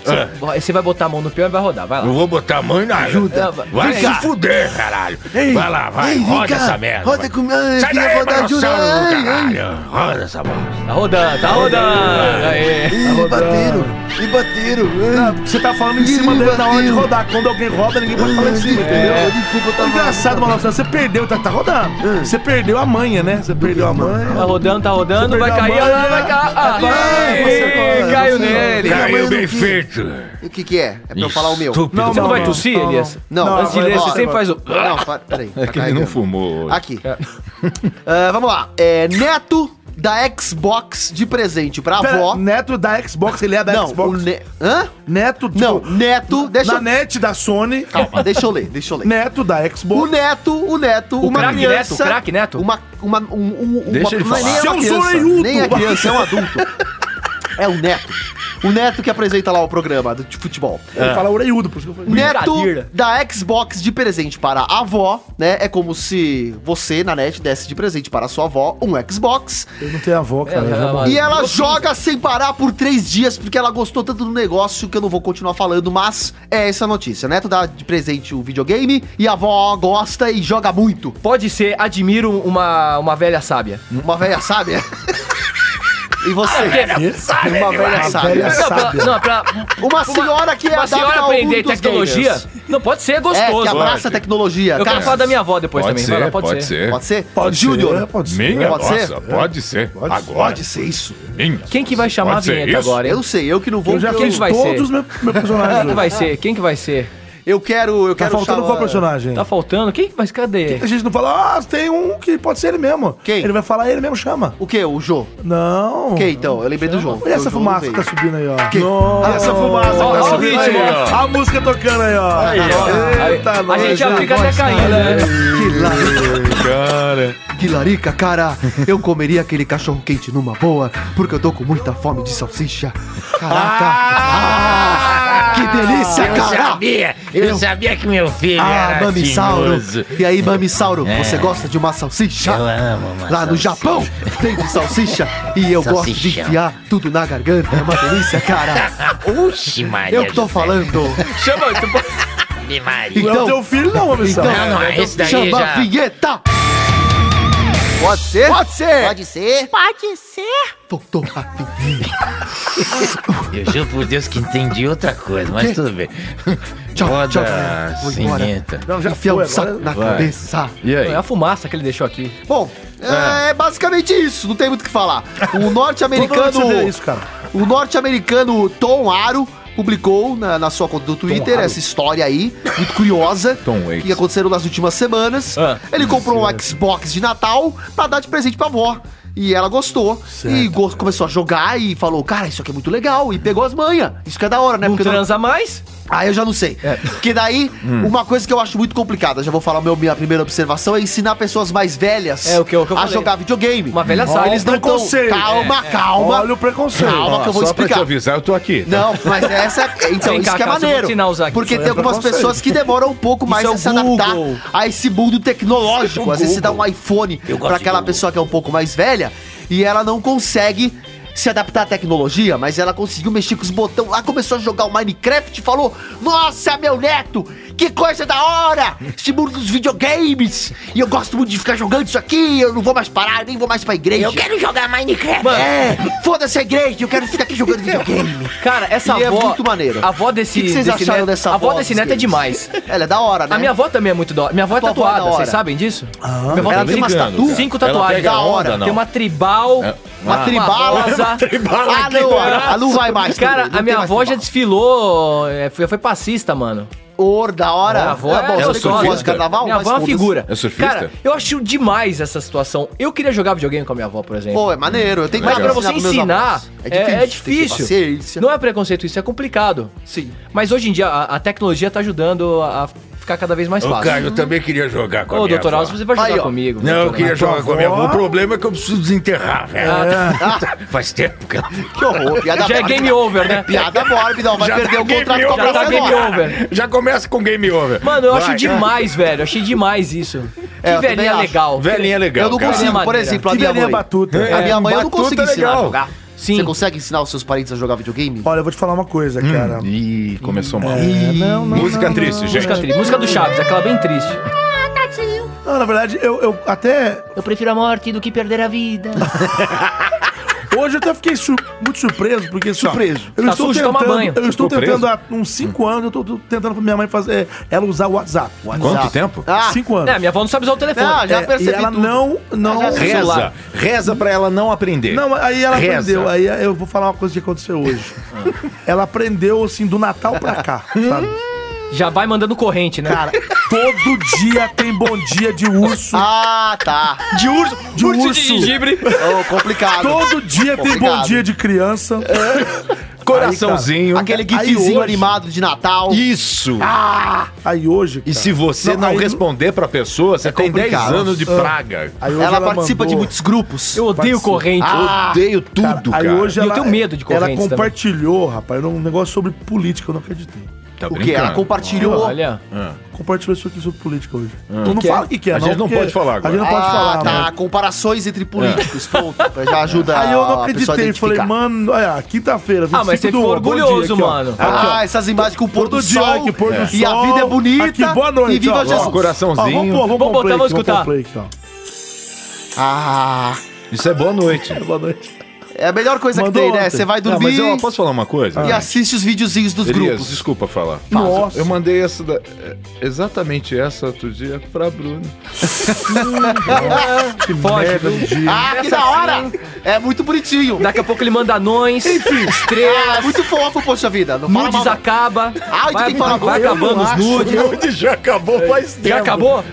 [SPEAKER 3] Você- Você vai botar a mão no peão e vai rodar, vai
[SPEAKER 1] Ah, Não
[SPEAKER 3] lá.
[SPEAKER 1] vou botar a mão em nada.
[SPEAKER 3] Ajuda.
[SPEAKER 1] Vai
[SPEAKER 3] Vem
[SPEAKER 1] se
[SPEAKER 3] cá.
[SPEAKER 1] fuder, caralho. vai lá, vai.
[SPEAKER 2] Ei, vem
[SPEAKER 1] roda
[SPEAKER 2] cá.
[SPEAKER 1] essa merda.
[SPEAKER 2] Roda
[SPEAKER 1] vai.
[SPEAKER 2] comigo. Ai,
[SPEAKER 1] Sai
[SPEAKER 2] filha,
[SPEAKER 1] daí,
[SPEAKER 2] rodar de
[SPEAKER 1] dinossauro do
[SPEAKER 2] novo.
[SPEAKER 1] caralho. Roda essa bosta.
[SPEAKER 3] Tá rodando, tá rodando. Aê.
[SPEAKER 2] Ih, bateram.
[SPEAKER 6] E bateram.
[SPEAKER 9] Não, você tá falando em cima dele na hora de rodar. Quando alguém roda, ninguém pode falar em
[SPEAKER 4] assim,
[SPEAKER 9] cima, entendeu? Tá
[SPEAKER 6] É. Desculpa, eu tava-
[SPEAKER 9] Engraçado, Malandro, você perdeu, tá, tá
[SPEAKER 2] É.
[SPEAKER 9] rodando. Você perdeu a manha, né? Você perdeu a
[SPEAKER 3] Tá
[SPEAKER 9] manha.
[SPEAKER 3] rodando, tá rodando, vai
[SPEAKER 9] Superman,
[SPEAKER 3] cair, ela vai
[SPEAKER 9] né?
[SPEAKER 3] cair. Ah,
[SPEAKER 9] Vai, você
[SPEAKER 3] Ih,
[SPEAKER 9] vai,
[SPEAKER 3] caiu
[SPEAKER 9] você
[SPEAKER 3] nele.
[SPEAKER 5] Caiu bem
[SPEAKER 6] que-
[SPEAKER 5] feito.
[SPEAKER 6] E o que que é? É pra eu falar o meu.
[SPEAKER 5] Estúpido.
[SPEAKER 3] Você não vai tossir,
[SPEAKER 9] não,
[SPEAKER 3] Elias?
[SPEAKER 6] Não, não,
[SPEAKER 3] Antes de ler,
[SPEAKER 6] agora-
[SPEAKER 3] você sempre faz o...
[SPEAKER 6] Não, pa- peraí.
[SPEAKER 5] É que ele não fumou. hoje.
[SPEAKER 2] tá Aqui. Ah, vamos lá. É, neto da Xbox de presente pra
[SPEAKER 9] Pera,
[SPEAKER 2] avó.
[SPEAKER 9] neto da Xbox, ele é da
[SPEAKER 2] não, o
[SPEAKER 9] Xbox.
[SPEAKER 2] ne- Hã?
[SPEAKER 9] Neto do-
[SPEAKER 2] Não,
[SPEAKER 4] Tipo,
[SPEAKER 2] neto. Deixa
[SPEAKER 9] na
[SPEAKER 2] eu.
[SPEAKER 9] net da Sony.
[SPEAKER 2] Calma, deixa eu ler, deixa eu ler.
[SPEAKER 9] Neto da
[SPEAKER 2] O
[SPEAKER 9] Xbox.
[SPEAKER 2] neto, o neto, uma
[SPEAKER 3] craque
[SPEAKER 2] criança.
[SPEAKER 3] neto, o craque neto?
[SPEAKER 2] Uma. uma um, um, uma
[SPEAKER 5] Deixa ele
[SPEAKER 2] não é
[SPEAKER 5] falar.
[SPEAKER 2] nem
[SPEAKER 9] Seu
[SPEAKER 2] uma criança,
[SPEAKER 9] zoeiudo.
[SPEAKER 2] Nem é criança, é um adulto. é o neto. O neto que apresenta lá o programa do- de futebol.
[SPEAKER 9] Ele fala oreiudo, por isso que eu falei.
[SPEAKER 2] Neto
[SPEAKER 3] Brincadeira.
[SPEAKER 2] da Xbox de presente para a avó, né? É como se você, na net, desse de presente para a sua avó um Xbox.
[SPEAKER 9] Eu não tenho avó, cara.
[SPEAKER 3] É,
[SPEAKER 9] eu já
[SPEAKER 3] é,
[SPEAKER 9] morri.
[SPEAKER 2] E ela joga sem parar por três dias, porque ela gostou tanto do negócio que eu não vou continuar falando, mas é essa a notícia. Neto dá de presente o videogame e a avó gosta e joga muito.
[SPEAKER 3] Pode ser, admiro uma, uma velha sábia.
[SPEAKER 2] Uma velha sábia. E você?
[SPEAKER 3] É,
[SPEAKER 2] Uma velha
[SPEAKER 9] Uma
[SPEAKER 2] sábia.
[SPEAKER 9] velha sábia.
[SPEAKER 3] não, pra
[SPEAKER 2] Uma senhora que é
[SPEAKER 3] uma
[SPEAKER 2] adapta
[SPEAKER 3] senhora
[SPEAKER 2] ao
[SPEAKER 3] aprender
[SPEAKER 2] mundo dos
[SPEAKER 3] tecnologia,
[SPEAKER 2] gamers.
[SPEAKER 3] não, pode ser
[SPEAKER 2] É, que
[SPEAKER 3] gostoso.
[SPEAKER 2] abraça a tecnologia.
[SPEAKER 3] Eu quero
[SPEAKER 2] Cara,
[SPEAKER 3] falar da minha avó depois
[SPEAKER 5] Pode
[SPEAKER 3] também. vai
[SPEAKER 5] ser,
[SPEAKER 3] lá,
[SPEAKER 5] pode ser.
[SPEAKER 2] Pode ser?
[SPEAKER 9] É. Pode ser,
[SPEAKER 2] Júnior.
[SPEAKER 9] é, pode ser.
[SPEAKER 5] Minha
[SPEAKER 2] Pode
[SPEAKER 5] nossa,
[SPEAKER 2] ser?
[SPEAKER 5] pode ser.
[SPEAKER 9] Pode ser.
[SPEAKER 5] Agora.
[SPEAKER 2] Pode ser isso.
[SPEAKER 5] Minha.
[SPEAKER 3] Quem que vai chamar
[SPEAKER 5] Pode
[SPEAKER 3] a
[SPEAKER 5] ser
[SPEAKER 3] vinheta
[SPEAKER 5] isso?
[SPEAKER 3] agora,
[SPEAKER 2] Eu
[SPEAKER 3] hein?
[SPEAKER 2] não sei, eu que não vou.
[SPEAKER 9] Eu já
[SPEAKER 2] porque
[SPEAKER 3] Quem
[SPEAKER 2] eu,
[SPEAKER 9] fiz
[SPEAKER 3] vai
[SPEAKER 9] todos
[SPEAKER 3] ser?
[SPEAKER 9] os meus, meus
[SPEAKER 3] Quem que
[SPEAKER 9] personagens.
[SPEAKER 3] vai
[SPEAKER 9] hoje.
[SPEAKER 3] ser? Quem que vai ser?
[SPEAKER 2] eu quero. Eu
[SPEAKER 9] Tá
[SPEAKER 2] quero
[SPEAKER 9] faltando
[SPEAKER 2] chamar-
[SPEAKER 9] qual personagem?
[SPEAKER 3] Tá faltando? Quem que vai... Cadê?
[SPEAKER 9] A gente não fala, ah, tem um que pode ser ele mesmo.
[SPEAKER 2] Quem?
[SPEAKER 9] Ele vai falar, ele mesmo chama.
[SPEAKER 2] O que? O Jô?
[SPEAKER 9] Não.
[SPEAKER 2] Quem então? Eu lembrei do Jô.
[SPEAKER 9] E
[SPEAKER 2] porque o
[SPEAKER 9] essa
[SPEAKER 2] Jô não
[SPEAKER 9] fumaça
[SPEAKER 2] veio.
[SPEAKER 9] que tá subindo aí, ó.
[SPEAKER 2] Quem?
[SPEAKER 9] E essa fumaça que
[SPEAKER 3] Ó,
[SPEAKER 9] tá
[SPEAKER 3] ó o
[SPEAKER 9] subindo aí,
[SPEAKER 3] ritmo,
[SPEAKER 9] ó. A música tocando aí, ó. Eita,
[SPEAKER 3] a
[SPEAKER 9] nós,
[SPEAKER 3] gente já
[SPEAKER 9] né?
[SPEAKER 3] fica até caindo, né?
[SPEAKER 2] Que larica,
[SPEAKER 5] Cara.
[SPEAKER 2] que larica, cara. Eu comeria aquele cachorro quente numa boa, porque eu tô com muita fome de salsicha. Caraca. Ah, que delícia,
[SPEAKER 1] Eu
[SPEAKER 9] é
[SPEAKER 2] cara.
[SPEAKER 1] sabia, eu,
[SPEAKER 2] Eu-
[SPEAKER 1] sabia que meu filho
[SPEAKER 2] Ah,
[SPEAKER 1] era
[SPEAKER 2] Mamisauro.
[SPEAKER 1] tinhoso.
[SPEAKER 2] E aí, Mamisauro,
[SPEAKER 1] É.
[SPEAKER 2] você gosta de uma salsicha?
[SPEAKER 1] Eu amo uma
[SPEAKER 2] Lá no
[SPEAKER 1] salsicha.
[SPEAKER 2] Japão tem de salsicha e eu gosto de
[SPEAKER 1] Salsichão.
[SPEAKER 2] enfiar tudo na garganta. É uma delícia, cara.
[SPEAKER 1] Oxi, Maria.
[SPEAKER 2] Eu que tô
[SPEAKER 1] José.
[SPEAKER 2] falando.
[SPEAKER 3] Chama... tu-
[SPEAKER 1] Me Maria.
[SPEAKER 9] Não é o teu filho, não, amizão.
[SPEAKER 2] Então-
[SPEAKER 1] Não, não, é esse daí
[SPEAKER 2] Chama
[SPEAKER 1] já...
[SPEAKER 2] a vinheta. Pode ser? Pode ser.
[SPEAKER 7] Pode ser?
[SPEAKER 8] Pode ser?
[SPEAKER 2] Voltou a vinheta.
[SPEAKER 1] Eu juro por Deus que entendi outra coisa, mas tudo bem.
[SPEAKER 2] Tchau,
[SPEAKER 1] Roda
[SPEAKER 2] tchau.
[SPEAKER 1] a
[SPEAKER 2] Vou embora.
[SPEAKER 1] vinheta.
[SPEAKER 9] Não, já
[SPEAKER 2] Enfiar
[SPEAKER 9] foi,
[SPEAKER 2] o saco
[SPEAKER 9] agora-
[SPEAKER 2] na
[SPEAKER 5] vai.
[SPEAKER 2] cabeça.
[SPEAKER 5] E aí?
[SPEAKER 3] É a fumaça que ele deixou aqui.
[SPEAKER 2] Bom, é, basicamente isso. Não tem muito o que falar. O norte-americano...
[SPEAKER 9] Todo mundo vê isso, cara.
[SPEAKER 2] O norte-americano Tom Aro publicou na, na sua conta do Twitter
[SPEAKER 9] Aro.
[SPEAKER 2] essa história aí, muito curiosa,
[SPEAKER 5] Tom Waits.
[SPEAKER 2] que aconteceu nas últimas semanas.
[SPEAKER 3] Ah.
[SPEAKER 2] Ele comprou um Xbox de Natal pra dar de presente pra avó. E ela gostou. e go- começou a jogar e falou: Cara, isso aqui é muito legal. E pegou as manhas. Isso que é da hora, né?
[SPEAKER 3] Não
[SPEAKER 2] Porque eu não-
[SPEAKER 3] transa mais?
[SPEAKER 2] Aí Ah, eu já não sei.
[SPEAKER 3] É.
[SPEAKER 2] Porque daí,
[SPEAKER 3] Hum.
[SPEAKER 2] uma coisa que eu acho muito complicada, já vou falar o meu, minha primeira observação, é ensinar pessoas mais velhas
[SPEAKER 3] É, o que eu- o que eu
[SPEAKER 2] a
[SPEAKER 3] falei.
[SPEAKER 2] jogar videogame.
[SPEAKER 3] Uma velha sábia.
[SPEAKER 2] Eles não tão-
[SPEAKER 9] Preconceito.
[SPEAKER 2] Calma,
[SPEAKER 3] É.
[SPEAKER 2] calma.
[SPEAKER 9] Olha o preconceito.
[SPEAKER 2] Calma que eu vou
[SPEAKER 5] Só pra te
[SPEAKER 2] explicar.
[SPEAKER 5] avisar, eu tô aqui. tá?
[SPEAKER 2] Não, mas essa é. Então,
[SPEAKER 3] Vem cá,
[SPEAKER 2] isso que é
[SPEAKER 3] Cássio, eu vou
[SPEAKER 2] maneiro.
[SPEAKER 3] te ensinar a usar aqui.
[SPEAKER 2] Porque
[SPEAKER 9] Isso
[SPEAKER 2] tem
[SPEAKER 9] é pra
[SPEAKER 2] algumas
[SPEAKER 9] você.
[SPEAKER 2] pessoas que demoram um pouco mais
[SPEAKER 3] é
[SPEAKER 2] a
[SPEAKER 3] o
[SPEAKER 2] se adaptar
[SPEAKER 3] Google. é
[SPEAKER 2] a esse mundo tecnológico. Às vezes você dá um iPhone pra aquela pessoa que é um pouco mais velha e ela não consegue se adaptar à tecnologia, mas ela conseguiu mexer com os botões lá, começou a jogar o Minecraft e falou: Nossa, meu neto! Que coisa da hora! Esse mundo dos videogames! E eu gosto muito de ficar jogando isso aqui, eu não vou mais parar, nem vou mais pra igreja.
[SPEAKER 7] Eu quero jogar Minecraft.
[SPEAKER 2] É, foda-se a igreja, eu quero ficar aqui jogando videogame.
[SPEAKER 3] Cara, essa
[SPEAKER 2] E é
[SPEAKER 3] avó...
[SPEAKER 2] muito maneiro.
[SPEAKER 3] A avó desse...
[SPEAKER 2] O que que vocês
[SPEAKER 3] desse
[SPEAKER 2] acharam
[SPEAKER 3] neto-
[SPEAKER 2] dessa
[SPEAKER 3] A avó
[SPEAKER 2] avó
[SPEAKER 3] desse
[SPEAKER 2] dos
[SPEAKER 3] neto é
[SPEAKER 2] games?
[SPEAKER 3] demais.
[SPEAKER 2] Ela é da hora, né?
[SPEAKER 3] A minha avó também é muito da hora. Minha avó é
[SPEAKER 2] Tua avó é
[SPEAKER 3] tatuada,
[SPEAKER 2] da hora.
[SPEAKER 3] vocês sabem disso? minha avó
[SPEAKER 2] Ela
[SPEAKER 3] tem
[SPEAKER 2] tem umas
[SPEAKER 5] Ah, brincando,
[SPEAKER 2] tatu?
[SPEAKER 5] cara.
[SPEAKER 3] cinco
[SPEAKER 5] Ela
[SPEAKER 3] tatuagens.
[SPEAKER 5] pega
[SPEAKER 2] Da hora.
[SPEAKER 5] onda, não. É,
[SPEAKER 3] Tem uma tribal,
[SPEAKER 2] Uma tribal.
[SPEAKER 3] rosa.
[SPEAKER 2] Ah, não, ela não vai mais.
[SPEAKER 3] Cara,
[SPEAKER 2] tudo bem, não
[SPEAKER 3] a minha
[SPEAKER 2] tem mais
[SPEAKER 3] avó já
[SPEAKER 2] futebol.
[SPEAKER 3] desfilou, é, foi, foi passista, mano.
[SPEAKER 2] Or, da hora.
[SPEAKER 3] Minha avó é,
[SPEAKER 2] bom, você
[SPEAKER 3] é
[SPEAKER 5] surfista.
[SPEAKER 2] gosta de
[SPEAKER 3] gostosa.
[SPEAKER 2] carnaval?
[SPEAKER 3] Minha
[SPEAKER 2] Mas
[SPEAKER 3] avó é uma
[SPEAKER 2] foda-se.
[SPEAKER 3] figura.
[SPEAKER 5] É surfista?
[SPEAKER 3] Cara, eu acho demais essa situação. Eu queria jogar videogame com a minha avó, por exemplo.
[SPEAKER 2] Pô, é maneiro. Eu tenho
[SPEAKER 3] Mas pra
[SPEAKER 2] ensinar
[SPEAKER 3] você
[SPEAKER 2] pros meus
[SPEAKER 3] ensinar,
[SPEAKER 2] avós.
[SPEAKER 3] é difícil. É, difícil.
[SPEAKER 2] Tem que ter paciência.
[SPEAKER 3] Não é preconceito isso, é complicado.
[SPEAKER 2] Sim.
[SPEAKER 3] Mas hoje em dia, a, a tecnologia tá ajudando a a ficar cada vez mais
[SPEAKER 5] Ô,
[SPEAKER 3] fácil.
[SPEAKER 5] cara, eu também queria jogar com a
[SPEAKER 3] Ô,
[SPEAKER 5] minha
[SPEAKER 3] doutor
[SPEAKER 5] avó.
[SPEAKER 3] Alves, você vai jogar
[SPEAKER 2] Aí, ó.
[SPEAKER 3] comigo.
[SPEAKER 5] Não, eu
[SPEAKER 3] doutor
[SPEAKER 5] queria
[SPEAKER 3] Alves.
[SPEAKER 5] jogar com a minha avó.
[SPEAKER 9] avó?
[SPEAKER 5] O problema é que eu preciso desenterrar, velho.
[SPEAKER 3] Ah, tá.
[SPEAKER 5] Faz tempo que ela...
[SPEAKER 2] Que horror. Piada
[SPEAKER 3] Já é
[SPEAKER 2] mórbida.
[SPEAKER 3] game over, né?
[SPEAKER 2] Piada mórbida, ó. Vai
[SPEAKER 5] Já
[SPEAKER 2] perder
[SPEAKER 5] tá
[SPEAKER 2] o contrato
[SPEAKER 5] game
[SPEAKER 2] com a
[SPEAKER 5] over.
[SPEAKER 3] Já tá
[SPEAKER 2] Praça
[SPEAKER 3] game
[SPEAKER 2] Nossa.
[SPEAKER 3] over.
[SPEAKER 5] Já começa com game over.
[SPEAKER 3] Mano, eu
[SPEAKER 5] Vai,
[SPEAKER 3] acho demais, velho. Achei demais isso.
[SPEAKER 2] É, eu
[SPEAKER 3] que
[SPEAKER 2] também
[SPEAKER 3] velhinha
[SPEAKER 2] acho.
[SPEAKER 3] legal.
[SPEAKER 5] Velhinha é legal,
[SPEAKER 2] Eu não
[SPEAKER 5] cara.
[SPEAKER 2] consigo, por
[SPEAKER 3] Maneira.
[SPEAKER 2] exemplo, a
[SPEAKER 9] Que
[SPEAKER 2] minha
[SPEAKER 9] velhinha
[SPEAKER 2] mãe.
[SPEAKER 9] batuta.
[SPEAKER 2] A minha mãe eu não
[SPEAKER 5] Batuta
[SPEAKER 2] consigo
[SPEAKER 5] é
[SPEAKER 2] ensinar a
[SPEAKER 5] legal.
[SPEAKER 2] jogar.
[SPEAKER 3] Sim.
[SPEAKER 2] Você consegue ensinar os seus parentes a jogar videogame?
[SPEAKER 9] Olha, eu vou te falar uma coisa,
[SPEAKER 5] Hum.
[SPEAKER 9] cara.
[SPEAKER 5] Ih, começou mal.
[SPEAKER 9] É, não, não,
[SPEAKER 5] Música
[SPEAKER 9] não,
[SPEAKER 5] triste, gente.
[SPEAKER 3] Música triste. Música do Chaves, aquela bem triste.
[SPEAKER 9] Não, na verdade, eu, eu até.
[SPEAKER 7] Eu prefiro a morte do que perder a vida.
[SPEAKER 4] Hoje eu até fiquei sur- muito surpreso, porque assim, ó,
[SPEAKER 2] Surpreso.
[SPEAKER 4] Eu
[SPEAKER 3] Tá
[SPEAKER 4] estou
[SPEAKER 3] sujo de
[SPEAKER 4] tentando,
[SPEAKER 3] tomar banho.
[SPEAKER 4] eu estou
[SPEAKER 5] Ficou
[SPEAKER 4] tentando
[SPEAKER 5] preso?
[SPEAKER 4] há uns 5 anos, eu estou tô tentando pra minha mãe fazer é, ela usar o WhatsApp.
[SPEAKER 5] Quanto tempo?
[SPEAKER 2] Ah,
[SPEAKER 4] 5 anos.
[SPEAKER 3] É, minha avó não sabe usar o telefone.
[SPEAKER 2] não, já
[SPEAKER 4] É,
[SPEAKER 2] percebi
[SPEAKER 4] e ela
[SPEAKER 2] tudo.
[SPEAKER 4] não, não,
[SPEAKER 2] Ah, já sei.
[SPEAKER 5] Reza. Reza pra ela não aprender.
[SPEAKER 4] Não, aí ela
[SPEAKER 5] Reza.
[SPEAKER 4] aprendeu. Aí eu vou falar uma coisa que aconteceu hoje.
[SPEAKER 2] Ah.
[SPEAKER 4] ela aprendeu, assim, do Natal pra cá, sabe?
[SPEAKER 3] Já vai mandando corrente, né?
[SPEAKER 4] Cara, todo dia tem bom dia de urso.
[SPEAKER 2] Ah, tá.
[SPEAKER 3] de urso, de urso,
[SPEAKER 4] urso.
[SPEAKER 3] de gengibre.
[SPEAKER 2] Ô, complicado.
[SPEAKER 4] Todo dia tem bom
[SPEAKER 2] Complicado. É.
[SPEAKER 4] dia de criança.
[SPEAKER 5] Coraçãozinho.
[SPEAKER 2] Aquele
[SPEAKER 4] Aí
[SPEAKER 2] gifzinho
[SPEAKER 4] hoje-
[SPEAKER 2] animado de Natal.
[SPEAKER 5] Isso.
[SPEAKER 4] Aí hoje.
[SPEAKER 5] E
[SPEAKER 4] cara,
[SPEAKER 5] se você
[SPEAKER 4] Não,
[SPEAKER 5] não, É Ah,
[SPEAKER 4] aí-
[SPEAKER 5] responder pra pessoa, você tem 10
[SPEAKER 2] complicado.
[SPEAKER 5] anos de praga.
[SPEAKER 4] aí hoje
[SPEAKER 2] Ela participa de
[SPEAKER 4] mandou-
[SPEAKER 2] muitos grupos.
[SPEAKER 3] Eu odeio
[SPEAKER 4] Participa.
[SPEAKER 3] corrente.
[SPEAKER 2] Ah,
[SPEAKER 4] Ah,
[SPEAKER 5] Odeio tudo, cara.
[SPEAKER 4] Aí hoje
[SPEAKER 3] E eu
[SPEAKER 4] ela,
[SPEAKER 3] tenho medo de
[SPEAKER 4] Ela
[SPEAKER 3] correntes também.
[SPEAKER 4] compartilhou, rapaz, um negócio sobre política, eu não acreditei.
[SPEAKER 5] Tá
[SPEAKER 2] O que? Ela
[SPEAKER 5] brincando.
[SPEAKER 2] compartilhou.
[SPEAKER 3] Olha.
[SPEAKER 4] Compartilhou isso aqui sobre política hoje. Então não
[SPEAKER 3] Que que
[SPEAKER 4] fala
[SPEAKER 3] é?
[SPEAKER 4] o que, que é,
[SPEAKER 5] A gente não
[SPEAKER 4] porque
[SPEAKER 5] pode falar
[SPEAKER 4] A
[SPEAKER 5] agora.
[SPEAKER 4] gente não pode
[SPEAKER 2] ah,
[SPEAKER 4] falar,
[SPEAKER 2] tá.
[SPEAKER 4] né?
[SPEAKER 2] Comparações entre políticos, ponto. Já ajuda
[SPEAKER 4] Aí eu não
[SPEAKER 2] a pessoa a
[SPEAKER 4] acreditei, falei,
[SPEAKER 2] identificar.
[SPEAKER 4] mano, olha, quinta-feira, 25
[SPEAKER 3] Ah, mas você
[SPEAKER 4] do
[SPEAKER 3] ficou
[SPEAKER 4] um, bom
[SPEAKER 3] orgulhoso,
[SPEAKER 4] aqui, ó.
[SPEAKER 3] mano.
[SPEAKER 4] Aqui, ó.
[SPEAKER 2] Ah, essas imagens com o pôr do sol.
[SPEAKER 4] aqui, pôr do
[SPEAKER 2] E a
[SPEAKER 4] sol.
[SPEAKER 2] vida é bonita.
[SPEAKER 4] Aqui, boa noite.
[SPEAKER 2] E viva
[SPEAKER 4] ó.
[SPEAKER 2] Jesus.
[SPEAKER 4] Ó,
[SPEAKER 5] Coraçãozinho.
[SPEAKER 4] vamos pôr, vamos
[SPEAKER 3] Vamos
[SPEAKER 4] pôr um
[SPEAKER 3] botar,
[SPEAKER 4] play
[SPEAKER 3] vamos
[SPEAKER 4] aqui,
[SPEAKER 3] escutar.
[SPEAKER 4] pôr um play aqui,
[SPEAKER 2] Ah,
[SPEAKER 5] Isso é boa noite.
[SPEAKER 4] ó. Boa noite.
[SPEAKER 2] é a melhor coisa
[SPEAKER 4] Mandou
[SPEAKER 2] que tem, né?
[SPEAKER 4] ontem.
[SPEAKER 2] Você vai
[SPEAKER 5] Não,
[SPEAKER 2] dormir
[SPEAKER 5] mas eu posso falar uma coisa?
[SPEAKER 2] e assiste os videozinhos dos
[SPEAKER 5] Elias,
[SPEAKER 2] grupos.
[SPEAKER 5] desculpa falar.
[SPEAKER 4] Nossa.
[SPEAKER 5] Eu mandei essa da- é, exatamente essa outro dia pra Bruna.
[SPEAKER 4] Que
[SPEAKER 3] Foge,
[SPEAKER 4] merda de dia.
[SPEAKER 2] Ah, que da hora! É muito bonitinho.
[SPEAKER 3] Daqui a pouco ele manda anões,
[SPEAKER 2] Ah, é
[SPEAKER 3] estrelas,
[SPEAKER 2] muito fofo, poxa vida. Não fala
[SPEAKER 3] nudes
[SPEAKER 2] mal.
[SPEAKER 3] acaba.
[SPEAKER 2] Ah, então
[SPEAKER 3] vai
[SPEAKER 2] tem que falar agora.
[SPEAKER 3] vai acabando os nudes.
[SPEAKER 5] Nude já acabou faz tempo.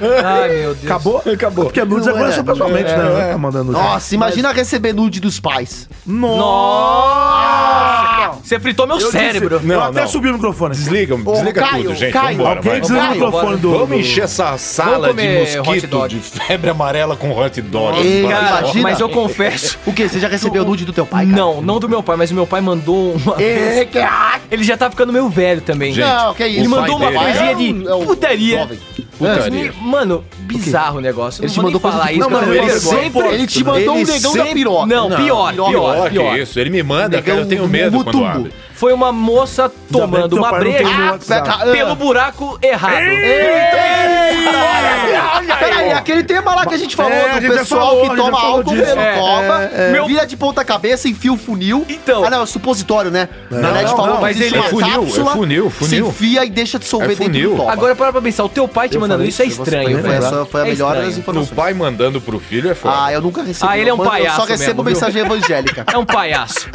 [SPEAKER 3] Ah,
[SPEAKER 2] é
[SPEAKER 5] É.
[SPEAKER 3] Já acabou? Ah, Ai, meu Deus.
[SPEAKER 4] Acabou? Acabou. Porque nudes
[SPEAKER 2] Não
[SPEAKER 4] agora é
[SPEAKER 2] é,
[SPEAKER 4] só
[SPEAKER 2] não
[SPEAKER 4] pessoalmente, né? Não Tá mandando nudes.
[SPEAKER 2] Nossa, imagina receber nude dos pais.
[SPEAKER 3] Nossa! Você fritou meu
[SPEAKER 4] Eu disse-
[SPEAKER 3] cérebro.
[SPEAKER 4] eu
[SPEAKER 5] Não,
[SPEAKER 4] até
[SPEAKER 5] não.
[SPEAKER 4] subi o microfone.
[SPEAKER 5] Desliga, desliga
[SPEAKER 2] Caio,
[SPEAKER 5] tudo, gente.
[SPEAKER 2] Caio,
[SPEAKER 5] Vambora,
[SPEAKER 4] Alguém
[SPEAKER 5] vai.
[SPEAKER 4] desliga o
[SPEAKER 2] Caio,
[SPEAKER 4] microfone do...
[SPEAKER 5] Vamos
[SPEAKER 4] do-
[SPEAKER 5] encher essa sala de
[SPEAKER 3] comer hot
[SPEAKER 5] mosquito
[SPEAKER 3] dog.
[SPEAKER 5] de febre amarela com hot dog.
[SPEAKER 2] Ei,
[SPEAKER 5] Vai.
[SPEAKER 3] Cara,
[SPEAKER 2] imagina.
[SPEAKER 3] mas eu confesso.
[SPEAKER 2] O quê? Você já recebeu nude do teu pai, cara?
[SPEAKER 3] Não, não do meu pai, mas o meu pai mandou uma.
[SPEAKER 2] É, que- ah,
[SPEAKER 3] Ele já tá ficando meio velho também.
[SPEAKER 5] Gente,
[SPEAKER 2] não, que isso.
[SPEAKER 5] Ele
[SPEAKER 2] O pai
[SPEAKER 5] mandou uma
[SPEAKER 2] dele-
[SPEAKER 3] poesia
[SPEAKER 2] é um-
[SPEAKER 3] de
[SPEAKER 2] é um
[SPEAKER 3] putaria.
[SPEAKER 2] jovem.
[SPEAKER 5] Putaria.
[SPEAKER 3] Mano, bizarro o negócio.
[SPEAKER 2] Ele
[SPEAKER 3] Não
[SPEAKER 2] te
[SPEAKER 3] vou nem
[SPEAKER 2] mandou coisa
[SPEAKER 3] falar
[SPEAKER 2] de-
[SPEAKER 3] isso.
[SPEAKER 2] Não,
[SPEAKER 3] porque
[SPEAKER 2] mas
[SPEAKER 3] eu tenho
[SPEAKER 2] ele
[SPEAKER 3] vergonha.
[SPEAKER 2] sempre- ele te mandou um negão da piroca.
[SPEAKER 3] Não, pior, pior, pior.
[SPEAKER 5] Pior que isso, ele me manda, cara, eu
[SPEAKER 2] Negão,
[SPEAKER 5] tenho medo
[SPEAKER 2] é um
[SPEAKER 5] quando
[SPEAKER 2] mutumbo.
[SPEAKER 5] abre.
[SPEAKER 3] Foi uma moça
[SPEAKER 4] bem que
[SPEAKER 3] tomando
[SPEAKER 4] teu
[SPEAKER 3] uma
[SPEAKER 4] pai não tem
[SPEAKER 3] breja
[SPEAKER 4] nenhum
[SPEAKER 2] Ah, pera- ah,
[SPEAKER 3] pelo buraco errado.
[SPEAKER 2] Peraí, aquele tema lá que a gente falou
[SPEAKER 4] É, a
[SPEAKER 2] do
[SPEAKER 4] gente já
[SPEAKER 2] pessoal
[SPEAKER 4] falou, a
[SPEAKER 2] que
[SPEAKER 4] gente já
[SPEAKER 2] toma
[SPEAKER 4] falou
[SPEAKER 2] álcool,
[SPEAKER 4] disso.
[SPEAKER 2] não
[SPEAKER 3] É,
[SPEAKER 2] toma,
[SPEAKER 4] é,
[SPEAKER 3] é. Meu-
[SPEAKER 2] vira de ponta cabeça, enfia o funil.
[SPEAKER 3] Então.
[SPEAKER 2] Ah, não, é supositório, né? Não,
[SPEAKER 5] não, não, mas ele- é funil, é funil, funil.
[SPEAKER 2] Se enfia e deixa dissolver
[SPEAKER 5] É
[SPEAKER 2] dentro
[SPEAKER 5] funil.
[SPEAKER 2] do toba.
[SPEAKER 3] Agora para pra pensar, o teu pai te mandando
[SPEAKER 4] falei
[SPEAKER 3] isso é
[SPEAKER 4] isso, eu vou
[SPEAKER 3] estranho.
[SPEAKER 2] foi,
[SPEAKER 3] velho.
[SPEAKER 2] essa, foi a
[SPEAKER 3] É
[SPEAKER 2] melhor das
[SPEAKER 3] estranho.
[SPEAKER 5] O
[SPEAKER 2] informações.
[SPEAKER 5] pai mandando pro filho é
[SPEAKER 2] Ah,
[SPEAKER 5] foda.
[SPEAKER 2] eu nunca recebi.
[SPEAKER 3] Ah, ele é um
[SPEAKER 2] Eu mando-
[SPEAKER 3] palhaço
[SPEAKER 2] Eu só recebo
[SPEAKER 3] mesmo, viu?
[SPEAKER 2] mensagem evangélica.
[SPEAKER 3] É um palhaço.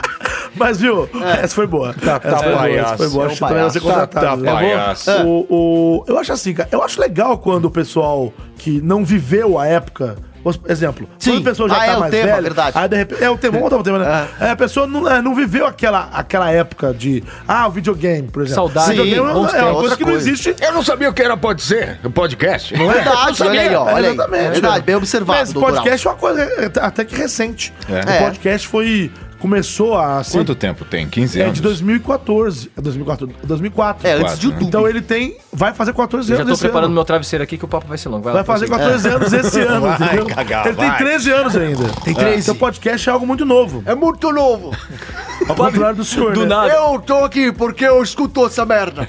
[SPEAKER 4] Mas, viu, essa foi boa. essa foi boa, essa foi
[SPEAKER 2] Tá,
[SPEAKER 4] boa.
[SPEAKER 2] é um
[SPEAKER 4] Acho que também vai
[SPEAKER 2] palhaço.
[SPEAKER 4] ser contratado.
[SPEAKER 5] Tá, tá,
[SPEAKER 4] né?
[SPEAKER 5] palhaço.
[SPEAKER 4] É. O, o- eu acho assim, cara. Eu acho legal quando o pessoal que não viveu a época. os- Exemplo,
[SPEAKER 2] Sim.
[SPEAKER 4] quando a pessoa já
[SPEAKER 2] Ah,
[SPEAKER 4] tá
[SPEAKER 2] é o
[SPEAKER 4] mais
[SPEAKER 2] tema,
[SPEAKER 4] velha,
[SPEAKER 2] verdade.
[SPEAKER 4] aí de repente, é o tema, vamos botar um tema, né? Aí a pessoa não, é, não viveu aquela, aquela época de, ah, o videogame, por exemplo.
[SPEAKER 3] Saudade.
[SPEAKER 4] Videogame
[SPEAKER 2] Sim,
[SPEAKER 4] é
[SPEAKER 2] bons
[SPEAKER 4] uma- é uma
[SPEAKER 2] tempos,
[SPEAKER 4] coisa que não
[SPEAKER 2] coisa.
[SPEAKER 4] existe.
[SPEAKER 5] Eu não sabia o que era pode ser, podcast.
[SPEAKER 3] é?
[SPEAKER 5] Não
[SPEAKER 2] Verdade, olha aí, ó. Olha aí.
[SPEAKER 4] Exatamente.
[SPEAKER 2] Verdade, bem observado,
[SPEAKER 4] É Mas
[SPEAKER 2] doutor
[SPEAKER 4] podcast é uma coisa é, até que recente.
[SPEAKER 5] É.
[SPEAKER 4] O podcast foi, começou assim, a ser
[SPEAKER 5] Quanto tempo tem? 15
[SPEAKER 4] é
[SPEAKER 5] anos?
[SPEAKER 4] de 2014. É 2004. 2004.
[SPEAKER 2] É, antes de YouTube.
[SPEAKER 4] Então ele tem. Vai fazer 14
[SPEAKER 3] Eu já
[SPEAKER 4] anos
[SPEAKER 3] tô
[SPEAKER 4] esse
[SPEAKER 3] preparando É.
[SPEAKER 4] ano.
[SPEAKER 3] meu travesseiro aqui que o papo vai ser longo.
[SPEAKER 4] Vai fazer 14 anos esse ano,
[SPEAKER 5] Vai
[SPEAKER 4] entendeu?
[SPEAKER 5] cagar,
[SPEAKER 4] ele
[SPEAKER 5] vai.
[SPEAKER 4] tem 13 anos ainda. Tem 13. Então podcast é algo muito novo.
[SPEAKER 2] É muito novo.
[SPEAKER 4] Ao contrário do senhor.
[SPEAKER 3] É Do
[SPEAKER 4] né?
[SPEAKER 3] nada.
[SPEAKER 2] Eu tô aqui porque eu escuto essa merda.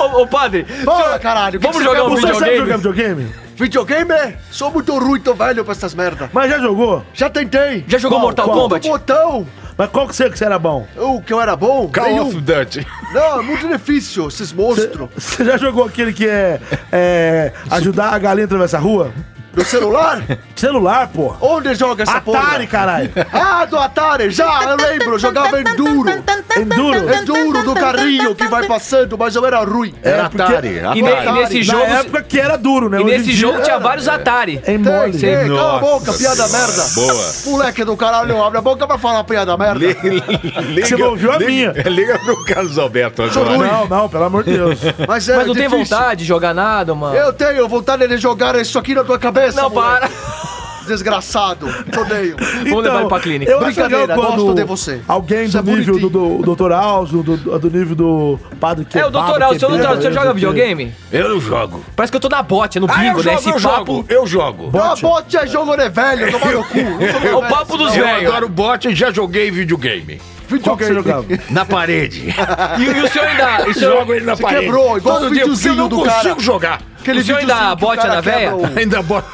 [SPEAKER 3] Ô, ô, padre,
[SPEAKER 2] Bora, caralho.
[SPEAKER 3] vamos jogar um
[SPEAKER 4] Você sabe jogar
[SPEAKER 3] videogame?
[SPEAKER 4] videogame?
[SPEAKER 2] Videogame? Sou muito ruim, tô velho pra essas merdas.
[SPEAKER 4] Mas já jogou?
[SPEAKER 2] Já tentei.
[SPEAKER 3] Já jogou
[SPEAKER 4] Qual,
[SPEAKER 3] Mortal
[SPEAKER 4] qual?
[SPEAKER 3] Kombat?
[SPEAKER 2] Botão.
[SPEAKER 4] Mas qual que você que você era bom?
[SPEAKER 2] O que eu era bom?
[SPEAKER 5] Call
[SPEAKER 2] nenhum.
[SPEAKER 5] of Duty.
[SPEAKER 2] Não, é muito difícil, esses monstros.
[SPEAKER 4] Você já jogou aquele que é, é, ajudar a galinha a atravessar a rua?
[SPEAKER 2] Do celular?
[SPEAKER 4] Celular, pô.
[SPEAKER 2] Onde joga essa
[SPEAKER 4] Atari, caralho.
[SPEAKER 2] porra? Ah, do Atari, já, eu lembro, jogava Enduro.
[SPEAKER 4] Enduro.
[SPEAKER 2] Enduro É do carrinho que vai passando, mas eu era ruim.
[SPEAKER 5] Era
[SPEAKER 4] porque-
[SPEAKER 5] Atari.
[SPEAKER 3] E,
[SPEAKER 5] Atari.
[SPEAKER 3] ne- e nesse
[SPEAKER 4] Na
[SPEAKER 3] jogo,
[SPEAKER 4] época que era duro, né?
[SPEAKER 3] e
[SPEAKER 4] Hoje em
[SPEAKER 3] nesse
[SPEAKER 4] dia
[SPEAKER 3] jogo
[SPEAKER 4] é-
[SPEAKER 3] tinha vários Atari.
[SPEAKER 4] É mole.
[SPEAKER 2] Tem, tem, cala a boca,
[SPEAKER 5] Nossa
[SPEAKER 2] piada
[SPEAKER 5] senhora.
[SPEAKER 2] merda.
[SPEAKER 5] Boa.
[SPEAKER 2] Moleque do caralho, abre a boca pra falar piada merda.
[SPEAKER 5] Liga,
[SPEAKER 4] Você não ouviu a
[SPEAKER 5] liga-
[SPEAKER 4] minha.
[SPEAKER 5] Liga pro Carlos Alberto
[SPEAKER 2] Sou
[SPEAKER 5] agora.
[SPEAKER 2] ruim.
[SPEAKER 4] Não, não, pelo amor de Deus.
[SPEAKER 2] Mas, é
[SPEAKER 3] Mas não tem
[SPEAKER 2] difícil.
[SPEAKER 3] vontade de jogar nada, mano?
[SPEAKER 2] Eu tenho vontade de jogar isso aqui na tua cabeça.
[SPEAKER 3] Não, para.
[SPEAKER 2] moleque. Desgraçado, te odeio.
[SPEAKER 3] Vamos levar ele pra clínica.
[SPEAKER 4] Eu acho legal
[SPEAKER 2] Brincadeira,
[SPEAKER 4] quando
[SPEAKER 2] gosto de você.
[SPEAKER 4] alguém
[SPEAKER 2] Você
[SPEAKER 4] do
[SPEAKER 2] é
[SPEAKER 4] nível do,
[SPEAKER 2] bonitinho.
[SPEAKER 4] do, doutor Alzo, do, do nível do padre que
[SPEAKER 3] É, o doutor Alves, o senhor, não- o senhor joga videogame?
[SPEAKER 5] Eu não jogo.
[SPEAKER 3] Parece que eu tô na bote, é no bingo,
[SPEAKER 5] Ah, eu
[SPEAKER 3] né?
[SPEAKER 5] jogo, eu
[SPEAKER 3] Esse papo.
[SPEAKER 5] jogo. Eu jogo.
[SPEAKER 2] Não,
[SPEAKER 4] Bote.
[SPEAKER 2] bote é jogo de velho, toma no cu.
[SPEAKER 3] É o papo dos
[SPEAKER 5] Eu
[SPEAKER 3] velhos.
[SPEAKER 5] adoro bot e já joguei videogame.
[SPEAKER 4] Qual que você jogava?
[SPEAKER 5] Na parede.
[SPEAKER 3] E, e o senhor ainda. O senhor,
[SPEAKER 5] Jogo ele na parede.
[SPEAKER 2] quebrou, igual o
[SPEAKER 5] Todo dia, porque eu
[SPEAKER 2] videozinho
[SPEAKER 5] não
[SPEAKER 2] do
[SPEAKER 5] consigo
[SPEAKER 2] cara.
[SPEAKER 5] jogar.
[SPEAKER 2] Aquele
[SPEAKER 3] O senhor
[SPEAKER 2] videozinho
[SPEAKER 3] ainda
[SPEAKER 2] que o
[SPEAKER 3] bote
[SPEAKER 2] cara
[SPEAKER 3] na
[SPEAKER 2] quebra
[SPEAKER 3] véia?
[SPEAKER 2] o-
[SPEAKER 5] Ainda bota.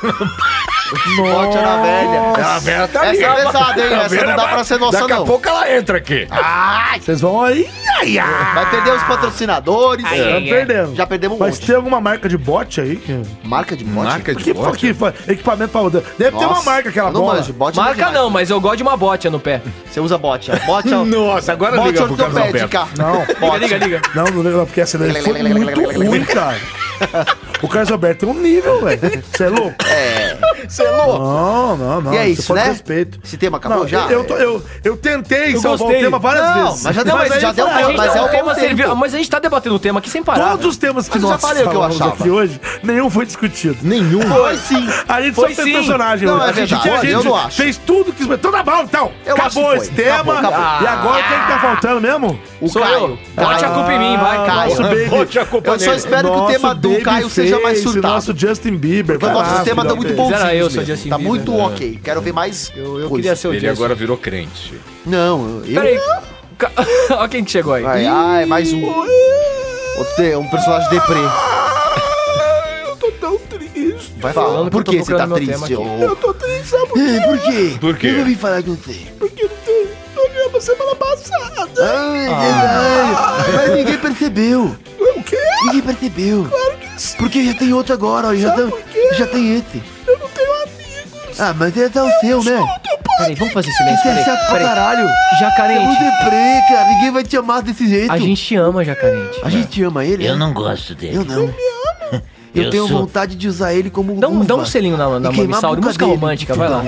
[SPEAKER 2] Forte Ana Velha.
[SPEAKER 5] A Vera tá ali.
[SPEAKER 2] Essa é pesada, hein?
[SPEAKER 5] A
[SPEAKER 2] Essa
[SPEAKER 5] Vera
[SPEAKER 2] não dá
[SPEAKER 5] vai-
[SPEAKER 2] pra ser nossa,
[SPEAKER 5] Daqui
[SPEAKER 2] não.
[SPEAKER 5] a pouco ela entra aqui.
[SPEAKER 2] Ai,
[SPEAKER 4] Vocês vão aí. Ai, ai.
[SPEAKER 2] vai perder os patrocinadores.
[SPEAKER 13] Ai,
[SPEAKER 4] Já
[SPEAKER 13] ai, ai.
[SPEAKER 4] perdemos.
[SPEAKER 2] Já perdemos um
[SPEAKER 4] Mas
[SPEAKER 2] monte.
[SPEAKER 4] tem alguma marca de bote aí? Que...
[SPEAKER 2] É. Marca de bote?
[SPEAKER 5] Marca de
[SPEAKER 4] Que,
[SPEAKER 5] bote?
[SPEAKER 4] que, equipamento pra rodar. Deve ter uma marca aquela
[SPEAKER 2] eu não
[SPEAKER 4] bola.
[SPEAKER 2] manjo, bote é
[SPEAKER 3] Marca
[SPEAKER 2] demais.
[SPEAKER 3] não, mas eu gosto de uma botia no pé.
[SPEAKER 2] Você usa bote, ó. Bote é o-
[SPEAKER 5] Nossa, agora
[SPEAKER 2] bote
[SPEAKER 5] liga pro Carlos Alberto.
[SPEAKER 2] ortopédica.
[SPEAKER 4] Não.
[SPEAKER 3] Liga, liga, liga.
[SPEAKER 4] Não, não lembro, não, porque essa daí foi muito ruim, cara. O Carlos Alberto é um nível, velho. Você é louco?
[SPEAKER 2] Você é louco.
[SPEAKER 4] Não, não, não.
[SPEAKER 2] E é
[SPEAKER 4] Você
[SPEAKER 2] isso,
[SPEAKER 4] pode
[SPEAKER 2] né?
[SPEAKER 4] respeito.
[SPEAKER 2] Esse tema acabou
[SPEAKER 4] Não,
[SPEAKER 2] já?
[SPEAKER 4] Eu, tô- eu, eu tentei
[SPEAKER 3] Eu
[SPEAKER 4] salvar
[SPEAKER 3] gostei.
[SPEAKER 4] o tema várias
[SPEAKER 2] Não,
[SPEAKER 4] vezes.
[SPEAKER 2] mas já deu-
[SPEAKER 4] aí
[SPEAKER 2] já
[SPEAKER 4] eu
[SPEAKER 2] deu
[SPEAKER 4] falei,
[SPEAKER 2] tempo,
[SPEAKER 4] ah,
[SPEAKER 2] mas
[SPEAKER 3] Não, tá
[SPEAKER 2] é
[SPEAKER 3] o
[SPEAKER 2] um
[SPEAKER 3] tema
[SPEAKER 2] bom
[SPEAKER 3] serviu,
[SPEAKER 2] tempo.
[SPEAKER 3] mas a gente tá debatendo o tema aqui sem parar.
[SPEAKER 4] Todos os temas que
[SPEAKER 2] Mas eu já
[SPEAKER 4] nós
[SPEAKER 2] falei o que eu
[SPEAKER 4] falamos
[SPEAKER 2] achava.
[SPEAKER 4] aqui hoje, nenhum foi discutido.
[SPEAKER 5] Nenhum.
[SPEAKER 2] Foi sim.
[SPEAKER 4] A gente
[SPEAKER 3] Foi
[SPEAKER 4] só
[SPEAKER 3] sim.
[SPEAKER 4] fez personagem.
[SPEAKER 2] Não,
[SPEAKER 4] hoje.
[SPEAKER 2] é
[SPEAKER 4] a gente,
[SPEAKER 2] verdade.
[SPEAKER 4] a gente
[SPEAKER 2] Eu não acho.
[SPEAKER 4] fez tudo que... Então tá bom, então.
[SPEAKER 2] Eu acho
[SPEAKER 4] acabou
[SPEAKER 2] que
[SPEAKER 4] esse
[SPEAKER 2] foi.
[SPEAKER 4] tema.
[SPEAKER 2] Acabou, acabou. Ah.
[SPEAKER 4] E agora quem tá faltando mesmo? Ah,
[SPEAKER 2] O
[SPEAKER 3] Sou eu.
[SPEAKER 2] Caio.
[SPEAKER 3] Bote a culpa em mim, vai,
[SPEAKER 2] Caio.
[SPEAKER 4] Nosso baby.
[SPEAKER 5] Bote a culpa
[SPEAKER 2] Eu só
[SPEAKER 5] nele.
[SPEAKER 2] espero que o
[SPEAKER 4] Nosso
[SPEAKER 2] tema do
[SPEAKER 4] baby
[SPEAKER 2] Caio seja mais
[SPEAKER 4] face,
[SPEAKER 2] surtado.
[SPEAKER 4] Nosso Justin Bieber.
[SPEAKER 2] Porque o nosso
[SPEAKER 4] Caraca,
[SPEAKER 2] tema tá muito
[SPEAKER 4] velho.
[SPEAKER 2] bonzinho.
[SPEAKER 3] Era eu, sou
[SPEAKER 2] mesmo.
[SPEAKER 3] Justin
[SPEAKER 2] Tá
[SPEAKER 3] Bieber.
[SPEAKER 2] muito ok. Quero ver mais.
[SPEAKER 3] né? Eu, eu
[SPEAKER 2] coisas.
[SPEAKER 3] queria ser o
[SPEAKER 5] Ele
[SPEAKER 3] Justin.
[SPEAKER 5] agora virou crente.
[SPEAKER 2] Não, eu.
[SPEAKER 3] Peraí. Ca- Olha quem que chegou aí.
[SPEAKER 2] Ai, ai, mais um. Outro te- um personagem deprê.
[SPEAKER 4] Eu tô tão triste.
[SPEAKER 2] Vai
[SPEAKER 3] falando que
[SPEAKER 2] Por
[SPEAKER 3] eu tô
[SPEAKER 2] que você tá
[SPEAKER 3] procurando meu tema
[SPEAKER 2] triste? ô?
[SPEAKER 3] aqui.
[SPEAKER 4] Eu tô triste, sabe por
[SPEAKER 2] Ei, Por quê?
[SPEAKER 5] Por quê?
[SPEAKER 2] Eu ouvi falar com você.
[SPEAKER 4] Porque não tem programa semana passada. Ah,
[SPEAKER 2] Ai, caralho. é Mas ninguém percebeu.
[SPEAKER 4] O quê?
[SPEAKER 2] Ninguém percebeu.
[SPEAKER 4] Claro que sim.
[SPEAKER 2] Porque já tem outro agora, ó. Já,
[SPEAKER 4] Sabe
[SPEAKER 2] tem-
[SPEAKER 4] por quê?
[SPEAKER 2] já tem esse.
[SPEAKER 4] Eu não tenho amigos.
[SPEAKER 2] Ah, mas é até o seu, né?
[SPEAKER 3] Peraí, vamos fazer silêncio.
[SPEAKER 2] Isso é
[SPEAKER 3] Peraí,
[SPEAKER 2] chato pra
[SPEAKER 3] peraí.
[SPEAKER 2] caralho. Muito
[SPEAKER 3] Jacarente.
[SPEAKER 2] deprê, cara. Ninguém vai te amar desse jeito.
[SPEAKER 3] A gente te ama, Jacarente.
[SPEAKER 2] A gente ama ele?
[SPEAKER 1] Eu
[SPEAKER 2] né?
[SPEAKER 1] não gosto dele.
[SPEAKER 2] Eu não. Eu,
[SPEAKER 1] Eu
[SPEAKER 2] tenho
[SPEAKER 1] sou-
[SPEAKER 2] vontade de usar ele como
[SPEAKER 3] Dá um,
[SPEAKER 2] uva.
[SPEAKER 3] dá um selinho na, na
[SPEAKER 2] E queimar a
[SPEAKER 3] Mamissauro.
[SPEAKER 2] boca
[SPEAKER 3] Música
[SPEAKER 2] dele.
[SPEAKER 3] romântica, vai lá.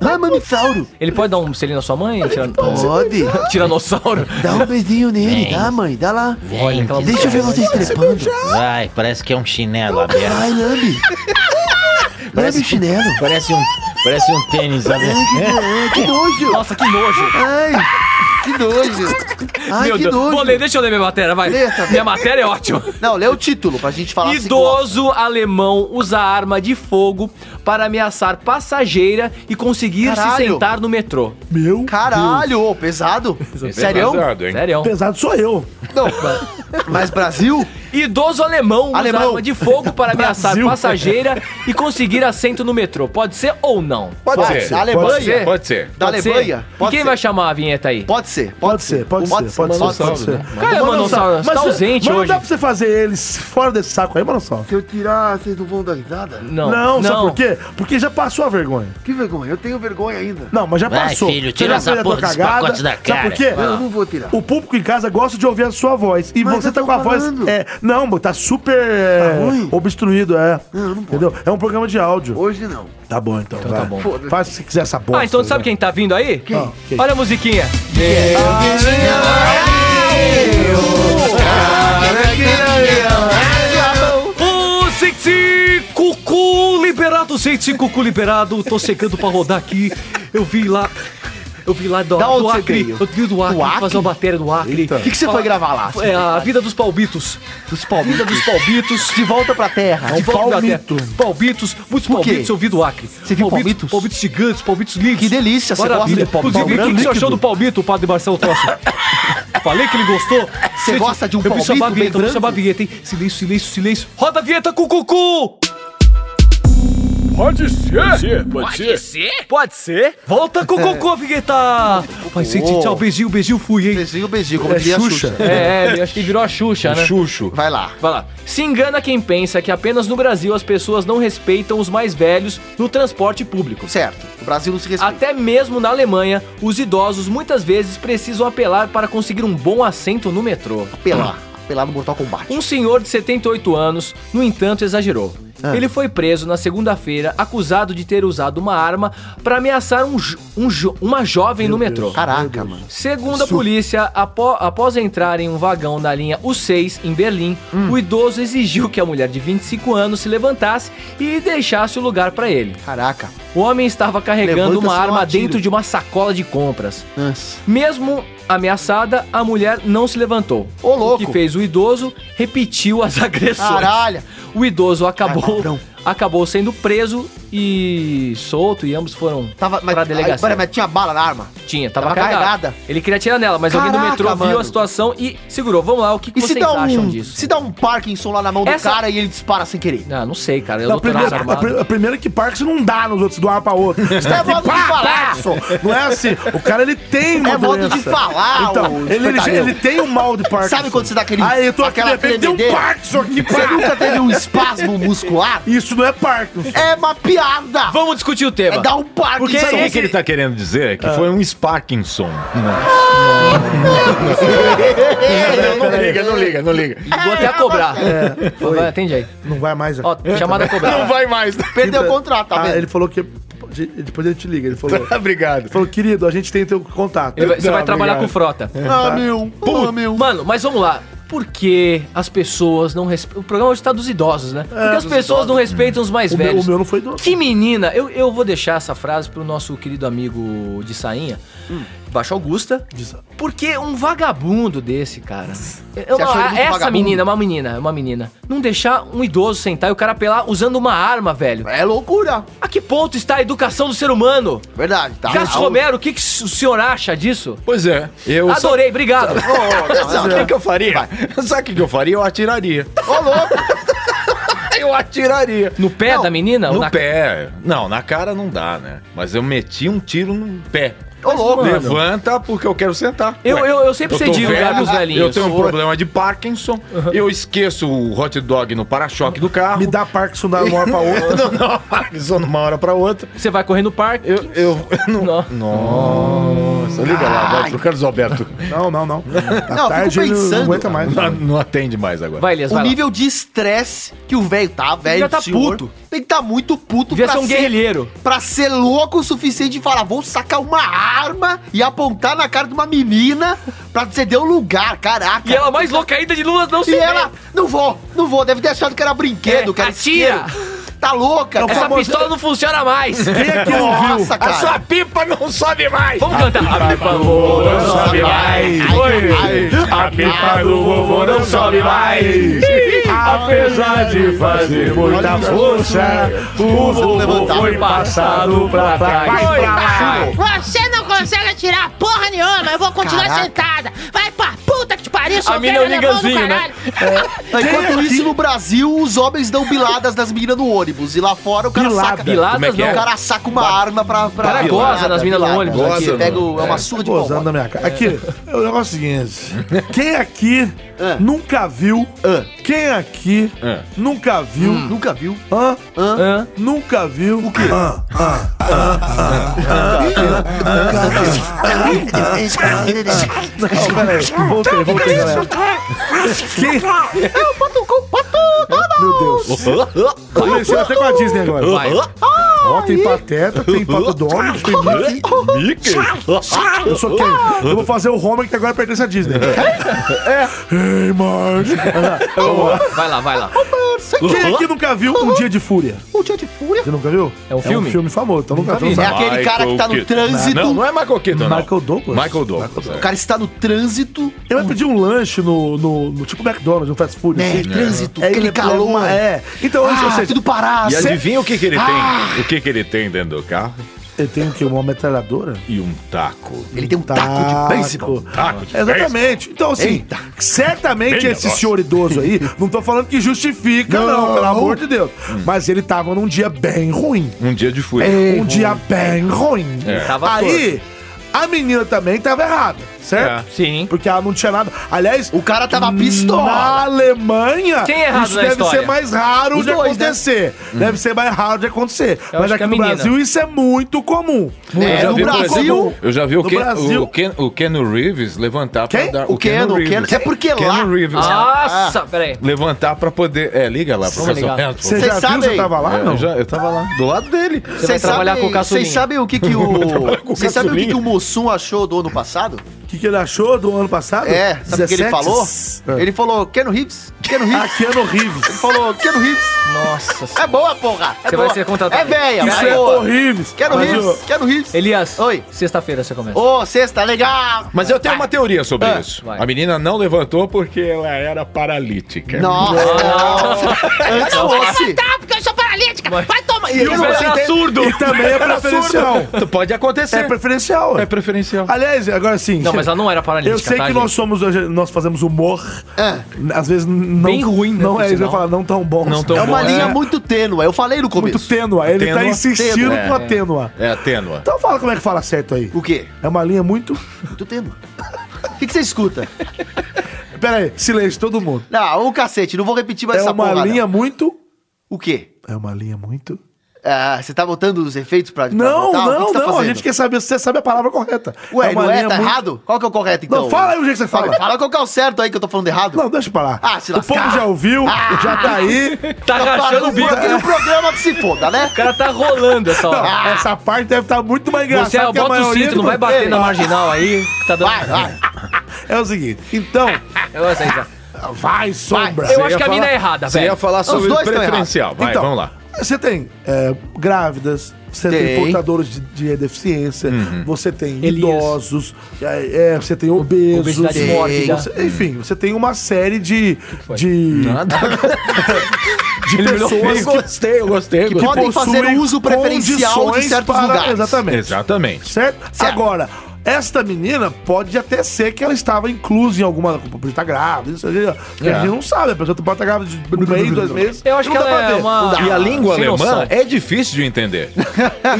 [SPEAKER 2] Ah, mamissauro.
[SPEAKER 3] Ele pode dar um selinho na sua mãe? Tiran...
[SPEAKER 2] Pode.
[SPEAKER 3] Tiranossauro?
[SPEAKER 2] Dá um beijinho nele,
[SPEAKER 1] Vem.
[SPEAKER 2] dá, mãe. Dá lá.
[SPEAKER 1] Vem,
[SPEAKER 3] aquela
[SPEAKER 1] que-
[SPEAKER 2] então Deixa eu ver vocês trepando.
[SPEAKER 1] Vai, parece que é um chinelo aberto.
[SPEAKER 2] Ai, lambe. Lambe o chinelo.
[SPEAKER 1] Parece um, parece um tênis aberto.
[SPEAKER 2] Ai, que nojo.
[SPEAKER 3] Nossa, que nojo.
[SPEAKER 2] Ai, que nojo. Ai,
[SPEAKER 3] Meu
[SPEAKER 2] que
[SPEAKER 3] Deus. Vou ler,
[SPEAKER 2] nojo.
[SPEAKER 3] deixa eu ler minha matéria, vai.
[SPEAKER 2] Lê tá essa-
[SPEAKER 3] Minha matéria é ótima.
[SPEAKER 2] Não, lê o título pra gente falar se gosta.
[SPEAKER 3] Idoso alemão usa arma de fogo para ameaçar passageira e conseguir se
[SPEAKER 2] Caralho.
[SPEAKER 3] sentar no metrô.
[SPEAKER 4] Meu
[SPEAKER 2] Caralho, ô, pesado. Sério?
[SPEAKER 5] Pesado, é. hein?
[SPEAKER 3] Sério?
[SPEAKER 4] Deus. Pesado sou eu.
[SPEAKER 2] Não. Mas Brasil?
[SPEAKER 3] Idoso alemão,
[SPEAKER 2] Alemão.
[SPEAKER 3] usa arma de fogo para ameaçar
[SPEAKER 4] Brasil.
[SPEAKER 3] passageira e conseguir assento no metrô. Pode ser ou não?
[SPEAKER 5] Pode
[SPEAKER 2] Vai,
[SPEAKER 5] ser.
[SPEAKER 2] Da
[SPEAKER 5] Pode
[SPEAKER 2] Alemanha?
[SPEAKER 5] ser. Pode ser.
[SPEAKER 2] Da
[SPEAKER 3] Pode ser?
[SPEAKER 2] Alemanha?
[SPEAKER 3] e quem
[SPEAKER 2] Pode
[SPEAKER 3] vai
[SPEAKER 2] ser.
[SPEAKER 3] chamar a vinheta aí?
[SPEAKER 2] Pode ser, Um
[SPEAKER 4] Pode ser, pode ser, pode ser, pode ser.
[SPEAKER 3] Cara,
[SPEAKER 4] Ô,
[SPEAKER 3] Manossauro, você tá
[SPEAKER 4] mas-
[SPEAKER 3] ausente
[SPEAKER 4] mas
[SPEAKER 3] hoje.
[SPEAKER 4] Não dá pra você fazer eles fora desse saco aí, Manossauro?
[SPEAKER 14] Se eu tirar, vocês não vão dar risada?
[SPEAKER 3] Não,
[SPEAKER 4] Não, sabe por quê? Porque já passou a vergonha.
[SPEAKER 14] Que vergonha, eu tenho vergonha ainda.
[SPEAKER 4] Não, mas já
[SPEAKER 1] Vai,
[SPEAKER 4] passou.
[SPEAKER 1] filho,
[SPEAKER 4] Você
[SPEAKER 1] tira
[SPEAKER 4] já
[SPEAKER 1] essa
[SPEAKER 4] fez a
[SPEAKER 1] porra
[SPEAKER 4] tua
[SPEAKER 1] desse
[SPEAKER 4] cagada.
[SPEAKER 1] pacote da cara.
[SPEAKER 4] Sabe por quê?
[SPEAKER 14] Não, eu não vou tirar.
[SPEAKER 4] O público em casa gosta de ouvir a sua voz. E
[SPEAKER 14] Mas
[SPEAKER 4] você
[SPEAKER 14] eu
[SPEAKER 4] tá
[SPEAKER 14] tô
[SPEAKER 4] com a voz.
[SPEAKER 14] falando.
[SPEAKER 4] É, não, tá super é,
[SPEAKER 14] ruim?
[SPEAKER 4] obstruído, é.
[SPEAKER 14] Não, não
[SPEAKER 4] Entendeu? É um programa de áudio.
[SPEAKER 14] Hoje não.
[SPEAKER 4] Tá bom, então. vai.
[SPEAKER 3] tá bom.
[SPEAKER 14] Foda-se.
[SPEAKER 4] Faz o que você quiser essa bosta. né?
[SPEAKER 3] Ah,
[SPEAKER 2] né?
[SPEAKER 3] então sabe quem tá vindo aí? Quem?
[SPEAKER 4] Ok.
[SPEAKER 3] Olha a musiquinha. O Sexy Cucu liberado, Sexy Cucu liberado. Tô secando pra rodar aqui. Eu vi lá. Eu vi lá do,
[SPEAKER 2] Da onde
[SPEAKER 3] do
[SPEAKER 2] você
[SPEAKER 3] Acre.
[SPEAKER 2] veio?
[SPEAKER 3] Eu vi do Acre,
[SPEAKER 2] Do Acre?
[SPEAKER 3] fazer uma matéria do Acre.
[SPEAKER 4] Eita.
[SPEAKER 2] O que, que você foi gravar lá?
[SPEAKER 3] É a vida dos palbitos. Dos palbitos. Vida dos palbitos.
[SPEAKER 2] De volta pra terra.
[SPEAKER 3] De volta da terra.
[SPEAKER 4] É um palmito.
[SPEAKER 3] Palbitos, muitos
[SPEAKER 2] quê?
[SPEAKER 3] palbitos eu vi do Acre.
[SPEAKER 2] Você viu palmitos?
[SPEAKER 3] Palbitos gigantes, palbitos lindos.
[SPEAKER 2] Que delícia, você
[SPEAKER 3] Maravilha.
[SPEAKER 2] gosta de palmito?
[SPEAKER 3] Inclusive, o que que você
[SPEAKER 4] Palmito
[SPEAKER 3] achou
[SPEAKER 4] líquido.
[SPEAKER 3] do palmito, padre Marcelo Tocha? Falei que ele gostou.
[SPEAKER 2] Você
[SPEAKER 3] Gente,
[SPEAKER 2] gosta de um
[SPEAKER 3] eu vou
[SPEAKER 2] palmito
[SPEAKER 3] chamar a
[SPEAKER 2] bem
[SPEAKER 3] vinheta, eu vou
[SPEAKER 2] grande?
[SPEAKER 3] chamar a vinheta, hein? Silêncio, silêncio, silêncio. Roda a vinheta, cucucu!
[SPEAKER 5] Pode ser.
[SPEAKER 1] É.
[SPEAKER 15] Pode ser?
[SPEAKER 3] Pode ser? Volta, cucucu, a vinheta! Vai ser tchau, beijinho, beijinho, fui, hein?
[SPEAKER 2] Beijinho, beijinho, como
[SPEAKER 4] É
[SPEAKER 2] diria a
[SPEAKER 4] Xuxa.
[SPEAKER 2] Xuxa.
[SPEAKER 3] É, é, acho que virou a Xuxa, né?
[SPEAKER 5] Xuxo.
[SPEAKER 2] Vai lá.
[SPEAKER 3] Vai lá. Se engana quem pensa que apenas no Brasil as pessoas não respeitam os mais velhos no transporte público.
[SPEAKER 2] Certo. O Brasil não se
[SPEAKER 4] Ah.
[SPEAKER 2] respeita.
[SPEAKER 3] Até mesmo na Alemanha, os idosos muitas vezes precisam apelar para conseguir um bom assento no metrô.
[SPEAKER 2] Apelar. Apelar no Mortal Kombat.
[SPEAKER 3] Um senhor de 78 anos, no entanto, exagerou.
[SPEAKER 2] Ah.
[SPEAKER 3] Ele foi preso na segunda-feira, acusado de ter usado uma arma para ameaçar um jo- um jo- uma jovem no metrô.
[SPEAKER 2] Caraca, mano.
[SPEAKER 3] Segundo a polícia, apó- após entrar em um vagão na linha U6, em Berlim, o idoso exigiu que a mulher de 25 anos se levantasse e deixasse o lugar para ele.
[SPEAKER 2] Caraca.
[SPEAKER 3] O homem estava carregando
[SPEAKER 2] Levanta,
[SPEAKER 3] uma
[SPEAKER 2] senão
[SPEAKER 3] arma
[SPEAKER 2] atiro.
[SPEAKER 3] dentro de uma sacola de compras.
[SPEAKER 2] Nossa.
[SPEAKER 3] Mesmo ameaçada, a mulher não se levantou.
[SPEAKER 2] Ô, louco.
[SPEAKER 3] O que fez o idoso repetiu as agressões.
[SPEAKER 2] Caralho.
[SPEAKER 3] O idoso acabou
[SPEAKER 2] Ai, ladrão.
[SPEAKER 3] acabou sendo preso e solto, e ambos foram
[SPEAKER 2] Tava, mas,
[SPEAKER 3] pra delegacia.
[SPEAKER 2] aí, pera, mas tinha bala na arma?
[SPEAKER 3] Tinha, tava,
[SPEAKER 2] tava
[SPEAKER 3] carregada.
[SPEAKER 2] carregada.
[SPEAKER 3] Ele queria atirar nela, mas alguém do
[SPEAKER 2] Caraca,
[SPEAKER 3] metrô viu
[SPEAKER 2] mano.
[SPEAKER 3] a situação e segurou. Vamos lá, o que, que
[SPEAKER 2] E se
[SPEAKER 3] vocês
[SPEAKER 2] dá,
[SPEAKER 3] acham
[SPEAKER 2] um,
[SPEAKER 3] disso?
[SPEAKER 2] se dá um Parkinson lá na mão
[SPEAKER 3] Essa-
[SPEAKER 2] do cara e ele dispara sem querer?
[SPEAKER 3] Ah, não sei, cara. Eu
[SPEAKER 4] Não, a,
[SPEAKER 3] não tô nessa
[SPEAKER 4] primeira, a,
[SPEAKER 3] armada.
[SPEAKER 4] pri- a primeira é que Parkinson não dá nos outros de uma arma pra outra. Você
[SPEAKER 2] É modo de falar.
[SPEAKER 4] Não é assim. O cara, ele tem uma
[SPEAKER 2] É modo de
[SPEAKER 4] doença.
[SPEAKER 2] falar,
[SPEAKER 4] Então,
[SPEAKER 2] ô
[SPEAKER 4] ele, ele,
[SPEAKER 2] espetáculo.
[SPEAKER 4] ele tem um mal de Parkinson.
[SPEAKER 2] Sabe quando você dá aquele-
[SPEAKER 4] Ah, eu tô aqui, de
[SPEAKER 2] aquela
[SPEAKER 4] repente tem um
[SPEAKER 2] tremedeira?
[SPEAKER 4] Parkinson aqui.
[SPEAKER 2] Você
[SPEAKER 4] pá.
[SPEAKER 2] nunca teve um espasmo muscular?
[SPEAKER 4] Isso não é Parkinson.
[SPEAKER 2] É uma piada!
[SPEAKER 3] Vamos discutir o tema.
[SPEAKER 2] É dar um
[SPEAKER 5] Porque
[SPEAKER 2] Parkinson.
[SPEAKER 5] sabe o que, que ele tá querendo dizer? Que foi um Sparkinson. Não, não liga, não liga, não liga.
[SPEAKER 3] Vou
[SPEAKER 2] é,
[SPEAKER 3] até cobrar. Vai, atende aí.
[SPEAKER 4] Não vai mais.
[SPEAKER 3] Ó, chamada cobrada.
[SPEAKER 5] Não vai mais.
[SPEAKER 2] Perdeu o contrato, tá
[SPEAKER 4] Ah,
[SPEAKER 2] vendo?
[SPEAKER 4] ele falou que... Depois ele te liga, ele falou...
[SPEAKER 5] Tá, Obrigado.
[SPEAKER 4] falou, querido, a gente tem teu contato.
[SPEAKER 3] Ele vai- você
[SPEAKER 5] Não,
[SPEAKER 3] vai trabalhar
[SPEAKER 5] obrigado.
[SPEAKER 3] com frota.
[SPEAKER 2] Ah, meu. Ah, meu.
[SPEAKER 3] tá. Mano, mas vamos lá. Por que as pessoas não respeitam. O programa hoje tá dos idosos, né? Por que as pessoas não respeitam os mais
[SPEAKER 4] é, O meu,
[SPEAKER 3] velhos?
[SPEAKER 4] o meu não foi do...
[SPEAKER 3] Que menina! Eu, eu vou deixar essa frase pro nosso querido amigo de sainha, Baixo Augusta. Porque um vagabundo desse, cara. Eu-
[SPEAKER 2] achou ele muito
[SPEAKER 3] essa
[SPEAKER 2] vagabundo?
[SPEAKER 3] menina, é uma menina, é uma menina. Não deixar um idoso sentar e o cara apelar usando uma arma, velho.
[SPEAKER 2] É loucura.
[SPEAKER 3] A que ponto está a educação do ser humano?
[SPEAKER 2] Verdade, tá?
[SPEAKER 3] Cássio Romero, o que, que o senhor acha disso?
[SPEAKER 5] Pois é, eu. Sabe
[SPEAKER 3] Adorei, obrigado.
[SPEAKER 5] sabe o que, que eu faria? Sabe o que, que eu faria? Eu atiraria. eu atiraria.
[SPEAKER 3] No pé da menina? ou
[SPEAKER 5] No
[SPEAKER 3] na-
[SPEAKER 5] pé. Não, na cara não dá, né? Mas eu meti um tiro no pé.
[SPEAKER 2] Ô, louco.
[SPEAKER 5] Levanta porque eu quero sentar.
[SPEAKER 3] Eu,
[SPEAKER 5] Ué,
[SPEAKER 3] eu, eu sempre
[SPEAKER 5] tô
[SPEAKER 3] cedi lugar
[SPEAKER 5] velho,
[SPEAKER 3] pros velhinhos.
[SPEAKER 5] Eu tenho um
[SPEAKER 3] Sou-
[SPEAKER 5] problema de Parkinson. Eu esqueço o hot dog no para-choque do carro.
[SPEAKER 4] Me dá Parkinson da uma hora pra outra.
[SPEAKER 5] não, não, Parkinson de uma hora pra outra.
[SPEAKER 3] Você vai correr no parque.
[SPEAKER 5] Eu, eu não.
[SPEAKER 3] Não.
[SPEAKER 5] Nossa, liga lá, vai pro Carlos Alberto.
[SPEAKER 4] Não, não, não. À
[SPEAKER 2] Não, eu
[SPEAKER 4] tarde
[SPEAKER 2] fico
[SPEAKER 4] ele não
[SPEAKER 2] pensando.
[SPEAKER 4] aguenta mais.
[SPEAKER 5] Não, não atende mais agora.
[SPEAKER 3] Vai, Elias,
[SPEAKER 2] O
[SPEAKER 3] vai lá.
[SPEAKER 2] nível é de estresse que o velho tá, velho.
[SPEAKER 3] já tá
[SPEAKER 2] senhor,
[SPEAKER 3] puto.
[SPEAKER 2] Tem que tá muito puto
[SPEAKER 3] Devia ser um guerrilheiro.
[SPEAKER 2] pra ser louco o suficiente de falar, vou sacar uma arma e apontar na cara de uma menina pra ceder o lugar, caraca.
[SPEAKER 3] E ela mais louca ainda de Lula não se
[SPEAKER 2] E
[SPEAKER 3] vê.
[SPEAKER 2] ela, não vou, não vou, deve ter achado que era brinquedo,
[SPEAKER 3] né? É,
[SPEAKER 2] que era
[SPEAKER 3] atira.
[SPEAKER 2] isqueiro. Tá louca.
[SPEAKER 3] Essa pistola não funciona mais.
[SPEAKER 4] Quem é que não viu?
[SPEAKER 2] Nossa, cara.
[SPEAKER 5] pipa não sobe mais!
[SPEAKER 3] Vamos cantar. A pipa
[SPEAKER 5] Não sobe mais! A pipa do vovô não sobe mais! Apesar de fazer muita força, o vovô foi passado pra trás.
[SPEAKER 4] Vai pra lá.
[SPEAKER 8] Você não consegue atirar porra nenhuma, eu vou continuar
[SPEAKER 2] Caraca.
[SPEAKER 8] sentada. Vai pra puta que te pariu, seu
[SPEAKER 3] mina é um
[SPEAKER 8] velho alemão do
[SPEAKER 3] liganzinho, né?
[SPEAKER 8] caralho.
[SPEAKER 3] é
[SPEAKER 2] Enquanto isso, no Brasil, os homens dão biladas nas meninas no ônibus. E lá fora, o cara saca...
[SPEAKER 3] Bilada
[SPEAKER 5] Como é que
[SPEAKER 3] não.
[SPEAKER 5] é?
[SPEAKER 2] O cara saca uma arma pra... pra
[SPEAKER 3] cara goza nas minas no
[SPEAKER 2] bilada.
[SPEAKER 3] ônibus
[SPEAKER 2] Goza,
[SPEAKER 3] aqui. né?
[SPEAKER 2] Você pega o- é uma surra de
[SPEAKER 4] tá Gozando
[SPEAKER 2] pau.
[SPEAKER 4] na minha cara. Aqui, o negócio é o seguinte: quem aqui nunca viu? Quem aqui
[SPEAKER 2] Ah.
[SPEAKER 4] nunca viu?
[SPEAKER 2] Nunca viu?
[SPEAKER 4] Hum. hã?
[SPEAKER 3] Hã?
[SPEAKER 4] Nunca viu? O quê?
[SPEAKER 2] É.
[SPEAKER 4] Voltei, voltei, galera. Quem... É Meu Deus. Comecei até com a Disney agora.
[SPEAKER 3] Vai.
[SPEAKER 4] Ó, tem pateta, tem pato Donald, tem Mickey.
[SPEAKER 3] Ah,
[SPEAKER 4] Eu sou quem? Ah, Eu vou fazer o Homer que agora pertence à Disney. É. Ei, Marge.
[SPEAKER 3] É? Vai lá, Uhum. vai lá.
[SPEAKER 4] Quem aqui nunca viu Um Dia de Fúria?
[SPEAKER 2] O dia de fúria.
[SPEAKER 4] Você nunca viu?
[SPEAKER 3] É um filme?
[SPEAKER 4] É um filme famoso, então nunca
[SPEAKER 3] Nunca
[SPEAKER 4] viu.
[SPEAKER 3] vi.
[SPEAKER 2] É
[SPEAKER 4] sabe?
[SPEAKER 2] aquele cara que tá no
[SPEAKER 5] Michael
[SPEAKER 2] trânsito.
[SPEAKER 5] Não, não é Michael Keaton, não.
[SPEAKER 4] Michael Douglas.
[SPEAKER 5] Michael Douglas. é.
[SPEAKER 2] O cara está no trânsito.
[SPEAKER 4] Eu ia pedir um lanche no, no, no tipo McDonald's, um fast food.
[SPEAKER 2] Né,
[SPEAKER 4] assim.
[SPEAKER 2] trânsito,
[SPEAKER 4] Aí
[SPEAKER 2] aquele
[SPEAKER 4] ele pega
[SPEAKER 2] calor.
[SPEAKER 4] uma- É. Então,
[SPEAKER 2] Ah,
[SPEAKER 4] ou seja,
[SPEAKER 2] tudo parado.
[SPEAKER 5] E
[SPEAKER 2] Cê-
[SPEAKER 5] adivinha o que, que ele tem? O que, que ele tem dentro do carro?
[SPEAKER 4] ele tem o quê? Uma metralhadora?
[SPEAKER 5] E um taco.
[SPEAKER 2] Ele tem um taco de beisebol.
[SPEAKER 5] Taco de
[SPEAKER 4] Exatamente. Então, assim,
[SPEAKER 2] Eita.
[SPEAKER 4] certamente
[SPEAKER 5] Bem
[SPEAKER 4] esse
[SPEAKER 5] negócio.
[SPEAKER 4] senhor idoso aí, não tô falando que justifica, não, pelo amor de Deus. Mas ele tava num dia bem ruim.
[SPEAKER 5] Um dia de fúria.
[SPEAKER 4] um dia bem ruim.
[SPEAKER 3] Tava
[SPEAKER 4] aí, a menina também tava errada, certo?
[SPEAKER 3] É, Sim.
[SPEAKER 4] Porque ela não tinha nada. Aliás,
[SPEAKER 2] O cara tava
[SPEAKER 4] Na
[SPEAKER 2] pistola.
[SPEAKER 4] Alemanha,
[SPEAKER 3] Tem errado
[SPEAKER 4] isso
[SPEAKER 3] na
[SPEAKER 4] deve
[SPEAKER 3] história.
[SPEAKER 4] ser mais raro
[SPEAKER 2] Os
[SPEAKER 4] de
[SPEAKER 2] dois, né?
[SPEAKER 4] acontecer. Deve ser mais raro de acontecer.
[SPEAKER 3] Eu
[SPEAKER 4] Mas
[SPEAKER 3] acho que
[SPEAKER 4] aqui
[SPEAKER 3] a
[SPEAKER 4] no
[SPEAKER 3] menina.
[SPEAKER 4] Brasil isso é muito comum.
[SPEAKER 5] Eu
[SPEAKER 2] É,
[SPEAKER 5] já
[SPEAKER 2] no
[SPEAKER 5] vi, por
[SPEAKER 2] Brasil.
[SPEAKER 5] exemplo, Eu já vi o,
[SPEAKER 4] No
[SPEAKER 5] Ken,
[SPEAKER 4] Brasil.
[SPEAKER 5] o, Ken, o Keanu Reeves levantar
[SPEAKER 4] Quem?
[SPEAKER 5] pra dar.
[SPEAKER 2] O Ken, o Ken.
[SPEAKER 5] Reeves.
[SPEAKER 2] É porque lá.
[SPEAKER 5] Keanu Reeves.
[SPEAKER 3] Ah! Nossa, peraí.
[SPEAKER 5] Levantar pra poder. É, liga lá pro
[SPEAKER 3] Vamos ligar.
[SPEAKER 5] Renato.
[SPEAKER 4] Você
[SPEAKER 2] Vocês
[SPEAKER 4] já viu?
[SPEAKER 2] sabem-
[SPEAKER 4] Você tava lá?
[SPEAKER 5] É,
[SPEAKER 4] não.
[SPEAKER 5] eu, já, eu tava lá, do lado dele.
[SPEAKER 3] vai
[SPEAKER 2] Vocês
[SPEAKER 3] trabalhar
[SPEAKER 2] sabem,
[SPEAKER 3] com o caçulinha.
[SPEAKER 2] vocês sabem o que, que o.
[SPEAKER 5] com o
[SPEAKER 2] Vocês sabem o que,
[SPEAKER 5] caçulinha.
[SPEAKER 2] que o Mussum achou do ano passado?
[SPEAKER 4] O que, que ele achou do ano passado?
[SPEAKER 2] É, sabe o que ele
[SPEAKER 4] 17?
[SPEAKER 2] falou?
[SPEAKER 4] É.
[SPEAKER 2] Ele falou, Keno Reeves? Keno Reeves?
[SPEAKER 4] Ah, Keanu Reeves.
[SPEAKER 2] Ele falou, Keno Reeves?
[SPEAKER 3] Nossa
[SPEAKER 2] É
[SPEAKER 3] senhora.
[SPEAKER 2] boa, porra! É
[SPEAKER 3] Você vai
[SPEAKER 2] boa.
[SPEAKER 3] ser contratado.
[SPEAKER 2] É velha,
[SPEAKER 4] Isso
[SPEAKER 2] mas
[SPEAKER 4] é
[SPEAKER 2] é boa.
[SPEAKER 4] horrível.
[SPEAKER 2] Keno
[SPEAKER 4] Mas
[SPEAKER 2] Reeves,
[SPEAKER 4] o-
[SPEAKER 2] Keno Reeves.
[SPEAKER 3] Elias.
[SPEAKER 2] Oi.
[SPEAKER 3] Sexta-feira você começa.
[SPEAKER 2] Ô, sexta, legal!
[SPEAKER 5] Mas eu tenho uma teoria sobre isso.
[SPEAKER 3] vai.
[SPEAKER 5] A menina não levantou porque ela era paralítica.
[SPEAKER 2] Nossa! Antes fosse!
[SPEAKER 8] Tá, porque eu sou para paralítica! Vai tomar!
[SPEAKER 4] E o velho era surdo. E também é
[SPEAKER 3] Era
[SPEAKER 4] preferencial.
[SPEAKER 3] Pode acontecer.
[SPEAKER 4] É preferencial.
[SPEAKER 5] É preferencial.
[SPEAKER 4] Aliás, agora sim.
[SPEAKER 3] Não, mas ela não era paralítica,
[SPEAKER 4] Eu sei
[SPEAKER 3] tá,
[SPEAKER 4] que
[SPEAKER 3] gente?
[SPEAKER 4] nós somos, hoje- nós fazemos humor.
[SPEAKER 2] É.
[SPEAKER 4] Às vezes não.
[SPEAKER 3] Bem ruim, né,
[SPEAKER 4] Não,
[SPEAKER 3] por
[SPEAKER 4] é, eu ia
[SPEAKER 3] sinal.
[SPEAKER 4] falar, não tão bom.
[SPEAKER 5] Não
[SPEAKER 4] assim.
[SPEAKER 5] tão
[SPEAKER 2] É uma
[SPEAKER 5] bom,
[SPEAKER 2] linha
[SPEAKER 5] é.
[SPEAKER 2] muito tênua, eu falei no começo.
[SPEAKER 4] Muito tênua. Ele tá
[SPEAKER 5] Tênua.
[SPEAKER 4] insistindo
[SPEAKER 2] Tênua,
[SPEAKER 4] com a tênua.
[SPEAKER 5] É a tênua.
[SPEAKER 4] Então fala como é que fala certo aí.
[SPEAKER 2] O quê?
[SPEAKER 4] É uma linha muito.
[SPEAKER 2] Muito tênua. O que, que você escuta?
[SPEAKER 4] Pera aí, silêncio, todo mundo.
[SPEAKER 2] Não, um cacete, não vou repetir mais
[SPEAKER 4] É
[SPEAKER 2] essa
[SPEAKER 4] uma
[SPEAKER 2] porra, não.
[SPEAKER 4] linha muito.
[SPEAKER 2] O quê?
[SPEAKER 4] É uma linha muito.
[SPEAKER 2] Ah, você tá botando os efeitos pra. pra
[SPEAKER 4] Não,
[SPEAKER 2] botar? O que
[SPEAKER 4] não,
[SPEAKER 2] que você tá
[SPEAKER 4] não. A
[SPEAKER 2] fazendo?
[SPEAKER 4] gente quer saber se você sabe a palavra correta.
[SPEAKER 2] Ué,
[SPEAKER 4] uma
[SPEAKER 2] não é?
[SPEAKER 4] linha
[SPEAKER 2] Tá
[SPEAKER 4] muito-
[SPEAKER 2] errado? Qual que é o correto, então?
[SPEAKER 4] Não, fala aí o jeito que você
[SPEAKER 2] Fala,
[SPEAKER 4] fala.
[SPEAKER 2] fala qual que é o certo aí que eu tô falando errado.
[SPEAKER 4] Não, deixa pra lá.
[SPEAKER 2] Ah, se
[SPEAKER 4] o povo
[SPEAKER 2] lascar. Ah.
[SPEAKER 4] já ouviu, já tá aí.
[SPEAKER 3] Tá rachando o bico.
[SPEAKER 2] No programa que se foda, né?
[SPEAKER 3] O cara tá rolando essa
[SPEAKER 4] Não,
[SPEAKER 3] hora.
[SPEAKER 2] Ah.
[SPEAKER 4] essa parte deve estar muito mais engraçada.
[SPEAKER 3] Você ó,
[SPEAKER 4] que a
[SPEAKER 3] bota o
[SPEAKER 4] maioria
[SPEAKER 3] cinto,
[SPEAKER 4] do-
[SPEAKER 3] não vai bater na
[SPEAKER 4] É,
[SPEAKER 3] marginal aí. que Tá dando.
[SPEAKER 2] Vai, vai.
[SPEAKER 4] É o seguinte, então,
[SPEAKER 3] Eu, sei, tá.
[SPEAKER 4] vai, sombra.
[SPEAKER 3] Eu
[SPEAKER 5] Você
[SPEAKER 3] acho
[SPEAKER 5] ia
[SPEAKER 3] que a mina
[SPEAKER 5] falar-
[SPEAKER 3] é errada,
[SPEAKER 5] Você ia
[SPEAKER 3] velho.
[SPEAKER 5] falar sobre
[SPEAKER 2] dois tão
[SPEAKER 5] preferencial. Vai,
[SPEAKER 4] Então,
[SPEAKER 5] vamos lá.
[SPEAKER 4] Você tem é, grávidas, você tem,
[SPEAKER 2] Tem.
[SPEAKER 4] portadores de, de deficiência,
[SPEAKER 3] Uhum.
[SPEAKER 4] você tem
[SPEAKER 3] Elias.
[SPEAKER 4] idosos, é, é, você tem obesos.
[SPEAKER 3] obesidade
[SPEAKER 4] tem-
[SPEAKER 3] mórbida.
[SPEAKER 4] você- enfim, você tem uma série de. de
[SPEAKER 3] De
[SPEAKER 4] pessoas que,
[SPEAKER 5] Gostei, eu gostei.
[SPEAKER 4] que
[SPEAKER 2] podem fazer
[SPEAKER 4] possuem
[SPEAKER 2] uso preferencial de
[SPEAKER 4] condições
[SPEAKER 2] certos
[SPEAKER 4] para-
[SPEAKER 2] lugares.
[SPEAKER 4] Exatamente.
[SPEAKER 5] Exatamente.
[SPEAKER 4] Certo? Agora, esta menina pode até ser que ela estava inclusa em alguma. Porque está grávida, isso aí. porque
[SPEAKER 5] É.
[SPEAKER 4] A gente não sabe, a pessoa pode estar grávida de um mês, dois meses.
[SPEAKER 3] Eu acho
[SPEAKER 4] não
[SPEAKER 3] que
[SPEAKER 4] dá
[SPEAKER 3] ela
[SPEAKER 4] pra
[SPEAKER 3] é
[SPEAKER 4] ver.
[SPEAKER 3] uma-
[SPEAKER 4] Não dá.
[SPEAKER 5] E a língua
[SPEAKER 3] Sem
[SPEAKER 5] alemã
[SPEAKER 3] noção.
[SPEAKER 5] é difícil de entender.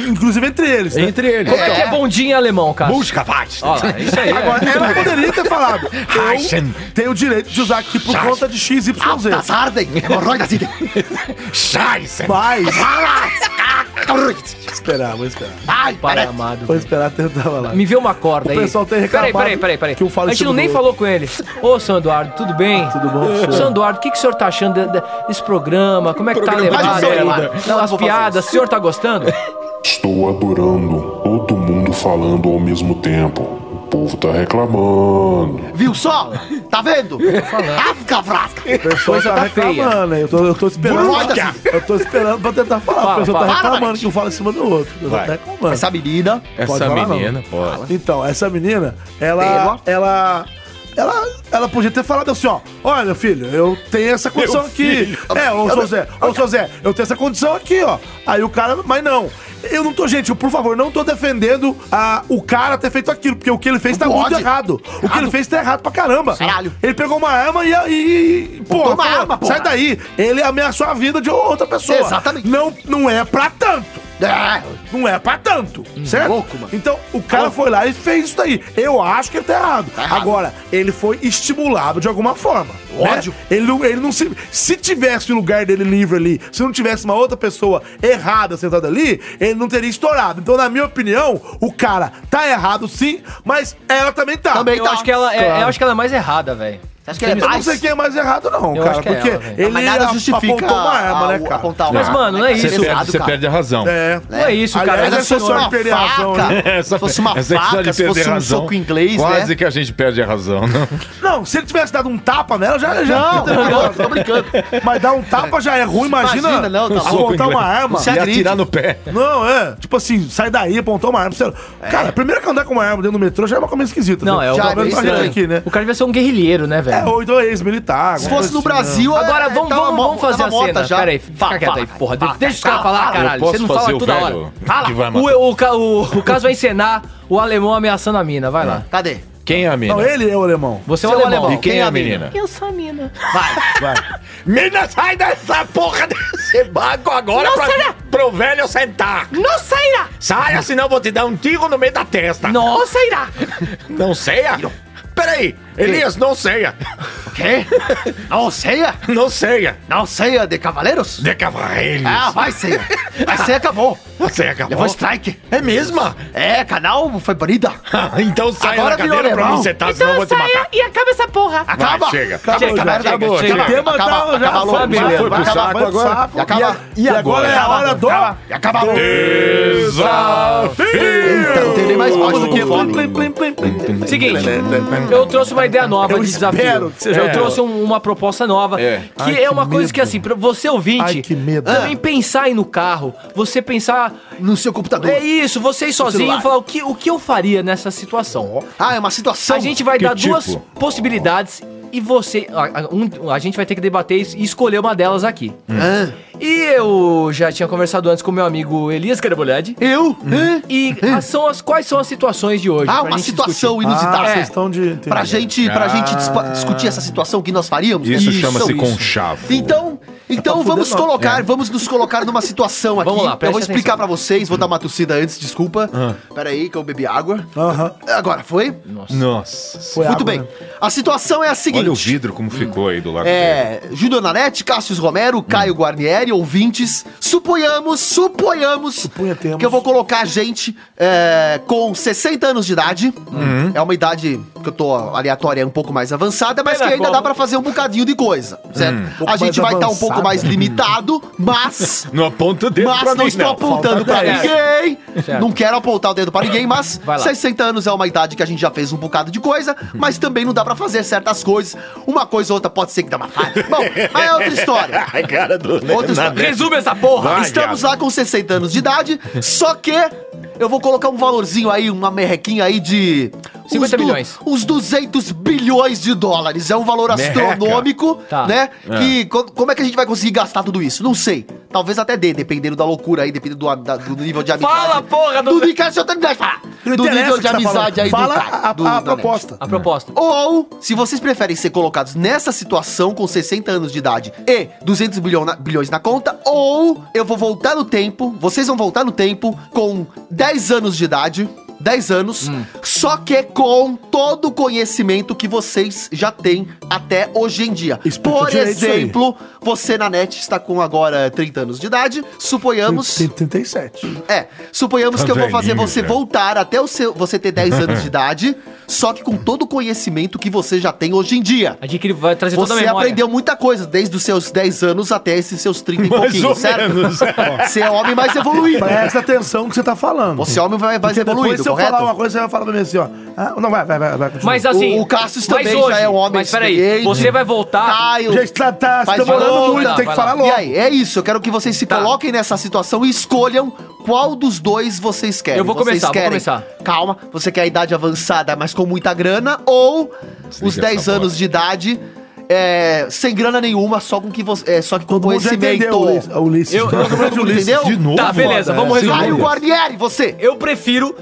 [SPEAKER 4] Inclusive entre eles. Né?
[SPEAKER 5] Entre eles.
[SPEAKER 3] Como é que é bom dia em alemão, cara?
[SPEAKER 5] Busca, Paz.
[SPEAKER 3] Ó, lá, isso aí. é.
[SPEAKER 4] Agora, ela poderia ter falado.
[SPEAKER 5] Reisen.
[SPEAKER 4] Eu tenho o direito de usar aqui por
[SPEAKER 5] Scheiße.
[SPEAKER 4] conta de XYZ.
[SPEAKER 2] Das Arden, hemorroidas idem.
[SPEAKER 5] Scheiße.
[SPEAKER 4] Mas. esperar, vou esperar.
[SPEAKER 2] Ai,
[SPEAKER 3] Pai
[SPEAKER 2] peraí.
[SPEAKER 3] amado.
[SPEAKER 4] Vou esperar até eu tava lá.
[SPEAKER 3] Me vê uma corda
[SPEAKER 4] O
[SPEAKER 3] aí.
[SPEAKER 4] pessoal tem
[SPEAKER 3] Peraí,
[SPEAKER 4] reclamado
[SPEAKER 3] peraí, peraí, peraí.
[SPEAKER 4] que eu falo
[SPEAKER 3] A gente
[SPEAKER 4] isso
[SPEAKER 3] não
[SPEAKER 4] do
[SPEAKER 3] nem
[SPEAKER 4] outro.
[SPEAKER 3] falou com ele. Ô, São Eduardo, tudo bem?
[SPEAKER 4] Tudo bom, senhor?
[SPEAKER 3] São Eduardo, o que, que o senhor tá achando de- de- desse programa? Como é que tá
[SPEAKER 2] Programa
[SPEAKER 3] levado
[SPEAKER 2] de
[SPEAKER 3] aí?
[SPEAKER 2] Eduardo. Não,
[SPEAKER 3] As
[SPEAKER 2] vou fazer
[SPEAKER 3] piadas, o
[SPEAKER 2] isso.
[SPEAKER 3] senhor tá gostando?
[SPEAKER 16] Estou adorando todo mundo falando ao mesmo tempo. O povo tá reclamando.
[SPEAKER 2] Viu só? Tá vendo? Afca, frasca.
[SPEAKER 4] O pessoal
[SPEAKER 3] Coisa
[SPEAKER 4] tá
[SPEAKER 3] tá feia.
[SPEAKER 4] reclamando, hein? eu tô, eu tô esperando.
[SPEAKER 2] Brusca.
[SPEAKER 4] Eu tô esperando pra tentar falar.
[SPEAKER 3] Fala,
[SPEAKER 4] o pessoal tá
[SPEAKER 3] fala.
[SPEAKER 4] reclamando
[SPEAKER 2] Fala,
[SPEAKER 4] que um fala em cima do outro. O pessoal tá
[SPEAKER 5] Vai.
[SPEAKER 4] reclamando.
[SPEAKER 2] Essa menina.
[SPEAKER 5] Essa
[SPEAKER 4] falar, não?
[SPEAKER 5] menina, pode.
[SPEAKER 4] Então, essa menina, ela,
[SPEAKER 2] Pegou.
[SPEAKER 4] ela. Ela. Ela podia ter falado assim, ó. Olha, meu filho, eu tenho essa condição aqui. É, ô seu Zé, ô seu Zé, eu tenho essa condição aqui, ó. Aí o cara. Mas não. Eu não tô, gente, eu, por favor, não tô defendendo a, o cara ter feito aquilo, porque o que ele fez tá
[SPEAKER 2] Pode. Ah,
[SPEAKER 4] muito errado. O que ele fez tá errado pra caramba.
[SPEAKER 2] Caralho.
[SPEAKER 4] Ele pegou uma arma e. e, e pô,
[SPEAKER 2] uma arma, porra.
[SPEAKER 4] sai daí. Ele ameaçou a vida de outra pessoa.
[SPEAKER 2] Exatamente.
[SPEAKER 4] Não, não é pra tanto.
[SPEAKER 2] É.
[SPEAKER 4] Não é pra tanto, certo?
[SPEAKER 2] Hum, louco, mano.
[SPEAKER 4] Então, o cara foi lá e fez isso daí. Eu acho que ele tá errado.
[SPEAKER 2] errado.
[SPEAKER 4] Agora, ele foi estimulado de alguma forma.
[SPEAKER 2] Ódio.
[SPEAKER 4] Né? Ele, não, ele não se. Se tivesse o lugar dele livre ali, se não tivesse uma outra pessoa errada sentada ali, ele não teria estourado. Então, na minha opinião, o cara tá errado sim, mas ela também tá.
[SPEAKER 2] Também.
[SPEAKER 3] Eu acho que ela é, eu acho que ela é mais errada, velho.
[SPEAKER 2] Você acha que ele é
[SPEAKER 4] Eu não
[SPEAKER 2] mais?
[SPEAKER 4] sei quem é mais errado, não,
[SPEAKER 3] Eu
[SPEAKER 4] cara.
[SPEAKER 3] acho que é
[SPEAKER 4] Porque
[SPEAKER 3] ela, velho.
[SPEAKER 4] ele
[SPEAKER 2] Mas nada
[SPEAKER 4] ap-
[SPEAKER 2] justifica
[SPEAKER 4] apontou uma arma,
[SPEAKER 2] a-
[SPEAKER 4] né,
[SPEAKER 2] o-
[SPEAKER 4] cara?
[SPEAKER 2] avisado, cara.
[SPEAKER 3] Mas, mano, não é
[SPEAKER 5] Você,
[SPEAKER 3] isso.
[SPEAKER 5] perde, você perde a razão.
[SPEAKER 4] É.
[SPEAKER 2] Né?
[SPEAKER 3] Não é isso,
[SPEAKER 4] Aliás,
[SPEAKER 3] cara.
[SPEAKER 4] essa
[SPEAKER 3] Ela
[SPEAKER 4] é só
[SPEAKER 3] senhora-
[SPEAKER 4] de perder a razão, né?
[SPEAKER 5] Essa-
[SPEAKER 2] Se fosse uma
[SPEAKER 5] essa história
[SPEAKER 2] faca,
[SPEAKER 5] de
[SPEAKER 2] se
[SPEAKER 5] perder
[SPEAKER 2] fosse um
[SPEAKER 5] razão,
[SPEAKER 2] soco inglês,
[SPEAKER 5] Quase
[SPEAKER 2] né?
[SPEAKER 5] que a gente perde a razão. Não?
[SPEAKER 4] Não, se ele tivesse dado um tapa nela, já. já
[SPEAKER 2] Não, Então, não, não, tô brincando.
[SPEAKER 4] Mas dar um tapa já é ruim, imagina.
[SPEAKER 2] Imagina, não, tá
[SPEAKER 4] apontar
[SPEAKER 5] Soco inglês.
[SPEAKER 4] uma arma.
[SPEAKER 2] Se
[SPEAKER 5] E
[SPEAKER 2] agride.
[SPEAKER 5] atirar no pé.
[SPEAKER 4] Não, é. Tipo assim, sai daí, apontou uma arma. Você- Cara, primeiro que andar com uma arma dentro do metrô já é uma coisa esquisita.
[SPEAKER 3] Não,
[SPEAKER 4] né?
[SPEAKER 3] é o
[SPEAKER 4] já,
[SPEAKER 2] é
[SPEAKER 4] é
[SPEAKER 2] bem
[SPEAKER 4] gente
[SPEAKER 2] estranho.
[SPEAKER 4] aqui, né?
[SPEAKER 3] O cara devia ser um guerrilheiro, né,
[SPEAKER 4] É,
[SPEAKER 3] velho?
[SPEAKER 4] ou então é ex-militar.
[SPEAKER 2] Se fosse no
[SPEAKER 4] assim.
[SPEAKER 2] Brasil,
[SPEAKER 3] Agora
[SPEAKER 2] é,
[SPEAKER 3] vamos,
[SPEAKER 2] tava
[SPEAKER 3] vamos,
[SPEAKER 2] mo-
[SPEAKER 3] vamos fazer
[SPEAKER 2] tava
[SPEAKER 3] a
[SPEAKER 2] morta
[SPEAKER 3] cena.
[SPEAKER 2] já.
[SPEAKER 3] Pera aí, fica
[SPEAKER 2] Fala,
[SPEAKER 3] quieto aí,
[SPEAKER 2] fala,
[SPEAKER 3] porra.
[SPEAKER 2] fala,
[SPEAKER 3] deixa os caras falar, caralho.
[SPEAKER 5] posso
[SPEAKER 3] Você não
[SPEAKER 5] fazer
[SPEAKER 3] fala
[SPEAKER 5] o
[SPEAKER 3] toda
[SPEAKER 5] velho
[SPEAKER 3] hora.
[SPEAKER 5] que vai matar.
[SPEAKER 3] O, o, ca- o, o caso vai encenar o alemão ameaçando a mina. Vai lá.
[SPEAKER 2] Cadê?
[SPEAKER 5] Quem é a mina?
[SPEAKER 4] Não, ele é o alemão.
[SPEAKER 3] Você é
[SPEAKER 2] Seu
[SPEAKER 3] o alemão.
[SPEAKER 5] E quem, é a menina?
[SPEAKER 17] Eu sou a mina.
[SPEAKER 4] Vai.
[SPEAKER 5] Menina, sai dessa porra desse banco agora
[SPEAKER 17] Não,
[SPEAKER 5] pra,
[SPEAKER 17] será?
[SPEAKER 5] pro velho sentar.
[SPEAKER 17] Não sairá!
[SPEAKER 5] Saia, senão eu vou te dar um tiro no meio da testa.
[SPEAKER 17] Não sairá!
[SPEAKER 5] Não ceia? Peraí, Elias, não ceia.
[SPEAKER 2] O quê? Não ceia?
[SPEAKER 5] Não ceia.
[SPEAKER 2] Não ceia de cavaleiros?
[SPEAKER 5] De cavaleiros.
[SPEAKER 2] Ah, vai ceia. Vai ceia acabou.
[SPEAKER 5] Você acabou.
[SPEAKER 2] Levou strike.
[SPEAKER 5] É mesmo?
[SPEAKER 2] É, canal foi banida.
[SPEAKER 5] então sai
[SPEAKER 2] Agora
[SPEAKER 5] da cadeira
[SPEAKER 2] virou
[SPEAKER 5] pra
[SPEAKER 2] alemão.
[SPEAKER 5] mim sentar, senão eu vou
[SPEAKER 17] Então
[SPEAKER 5] te
[SPEAKER 17] saia
[SPEAKER 5] matar.
[SPEAKER 17] e acaba essa porra!
[SPEAKER 2] Acaba.
[SPEAKER 5] Vai, chega.
[SPEAKER 4] Acabou, já,
[SPEAKER 2] chega,
[SPEAKER 4] acabou.
[SPEAKER 2] chega,
[SPEAKER 4] O tema
[SPEAKER 2] acaba,
[SPEAKER 4] tá já
[SPEAKER 2] acaba logo,
[SPEAKER 4] foi,
[SPEAKER 3] vai,
[SPEAKER 4] foi
[SPEAKER 3] vai
[SPEAKER 4] pro
[SPEAKER 2] acabar,
[SPEAKER 4] saco
[SPEAKER 2] vai pro
[SPEAKER 4] agora.
[SPEAKER 2] saco, acaba.
[SPEAKER 4] E agora é a hora do...
[SPEAKER 2] E acabou.
[SPEAKER 5] Desafio!
[SPEAKER 2] Não tem nem mais voz do que
[SPEAKER 4] Plim, plim, plim, plim, plim.
[SPEAKER 3] Seguinte, eu trouxe uma ideia nova
[SPEAKER 4] Eu
[SPEAKER 3] de
[SPEAKER 4] espero
[SPEAKER 3] desafio.
[SPEAKER 4] que seja
[SPEAKER 5] boa.
[SPEAKER 3] eu trouxe um- uma proposta nova.
[SPEAKER 5] É.
[SPEAKER 3] Que
[SPEAKER 4] Ai,
[SPEAKER 3] é
[SPEAKER 4] que
[SPEAKER 3] uma coisa
[SPEAKER 4] medo.
[SPEAKER 3] que, assim, pra você
[SPEAKER 4] Ai,
[SPEAKER 3] ouvinte,
[SPEAKER 4] que medo.
[SPEAKER 3] também pensar aí no carro, você pensar.
[SPEAKER 2] No seu computador.
[SPEAKER 3] É isso, você ir sozinho
[SPEAKER 2] celular.
[SPEAKER 3] e falar o que, o que eu faria nessa situação.
[SPEAKER 2] Ah, é uma situação.
[SPEAKER 3] A gente vai
[SPEAKER 5] Que
[SPEAKER 3] dar
[SPEAKER 5] tipo?
[SPEAKER 3] duas possibilidades e você. A, a- um- a gente vai ter que debater isso e escolher uma delas aqui. E eu já tinha conversado antes com meu amigo Elias Carabolade.
[SPEAKER 2] Eu?
[SPEAKER 3] E as- são as, quais são as situações de hoje?
[SPEAKER 2] Ah,
[SPEAKER 3] Hum. pra
[SPEAKER 2] uma
[SPEAKER 3] gente
[SPEAKER 2] situação
[SPEAKER 3] discutir?
[SPEAKER 2] inusitada.
[SPEAKER 3] É.
[SPEAKER 4] de.
[SPEAKER 2] Pra gente, pra gente dispa- discutir essa situação que nós faríamos. né?
[SPEAKER 5] Isso chama-se conchavo.
[SPEAKER 2] Então, então
[SPEAKER 5] fuder
[SPEAKER 2] vamos
[SPEAKER 5] nós.
[SPEAKER 2] colocar,
[SPEAKER 5] É.
[SPEAKER 2] vamos nos colocar numa situação aqui.
[SPEAKER 5] Vamos lá, Ah.
[SPEAKER 2] eu
[SPEAKER 5] preste
[SPEAKER 2] vou explicar pra vocês, vou dar uma tossida antes, desculpa. Pera aí que eu bebi água. Agora foi?
[SPEAKER 5] Nossa.
[SPEAKER 2] Muito bem.
[SPEAKER 5] né?
[SPEAKER 4] né?
[SPEAKER 2] A situação é a seguinte.
[SPEAKER 5] Olha o vidro como ficou aí do lado dele.
[SPEAKER 2] É, Júlio Nanete, Cássio Romero, Caio Guarnieri, ouvintes, suponhamos, suponhamos que eu vou colocar a gente é, com 60 anos de idade. É uma idade que eu tô aleatória, um pouco mais avançada, mas que
[SPEAKER 3] Pera,
[SPEAKER 2] ainda
[SPEAKER 3] como?
[SPEAKER 2] dá pra fazer um bocadinho de coisa, certo?
[SPEAKER 5] Um
[SPEAKER 2] a
[SPEAKER 5] pouco
[SPEAKER 2] gente
[SPEAKER 5] mais
[SPEAKER 2] vai estar um
[SPEAKER 5] avançada.
[SPEAKER 2] pouco mais limitado, mas...
[SPEAKER 5] Não aponta o dedo
[SPEAKER 2] Mas
[SPEAKER 5] pra
[SPEAKER 2] não
[SPEAKER 5] mim,
[SPEAKER 2] estou apontando
[SPEAKER 5] Falta
[SPEAKER 2] pra
[SPEAKER 5] dez.
[SPEAKER 2] ninguém.
[SPEAKER 5] Certo.
[SPEAKER 2] Não quero apontar o dedo pra ninguém, mas
[SPEAKER 5] Vai lá.
[SPEAKER 2] 60 anos é uma idade que a gente já fez um bocado de coisa, mas também não dá pra fazer certas coisas. Uma coisa ou outra pode ser que dá uma falha. Bom, aí é outra história.
[SPEAKER 5] Ai, cara do
[SPEAKER 2] Outra história.
[SPEAKER 3] Resume essa porra.
[SPEAKER 5] Vai,
[SPEAKER 2] Estamos
[SPEAKER 5] Iago.
[SPEAKER 2] lá com 60 anos de idade, só que eu vou colocar um valorzinho aí, uma merrequinha aí de...
[SPEAKER 3] 50
[SPEAKER 2] uns du-
[SPEAKER 3] milhões.
[SPEAKER 2] Uns 200 bilhões de dólares. É um valor
[SPEAKER 3] Merreca.
[SPEAKER 2] astronômico,
[SPEAKER 3] Tá.
[SPEAKER 2] né?
[SPEAKER 3] É.
[SPEAKER 2] Que co- como é que a gente vai conseguir gastar tudo isso? Não sei. Talvez até dê, dependendo da loucura aí, dependendo do, a- da- do nível de amizade.
[SPEAKER 3] Fala, porra,
[SPEAKER 2] do... Do Ricardo, deixa eu terminar de falar.
[SPEAKER 4] Não
[SPEAKER 2] do
[SPEAKER 4] interessa o
[SPEAKER 2] nível
[SPEAKER 4] que
[SPEAKER 2] de
[SPEAKER 4] você tá
[SPEAKER 2] amizade
[SPEAKER 4] falando.
[SPEAKER 2] aí
[SPEAKER 4] Fala
[SPEAKER 2] do cara.
[SPEAKER 4] a-
[SPEAKER 2] do-
[SPEAKER 4] a
[SPEAKER 2] da net.
[SPEAKER 4] proposta.
[SPEAKER 3] A proposta.
[SPEAKER 2] Ou, se vocês preferem ser colocados nessa situação com 60 anos de idade e 200 bilhão na- bilhões na conta, ou eu vou voltar no tempo, vocês vão voltar no tempo com 10 anos de idade. 10 anos,
[SPEAKER 4] Hum.
[SPEAKER 2] só que com todo o conhecimento que vocês já têm até hoje em dia. Por
[SPEAKER 4] direito isso aí.
[SPEAKER 2] exemplo, você na net está com agora 30 anos de idade, suponhamos.
[SPEAKER 4] Tem 37.
[SPEAKER 2] É, suponhamos
[SPEAKER 4] Tá
[SPEAKER 2] que eu vou fazer
[SPEAKER 4] velhinho,
[SPEAKER 2] você
[SPEAKER 4] já.
[SPEAKER 2] voltar até o seu, você ter 10 anos de idade, só que com todo o conhecimento que você já tem hoje em dia.
[SPEAKER 3] A gente que ele vai trazer toda a
[SPEAKER 2] Você
[SPEAKER 3] memória.
[SPEAKER 2] aprendeu muita coisa, desde os seus 10 anos até esses seus 30 e
[SPEAKER 4] Mais
[SPEAKER 2] pouquinho,
[SPEAKER 4] ou
[SPEAKER 2] certo?
[SPEAKER 4] menos, é.
[SPEAKER 2] Você é homem mais evoluído.
[SPEAKER 4] Presta atenção no que você tá falando.
[SPEAKER 2] né? Você é homem mais
[SPEAKER 4] Porque depois,
[SPEAKER 2] evoluído,
[SPEAKER 4] se eu
[SPEAKER 2] correto?
[SPEAKER 4] falar uma coisa, você vai falar pra mim assim, ó. Ah, não, vai, vai, vai. vai continua.
[SPEAKER 3] Mas assim.
[SPEAKER 2] O- o Cassius
[SPEAKER 3] mas
[SPEAKER 2] também já é um homem
[SPEAKER 3] Mas peraí,
[SPEAKER 2] experiente. Ah,
[SPEAKER 3] você vai voltar.
[SPEAKER 2] Caio.
[SPEAKER 4] Gente, tá, tá se
[SPEAKER 2] Faz
[SPEAKER 4] demorando
[SPEAKER 2] barulho,
[SPEAKER 4] muito,
[SPEAKER 2] vai lá,
[SPEAKER 4] tem que
[SPEAKER 2] vai
[SPEAKER 4] falar
[SPEAKER 2] lá.
[SPEAKER 4] logo.
[SPEAKER 2] E aí, é isso. Eu quero que vocês
[SPEAKER 3] Tá.
[SPEAKER 2] se coloquem nessa situação e escolham qual dos dois vocês querem.
[SPEAKER 3] Eu vou
[SPEAKER 2] Vocês
[SPEAKER 3] começar, vou
[SPEAKER 2] querem-
[SPEAKER 3] começar.
[SPEAKER 2] Calma, você quer a idade avançada, mas com muita grana, ou os 10 anos de idade. é, sem grana nenhuma, só com que você, é, só que com
[SPEAKER 4] mundo já
[SPEAKER 2] conhecimento.
[SPEAKER 4] entendeu, Ulisses. Ah, Ulisses. Eu- eu- eu- Ulisses, de novo,
[SPEAKER 3] Tá, beleza,
[SPEAKER 4] foda,
[SPEAKER 3] vamos
[SPEAKER 4] é.
[SPEAKER 3] resolver.
[SPEAKER 4] Caio
[SPEAKER 2] Guarnieri, você!
[SPEAKER 3] Eu prefiro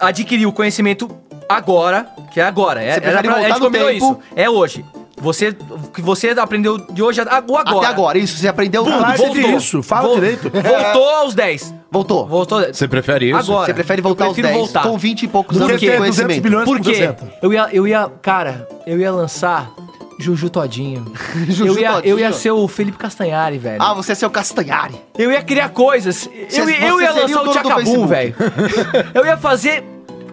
[SPEAKER 3] adquirir o conhecimento agora, que é agora. É,
[SPEAKER 2] Você
[SPEAKER 3] era
[SPEAKER 2] prefere
[SPEAKER 3] pra, a
[SPEAKER 2] voltar
[SPEAKER 3] gente
[SPEAKER 2] no
[SPEAKER 3] combinou
[SPEAKER 2] tempo?
[SPEAKER 3] isso. É hoje. Você, o que você aprendeu de hoje a- o agora.
[SPEAKER 2] Até agora, isso, você aprendeu
[SPEAKER 3] Pum,
[SPEAKER 2] Caralho,
[SPEAKER 3] voltou.
[SPEAKER 2] você-
[SPEAKER 3] Vol- Voltou aos 10.
[SPEAKER 2] Voltou.
[SPEAKER 3] Voltou. Você
[SPEAKER 5] prefere isso?
[SPEAKER 3] Agora.
[SPEAKER 2] Você prefere voltar
[SPEAKER 3] Eu
[SPEAKER 2] aos
[SPEAKER 3] prefiro
[SPEAKER 2] 10,
[SPEAKER 3] voltar.
[SPEAKER 2] com 20 e poucos
[SPEAKER 3] Por
[SPEAKER 2] anos
[SPEAKER 3] quê?
[SPEAKER 2] de conhecimento.
[SPEAKER 3] Por quê? Eu ia, eu ia, cara, eu ia lançar Juju Todinho. eu,
[SPEAKER 2] Juju
[SPEAKER 3] ia, eu
[SPEAKER 2] Todinho?
[SPEAKER 3] ia ser o Felipe Castanhari, velho.
[SPEAKER 2] Ah, você é seu Castanhari.
[SPEAKER 3] Eu ia criar coisas.
[SPEAKER 2] Cê-
[SPEAKER 3] Eu, ia- eu
[SPEAKER 2] você
[SPEAKER 3] ia
[SPEAKER 2] seria
[SPEAKER 3] lançar
[SPEAKER 2] o dono
[SPEAKER 3] o
[SPEAKER 2] do Facebook.
[SPEAKER 3] Tchacabum, velho. Eu ia fazer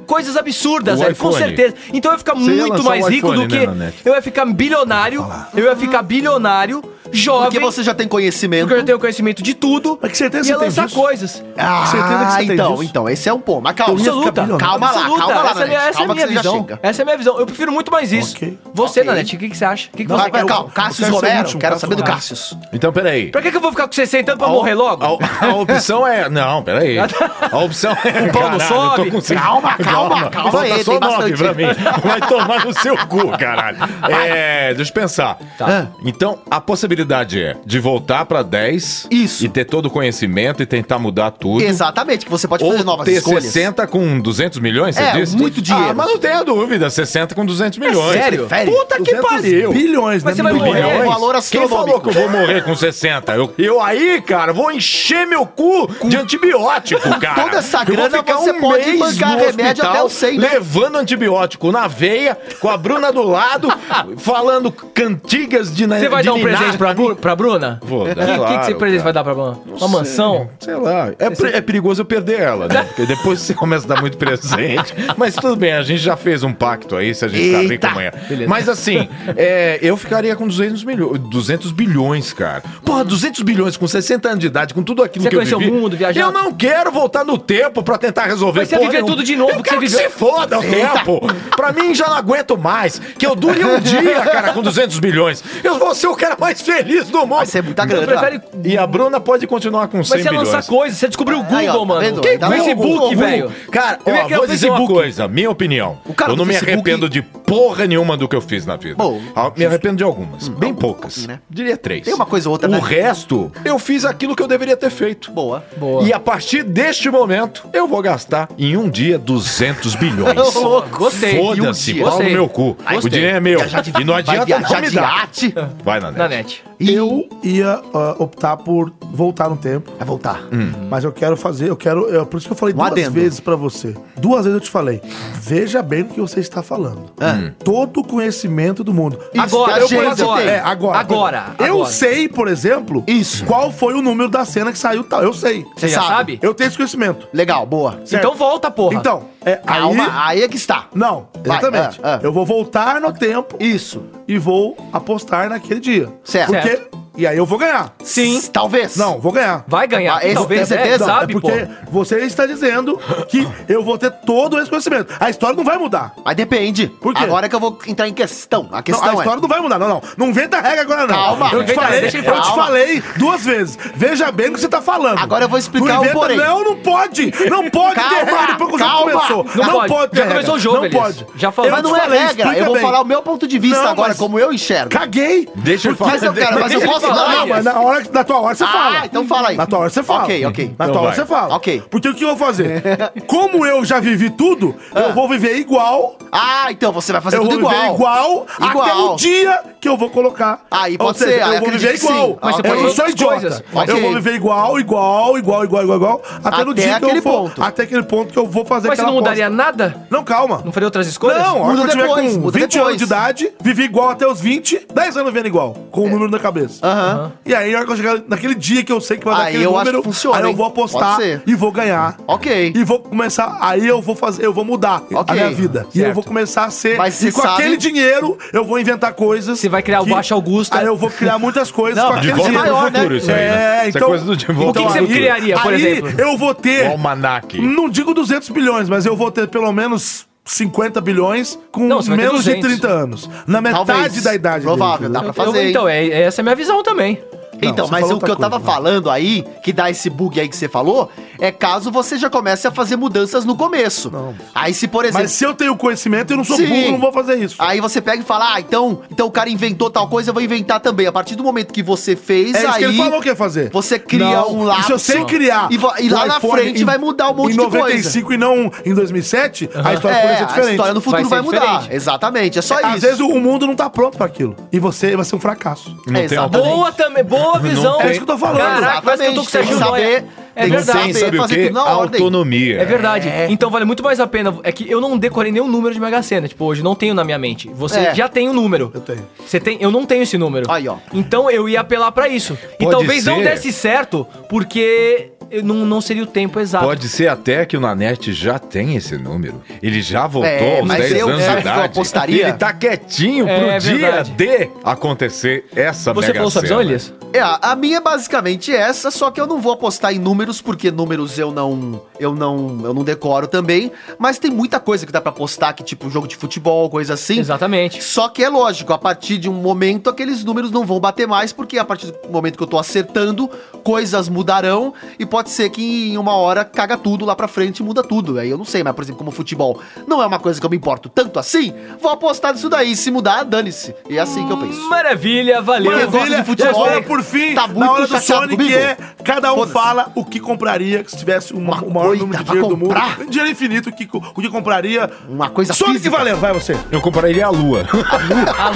[SPEAKER 3] coisas absurdas,
[SPEAKER 5] O
[SPEAKER 3] velho, com
[SPEAKER 5] iPhone.
[SPEAKER 3] certeza. Então eu ia ficar
[SPEAKER 5] Você ia
[SPEAKER 3] muito
[SPEAKER 5] lançar
[SPEAKER 3] mais
[SPEAKER 5] o
[SPEAKER 3] rico
[SPEAKER 5] iPhone,
[SPEAKER 3] do
[SPEAKER 5] né,
[SPEAKER 3] que.
[SPEAKER 5] Nanete?
[SPEAKER 3] eu ia ficar bilionário. Eu ia ficar bilionário, jovem.
[SPEAKER 2] Porque você já tem conhecimento.
[SPEAKER 3] Porque eu já tenho conhecimento de tudo. Mas que certeza
[SPEAKER 2] você
[SPEAKER 3] ia
[SPEAKER 2] tem
[SPEAKER 3] lançar
[SPEAKER 2] disso?
[SPEAKER 3] coisas.
[SPEAKER 2] Ah,
[SPEAKER 3] Certeza que você tem
[SPEAKER 2] então,
[SPEAKER 3] disso.
[SPEAKER 2] então, esse é um ponto. Mas calma,
[SPEAKER 3] absoluta.
[SPEAKER 2] calma lá,
[SPEAKER 3] absoluta.
[SPEAKER 2] calma lá,
[SPEAKER 3] Essa, é a
[SPEAKER 2] Nanete,
[SPEAKER 3] minha- essa é a
[SPEAKER 2] calma
[SPEAKER 3] minha
[SPEAKER 2] que você já
[SPEAKER 3] visão.
[SPEAKER 2] chega.
[SPEAKER 3] Essa é a minha visão. Eu prefiro muito mais isso. Você, Nanete, o que, que você acha? O que, que
[SPEAKER 2] Não,
[SPEAKER 3] você
[SPEAKER 2] vai, vai, calma. Cássio Romero, quero saber do Cássio.
[SPEAKER 5] Então, peraí.
[SPEAKER 3] Pra que, que eu vou ficar com 60 anos pra
[SPEAKER 5] A-
[SPEAKER 3] morrer logo?
[SPEAKER 5] A, a opção é. Não, peraí. A opção é.
[SPEAKER 3] O pau não
[SPEAKER 5] Caralho,
[SPEAKER 3] sobe?
[SPEAKER 5] eu tô com cinco-
[SPEAKER 3] Calma, calma, calma
[SPEAKER 5] Falta
[SPEAKER 3] aí,
[SPEAKER 5] só
[SPEAKER 3] tem
[SPEAKER 5] nove
[SPEAKER 3] bastante.
[SPEAKER 5] pra mim. Vai tomar no seu cu, caralho. É, deixa eu pensar.
[SPEAKER 3] Tá.
[SPEAKER 5] Então, a possibilidade é de voltar pra 10
[SPEAKER 2] Isso.
[SPEAKER 5] e ter todo o conhecimento e tentar mudar tudo.
[SPEAKER 2] Exatamente, que você pode
[SPEAKER 5] Ou
[SPEAKER 2] fazer novas
[SPEAKER 5] ter
[SPEAKER 2] escolhas.
[SPEAKER 5] 60 com 200 milhões, você
[SPEAKER 2] É,
[SPEAKER 5] disse?
[SPEAKER 2] muito dinheiro.
[SPEAKER 5] Ah, mas não tenha dúvida, 60 com 200 milhões.
[SPEAKER 2] sério?
[SPEAKER 5] Puta que
[SPEAKER 2] 200
[SPEAKER 5] pariu.
[SPEAKER 4] bilhões,
[SPEAKER 5] mas
[SPEAKER 2] né, milhões? É um valor
[SPEAKER 5] Quem falou
[SPEAKER 2] astronômico.
[SPEAKER 5] que eu vou morrer com 60? Eu, eu aí, cara, vou encher meu cu de antibiótico, cara.
[SPEAKER 2] toda essa
[SPEAKER 5] Eu vou
[SPEAKER 2] grana,
[SPEAKER 5] ficar um
[SPEAKER 2] você pode
[SPEAKER 5] mês
[SPEAKER 2] bancar
[SPEAKER 5] no
[SPEAKER 2] remédio
[SPEAKER 5] hospital
[SPEAKER 2] até os 100, né?
[SPEAKER 5] Levando antibiótico na veia, com a Bruna do lado, falando cantigas de
[SPEAKER 3] Você vai dar um presente pra, Bru- pra Bruna?
[SPEAKER 5] Vou dar,
[SPEAKER 3] Que- que, que você
[SPEAKER 5] claro, cara.
[SPEAKER 3] presente vai dar pra Bruna? Uma mansão?
[SPEAKER 5] Sei lá. É, pre- é perigoso eu perder ela, né? Porque depois você começa a dar muito presente. Mas tudo bem, a gente já fez um pacto aí, se a gente ficar rico
[SPEAKER 2] Eita!
[SPEAKER 5] amanhã. Mas assim, é, eu ficaria com 200, milho- 200 bilhões, cara. Porra, 200 bilhões com 60 anos de idade, com tudo aquilo
[SPEAKER 3] Você
[SPEAKER 5] que eu
[SPEAKER 3] conheceu
[SPEAKER 5] vivi.
[SPEAKER 3] o mundo, viajar?
[SPEAKER 5] Eu não quero voltar no tempo pra tentar resolver
[SPEAKER 3] Mas você ia
[SPEAKER 5] porra
[SPEAKER 3] viver
[SPEAKER 5] nenhuma.
[SPEAKER 3] tudo de novo
[SPEAKER 5] Eu
[SPEAKER 3] que você
[SPEAKER 5] quero
[SPEAKER 3] viveu.
[SPEAKER 5] Que se foda o
[SPEAKER 3] Eita!
[SPEAKER 5] tempo. Pra mim já não aguento mais. Que eu dure um dia, cara, com 200 bilhões. Eu vou ser o cara mais feliz feliz do mundo. Vai
[SPEAKER 2] ser muita
[SPEAKER 5] grana. E a Bruna pode continuar com 100
[SPEAKER 3] Mas você
[SPEAKER 5] milhões.
[SPEAKER 3] lança coisa, você descobriu o Google,
[SPEAKER 5] Aí, ó, tá
[SPEAKER 3] mano.
[SPEAKER 5] vendo?
[SPEAKER 3] Que
[SPEAKER 5] Tá vendo?
[SPEAKER 3] Facebook,
[SPEAKER 5] Google.
[SPEAKER 3] velho.
[SPEAKER 5] Cara,
[SPEAKER 3] Eu ia
[SPEAKER 5] ó,
[SPEAKER 3] criar
[SPEAKER 5] vou
[SPEAKER 3] um
[SPEAKER 5] dizer uma
[SPEAKER 3] Facebook.
[SPEAKER 5] coisa, minha opinião.
[SPEAKER 3] cara
[SPEAKER 5] eu não
[SPEAKER 3] do
[SPEAKER 5] me
[SPEAKER 3] Facebook-
[SPEAKER 5] arrependo de porra nenhuma do que eu fiz na vida. Ah, me arrependo de algumas,
[SPEAKER 3] Hum,
[SPEAKER 5] bem poucas.
[SPEAKER 3] né?
[SPEAKER 5] Diria três.
[SPEAKER 2] Tem uma coisa ou outra,
[SPEAKER 5] O
[SPEAKER 2] né?
[SPEAKER 5] resto, eu fiz aquilo que eu deveria ter feito.
[SPEAKER 2] Boa.
[SPEAKER 3] Boa.
[SPEAKER 5] E a partir deste momento, eu vou gastar em um dia 200 bilhões.
[SPEAKER 3] Ô, louco, gostei.
[SPEAKER 5] Foda-se,
[SPEAKER 3] Em um dia.
[SPEAKER 5] pau no
[SPEAKER 3] Gostei.
[SPEAKER 5] meu cu. O
[SPEAKER 3] Gostei.
[SPEAKER 5] dinheiro é meu.
[SPEAKER 3] Viajar de-
[SPEAKER 5] E não
[SPEAKER 3] vai
[SPEAKER 5] adianta
[SPEAKER 3] viajar
[SPEAKER 5] não me
[SPEAKER 3] de
[SPEAKER 5] dar.
[SPEAKER 3] iate?
[SPEAKER 5] Vai na net.
[SPEAKER 3] Na net.
[SPEAKER 4] Eu ia ah, optar por voltar no tempo.
[SPEAKER 2] É voltar.
[SPEAKER 4] Mas eu quero fazer, eu quero. Eu, por isso que eu falei
[SPEAKER 2] Um
[SPEAKER 4] duas
[SPEAKER 2] adendo.
[SPEAKER 4] vezes pra você. Duas vezes eu te falei. Veja bem o que você está falando. Hum. Todo o conhecimento do mundo.
[SPEAKER 3] É. Agora,
[SPEAKER 4] Isso,
[SPEAKER 3] eu
[SPEAKER 4] agenda.
[SPEAKER 3] conheço agora.
[SPEAKER 4] É, agora.
[SPEAKER 3] Agora,
[SPEAKER 4] Eu
[SPEAKER 3] agora.
[SPEAKER 4] sei, por exemplo, isso. qual foi o número da cena que saiu tal. Eu sei.
[SPEAKER 3] Você já sabe?
[SPEAKER 4] Eu tenho esse conhecimento.
[SPEAKER 2] Legal, boa.
[SPEAKER 3] Então volta, porra.
[SPEAKER 4] Então, é,
[SPEAKER 2] Calma, aí é que está.
[SPEAKER 4] Não,
[SPEAKER 2] Vai,
[SPEAKER 4] exatamente.
[SPEAKER 3] É,
[SPEAKER 2] ah, ah.
[SPEAKER 4] Eu vou voltar no tempo.
[SPEAKER 2] Isso.
[SPEAKER 4] E vou apostar naquele dia.
[SPEAKER 2] Certo.
[SPEAKER 4] Porque.
[SPEAKER 3] Certo.
[SPEAKER 4] E aí eu vou ganhar.
[SPEAKER 3] Sim.
[SPEAKER 2] Talvez.
[SPEAKER 4] Não, vou ganhar.
[SPEAKER 3] Vai ganhar.
[SPEAKER 2] Ah, esse
[SPEAKER 3] Talvez
[SPEAKER 2] tem
[SPEAKER 3] é,
[SPEAKER 2] certeza?
[SPEAKER 3] sabe,
[SPEAKER 4] é
[SPEAKER 3] pô.
[SPEAKER 4] porque você está dizendo que eu vou ter todo esse conhecimento. A história não vai mudar.
[SPEAKER 2] Mas depende.
[SPEAKER 4] Por quê?
[SPEAKER 2] Agora é que eu vou entrar em questão. A
[SPEAKER 4] Não,
[SPEAKER 2] questão
[SPEAKER 4] a história
[SPEAKER 2] é.
[SPEAKER 4] não vai mudar, não, não. Não inventa regra agora, não.
[SPEAKER 2] Calma.
[SPEAKER 4] eu te
[SPEAKER 3] Inventa-
[SPEAKER 4] falei,
[SPEAKER 3] deixa ele
[SPEAKER 4] eu te
[SPEAKER 2] falar.
[SPEAKER 4] falei duas vezes. Veja bem o que você tá falando.
[SPEAKER 2] Agora eu vou explicar
[SPEAKER 4] não
[SPEAKER 2] o porém.
[SPEAKER 4] Não, não pode. Não pode
[SPEAKER 2] Calma,
[SPEAKER 4] ter regra depois que o jogo
[SPEAKER 2] calma.
[SPEAKER 4] começou.
[SPEAKER 3] Não
[SPEAKER 4] Não,
[SPEAKER 3] pode.
[SPEAKER 4] pode. ter
[SPEAKER 3] Já
[SPEAKER 4] regra.
[SPEAKER 3] começou o jogo,
[SPEAKER 4] Não
[SPEAKER 3] Elias.
[SPEAKER 4] pode.
[SPEAKER 3] Já falou.
[SPEAKER 4] Eu
[SPEAKER 2] Mas
[SPEAKER 4] te
[SPEAKER 2] não é
[SPEAKER 4] falei,
[SPEAKER 2] regra.
[SPEAKER 4] explica
[SPEAKER 2] Eu vou
[SPEAKER 4] bem.
[SPEAKER 2] falar o meu ponto de vista
[SPEAKER 4] Não,
[SPEAKER 2] agora,
[SPEAKER 4] mas-
[SPEAKER 2] como eu enxergo.
[SPEAKER 4] Caguei.
[SPEAKER 5] Deixa eu
[SPEAKER 2] Mas eu, é cara, mas eu
[SPEAKER 3] Deixa ele
[SPEAKER 2] posso.
[SPEAKER 3] falar,
[SPEAKER 2] Não,
[SPEAKER 4] Não,
[SPEAKER 2] não,
[SPEAKER 3] Elias.
[SPEAKER 4] mas na, hora, na tua hora você
[SPEAKER 2] Ah,
[SPEAKER 4] fala.
[SPEAKER 2] então fala aí.
[SPEAKER 4] Na tua hora você fala.
[SPEAKER 2] Ok, ok.
[SPEAKER 4] Na tua
[SPEAKER 5] Então
[SPEAKER 4] hora
[SPEAKER 5] vai.
[SPEAKER 4] você fala.
[SPEAKER 2] Ok.
[SPEAKER 4] Porque o que eu vou fazer? Como eu já vivi tudo, eu vou viver igual
[SPEAKER 2] Ah, então você vai fazer
[SPEAKER 4] eu
[SPEAKER 2] Ah. tudo
[SPEAKER 4] vou viver
[SPEAKER 2] igual.
[SPEAKER 4] igual,
[SPEAKER 2] Igual.
[SPEAKER 4] até o dia que eu vou colocar.
[SPEAKER 2] Aí
[SPEAKER 4] Ou
[SPEAKER 2] pode
[SPEAKER 4] seja,
[SPEAKER 2] ser, aí
[SPEAKER 4] Eu vou
[SPEAKER 2] acredito
[SPEAKER 4] viver
[SPEAKER 2] que
[SPEAKER 4] igual.
[SPEAKER 2] sim. Mas você
[SPEAKER 4] eu
[SPEAKER 2] pode
[SPEAKER 4] não sou
[SPEAKER 3] fazer outras
[SPEAKER 4] idiota.
[SPEAKER 3] coisas.
[SPEAKER 2] Ok.
[SPEAKER 4] Eu vou viver igual, igual, igual, igual, igual, igual. Até, no
[SPEAKER 2] Até
[SPEAKER 4] dia que
[SPEAKER 2] aquele
[SPEAKER 4] eu vou,
[SPEAKER 2] ponto.
[SPEAKER 4] Até aquele ponto que eu vou fazer
[SPEAKER 3] Mas você
[SPEAKER 4] aquela
[SPEAKER 3] não mudaria
[SPEAKER 4] aposta.
[SPEAKER 3] nada?
[SPEAKER 4] Não, calma.
[SPEAKER 3] Não faria outras escolhas?
[SPEAKER 4] Não, a hora que eu
[SPEAKER 2] Muda
[SPEAKER 4] tiver
[SPEAKER 2] depois,
[SPEAKER 4] com
[SPEAKER 2] muda
[SPEAKER 4] 20 anos de
[SPEAKER 2] depois.
[SPEAKER 4] idade, vivi igual até os 20, 10 anos vivendo igual, com o número na cabeça.
[SPEAKER 2] É. Aham.
[SPEAKER 4] E aí, a hora que eu chegar naquele dia que eu sei que vai dar
[SPEAKER 2] Aí
[SPEAKER 4] aquele
[SPEAKER 2] eu acho
[SPEAKER 4] número,
[SPEAKER 2] que funciona,
[SPEAKER 4] aí eu
[SPEAKER 2] hein?
[SPEAKER 4] vou apostar
[SPEAKER 2] Pode ser.
[SPEAKER 4] e vou ganhar.
[SPEAKER 2] Ok.
[SPEAKER 4] E vou começar, aí eu vou fazer, eu vou mudar a
[SPEAKER 2] Ok.
[SPEAKER 4] minha vida. E eu vou começar a ser.
[SPEAKER 2] Mas
[SPEAKER 4] e
[SPEAKER 2] você
[SPEAKER 4] com
[SPEAKER 2] sabe-
[SPEAKER 4] aquele dinheiro, eu vou inventar coisas.
[SPEAKER 3] Você vai criar o Baixo Augusta.
[SPEAKER 4] Aí eu vou criar muitas coisas
[SPEAKER 2] Não,
[SPEAKER 4] com
[SPEAKER 2] mas
[SPEAKER 4] aquele
[SPEAKER 5] De volta
[SPEAKER 4] dinheiro.
[SPEAKER 3] é
[SPEAKER 5] pro
[SPEAKER 2] maior, né?
[SPEAKER 5] futuro isso aí, né?
[SPEAKER 4] É,
[SPEAKER 5] Isso
[SPEAKER 4] então-
[SPEAKER 5] é coisa do de
[SPEAKER 3] O
[SPEAKER 5] volta
[SPEAKER 3] que, que
[SPEAKER 5] pro
[SPEAKER 3] você Hum,
[SPEAKER 5] futuro.
[SPEAKER 3] criaria, por
[SPEAKER 4] aí
[SPEAKER 3] exemplo?
[SPEAKER 4] eu vou ter.
[SPEAKER 5] O almanaque.
[SPEAKER 4] Não digo 200 bilhões, mas eu vou ter pelo menos 50 bilhões com
[SPEAKER 3] Não, você vai ter
[SPEAKER 4] menos de
[SPEAKER 3] 200.
[SPEAKER 4] 30 anos. Na metade
[SPEAKER 2] Talvez.
[SPEAKER 4] da idade.
[SPEAKER 2] Provável, dá pra
[SPEAKER 4] entendeu?
[SPEAKER 2] fazer.
[SPEAKER 3] Eu-
[SPEAKER 2] hein?
[SPEAKER 3] então, é, é- essa é a minha visão também.
[SPEAKER 4] Não,
[SPEAKER 2] Então,
[SPEAKER 4] você
[SPEAKER 2] mas
[SPEAKER 4] falou
[SPEAKER 2] o que eu
[SPEAKER 4] outra
[SPEAKER 2] tava
[SPEAKER 4] coisa, né?
[SPEAKER 2] falando aí, que dá esse bug aí que você falou, é caso você já comece a fazer mudanças no começo.
[SPEAKER 4] Não.
[SPEAKER 2] Aí se, por exemplo.
[SPEAKER 4] Mas se eu tenho conhecimento, eu não sou
[SPEAKER 2] Sim.
[SPEAKER 4] burro, eu não vou fazer isso.
[SPEAKER 2] Aí você pega e fala, ah, então, então o cara inventou tal coisa, eu vou inventar também. A partir do momento que você fez,
[SPEAKER 4] É isso
[SPEAKER 2] aí
[SPEAKER 4] que ele falou que ia fazer.
[SPEAKER 2] você cria
[SPEAKER 4] Não,
[SPEAKER 2] um lápis.
[SPEAKER 4] Se eu sei criar.
[SPEAKER 2] E, vo- e
[SPEAKER 4] o
[SPEAKER 2] lá na
[SPEAKER 4] iPhone
[SPEAKER 2] frente
[SPEAKER 4] em-
[SPEAKER 2] vai mudar um monte
[SPEAKER 4] Em
[SPEAKER 2] de coisa.
[SPEAKER 4] 95 e não em 2007, a história
[SPEAKER 2] É,
[SPEAKER 4] poderia ser diferente.
[SPEAKER 2] a história no futuro
[SPEAKER 3] Vai
[SPEAKER 2] vai,
[SPEAKER 3] ser
[SPEAKER 2] mudar.
[SPEAKER 3] diferente.
[SPEAKER 2] Exatamente, é só isso.
[SPEAKER 4] Às vezes o mundo não tá pronto pra aquilo. E você vai ser um fracasso.
[SPEAKER 5] Não tem
[SPEAKER 2] Exatamente.
[SPEAKER 3] Boa também, boa visão.
[SPEAKER 4] tem. É isso que eu tô falando.
[SPEAKER 3] Caraca, parece que eu tô com o
[SPEAKER 2] Exatamente, tem
[SPEAKER 3] Sérgio
[SPEAKER 2] que
[SPEAKER 3] Noia.
[SPEAKER 2] saber-
[SPEAKER 3] É
[SPEAKER 2] tem que
[SPEAKER 5] Sem
[SPEAKER 3] verdade.
[SPEAKER 5] sabe o
[SPEAKER 2] fazer
[SPEAKER 5] quê?
[SPEAKER 2] tudo na ordem.
[SPEAKER 5] Autonomia.
[SPEAKER 3] É verdade. Então vale muito mais a pena. É que eu não decorei nenhum número de Mega Sena. Tipo, hoje não tenho na minha mente. Você
[SPEAKER 2] É.
[SPEAKER 3] já tem o número.
[SPEAKER 4] Eu tenho.
[SPEAKER 3] Você tem, eu não tenho esse número.
[SPEAKER 2] Aí, ó.
[SPEAKER 3] Então eu ia apelar pra isso. e
[SPEAKER 5] Pode
[SPEAKER 3] talvez não
[SPEAKER 5] ser.
[SPEAKER 3] desse certo, porque eu não, não seria o tempo exato.
[SPEAKER 5] Pode ser até que o Nanete já tem esse número. Ele já voltou
[SPEAKER 2] É,
[SPEAKER 5] aos
[SPEAKER 2] mas
[SPEAKER 5] 10
[SPEAKER 2] eu-
[SPEAKER 5] anos
[SPEAKER 2] sabe
[SPEAKER 5] de
[SPEAKER 2] o que eu
[SPEAKER 5] idade.
[SPEAKER 2] apostaria?
[SPEAKER 5] Ele tá quietinho pro
[SPEAKER 3] É
[SPEAKER 5] dia
[SPEAKER 3] verdade.
[SPEAKER 5] de acontecer essa
[SPEAKER 3] Você
[SPEAKER 5] mega
[SPEAKER 3] falou sua visão,
[SPEAKER 5] cena.
[SPEAKER 3] Elias?
[SPEAKER 2] É, a minha é basicamente essa, só que eu não vou apostar em números, porque números eu não. Eu não. Eu não decoro também. Mas tem muita coisa que dá pra apostar, que tipo jogo de futebol, coisa assim.
[SPEAKER 3] Exatamente.
[SPEAKER 2] Só que é lógico, a partir de um momento aqueles números não vão bater mais, porque a partir do momento que eu tô acertando, coisas mudarão e pode ser que em uma hora caga tudo lá pra frente e muda tudo. Aí eu não sei, mas por exemplo, como futebol não é uma coisa que eu me importo tanto assim, vou apostar nisso daí. Se mudar, dane-se. E é assim que eu penso.
[SPEAKER 3] Maravilha, valeu.
[SPEAKER 2] Maravilha, gosto de futebol.
[SPEAKER 3] Gostei.
[SPEAKER 4] Agora, por fim,
[SPEAKER 2] Tá
[SPEAKER 4] na
[SPEAKER 2] muito
[SPEAKER 4] hora do
[SPEAKER 2] chateado
[SPEAKER 4] Sonic
[SPEAKER 2] comigo?
[SPEAKER 4] é cada um
[SPEAKER 2] Foda-se.
[SPEAKER 4] fala o que compraria se tivesse uma-
[SPEAKER 2] Uma
[SPEAKER 4] o maior
[SPEAKER 2] coisa
[SPEAKER 4] número de
[SPEAKER 2] pra
[SPEAKER 4] dinheiro do mundo.
[SPEAKER 2] comprar?
[SPEAKER 4] Dinheiro infinito, o que, co- o que compraria.
[SPEAKER 2] Uma coisa
[SPEAKER 4] Sonic
[SPEAKER 2] física.
[SPEAKER 4] valendo, vai você.
[SPEAKER 5] Eu compraria a lua.
[SPEAKER 3] A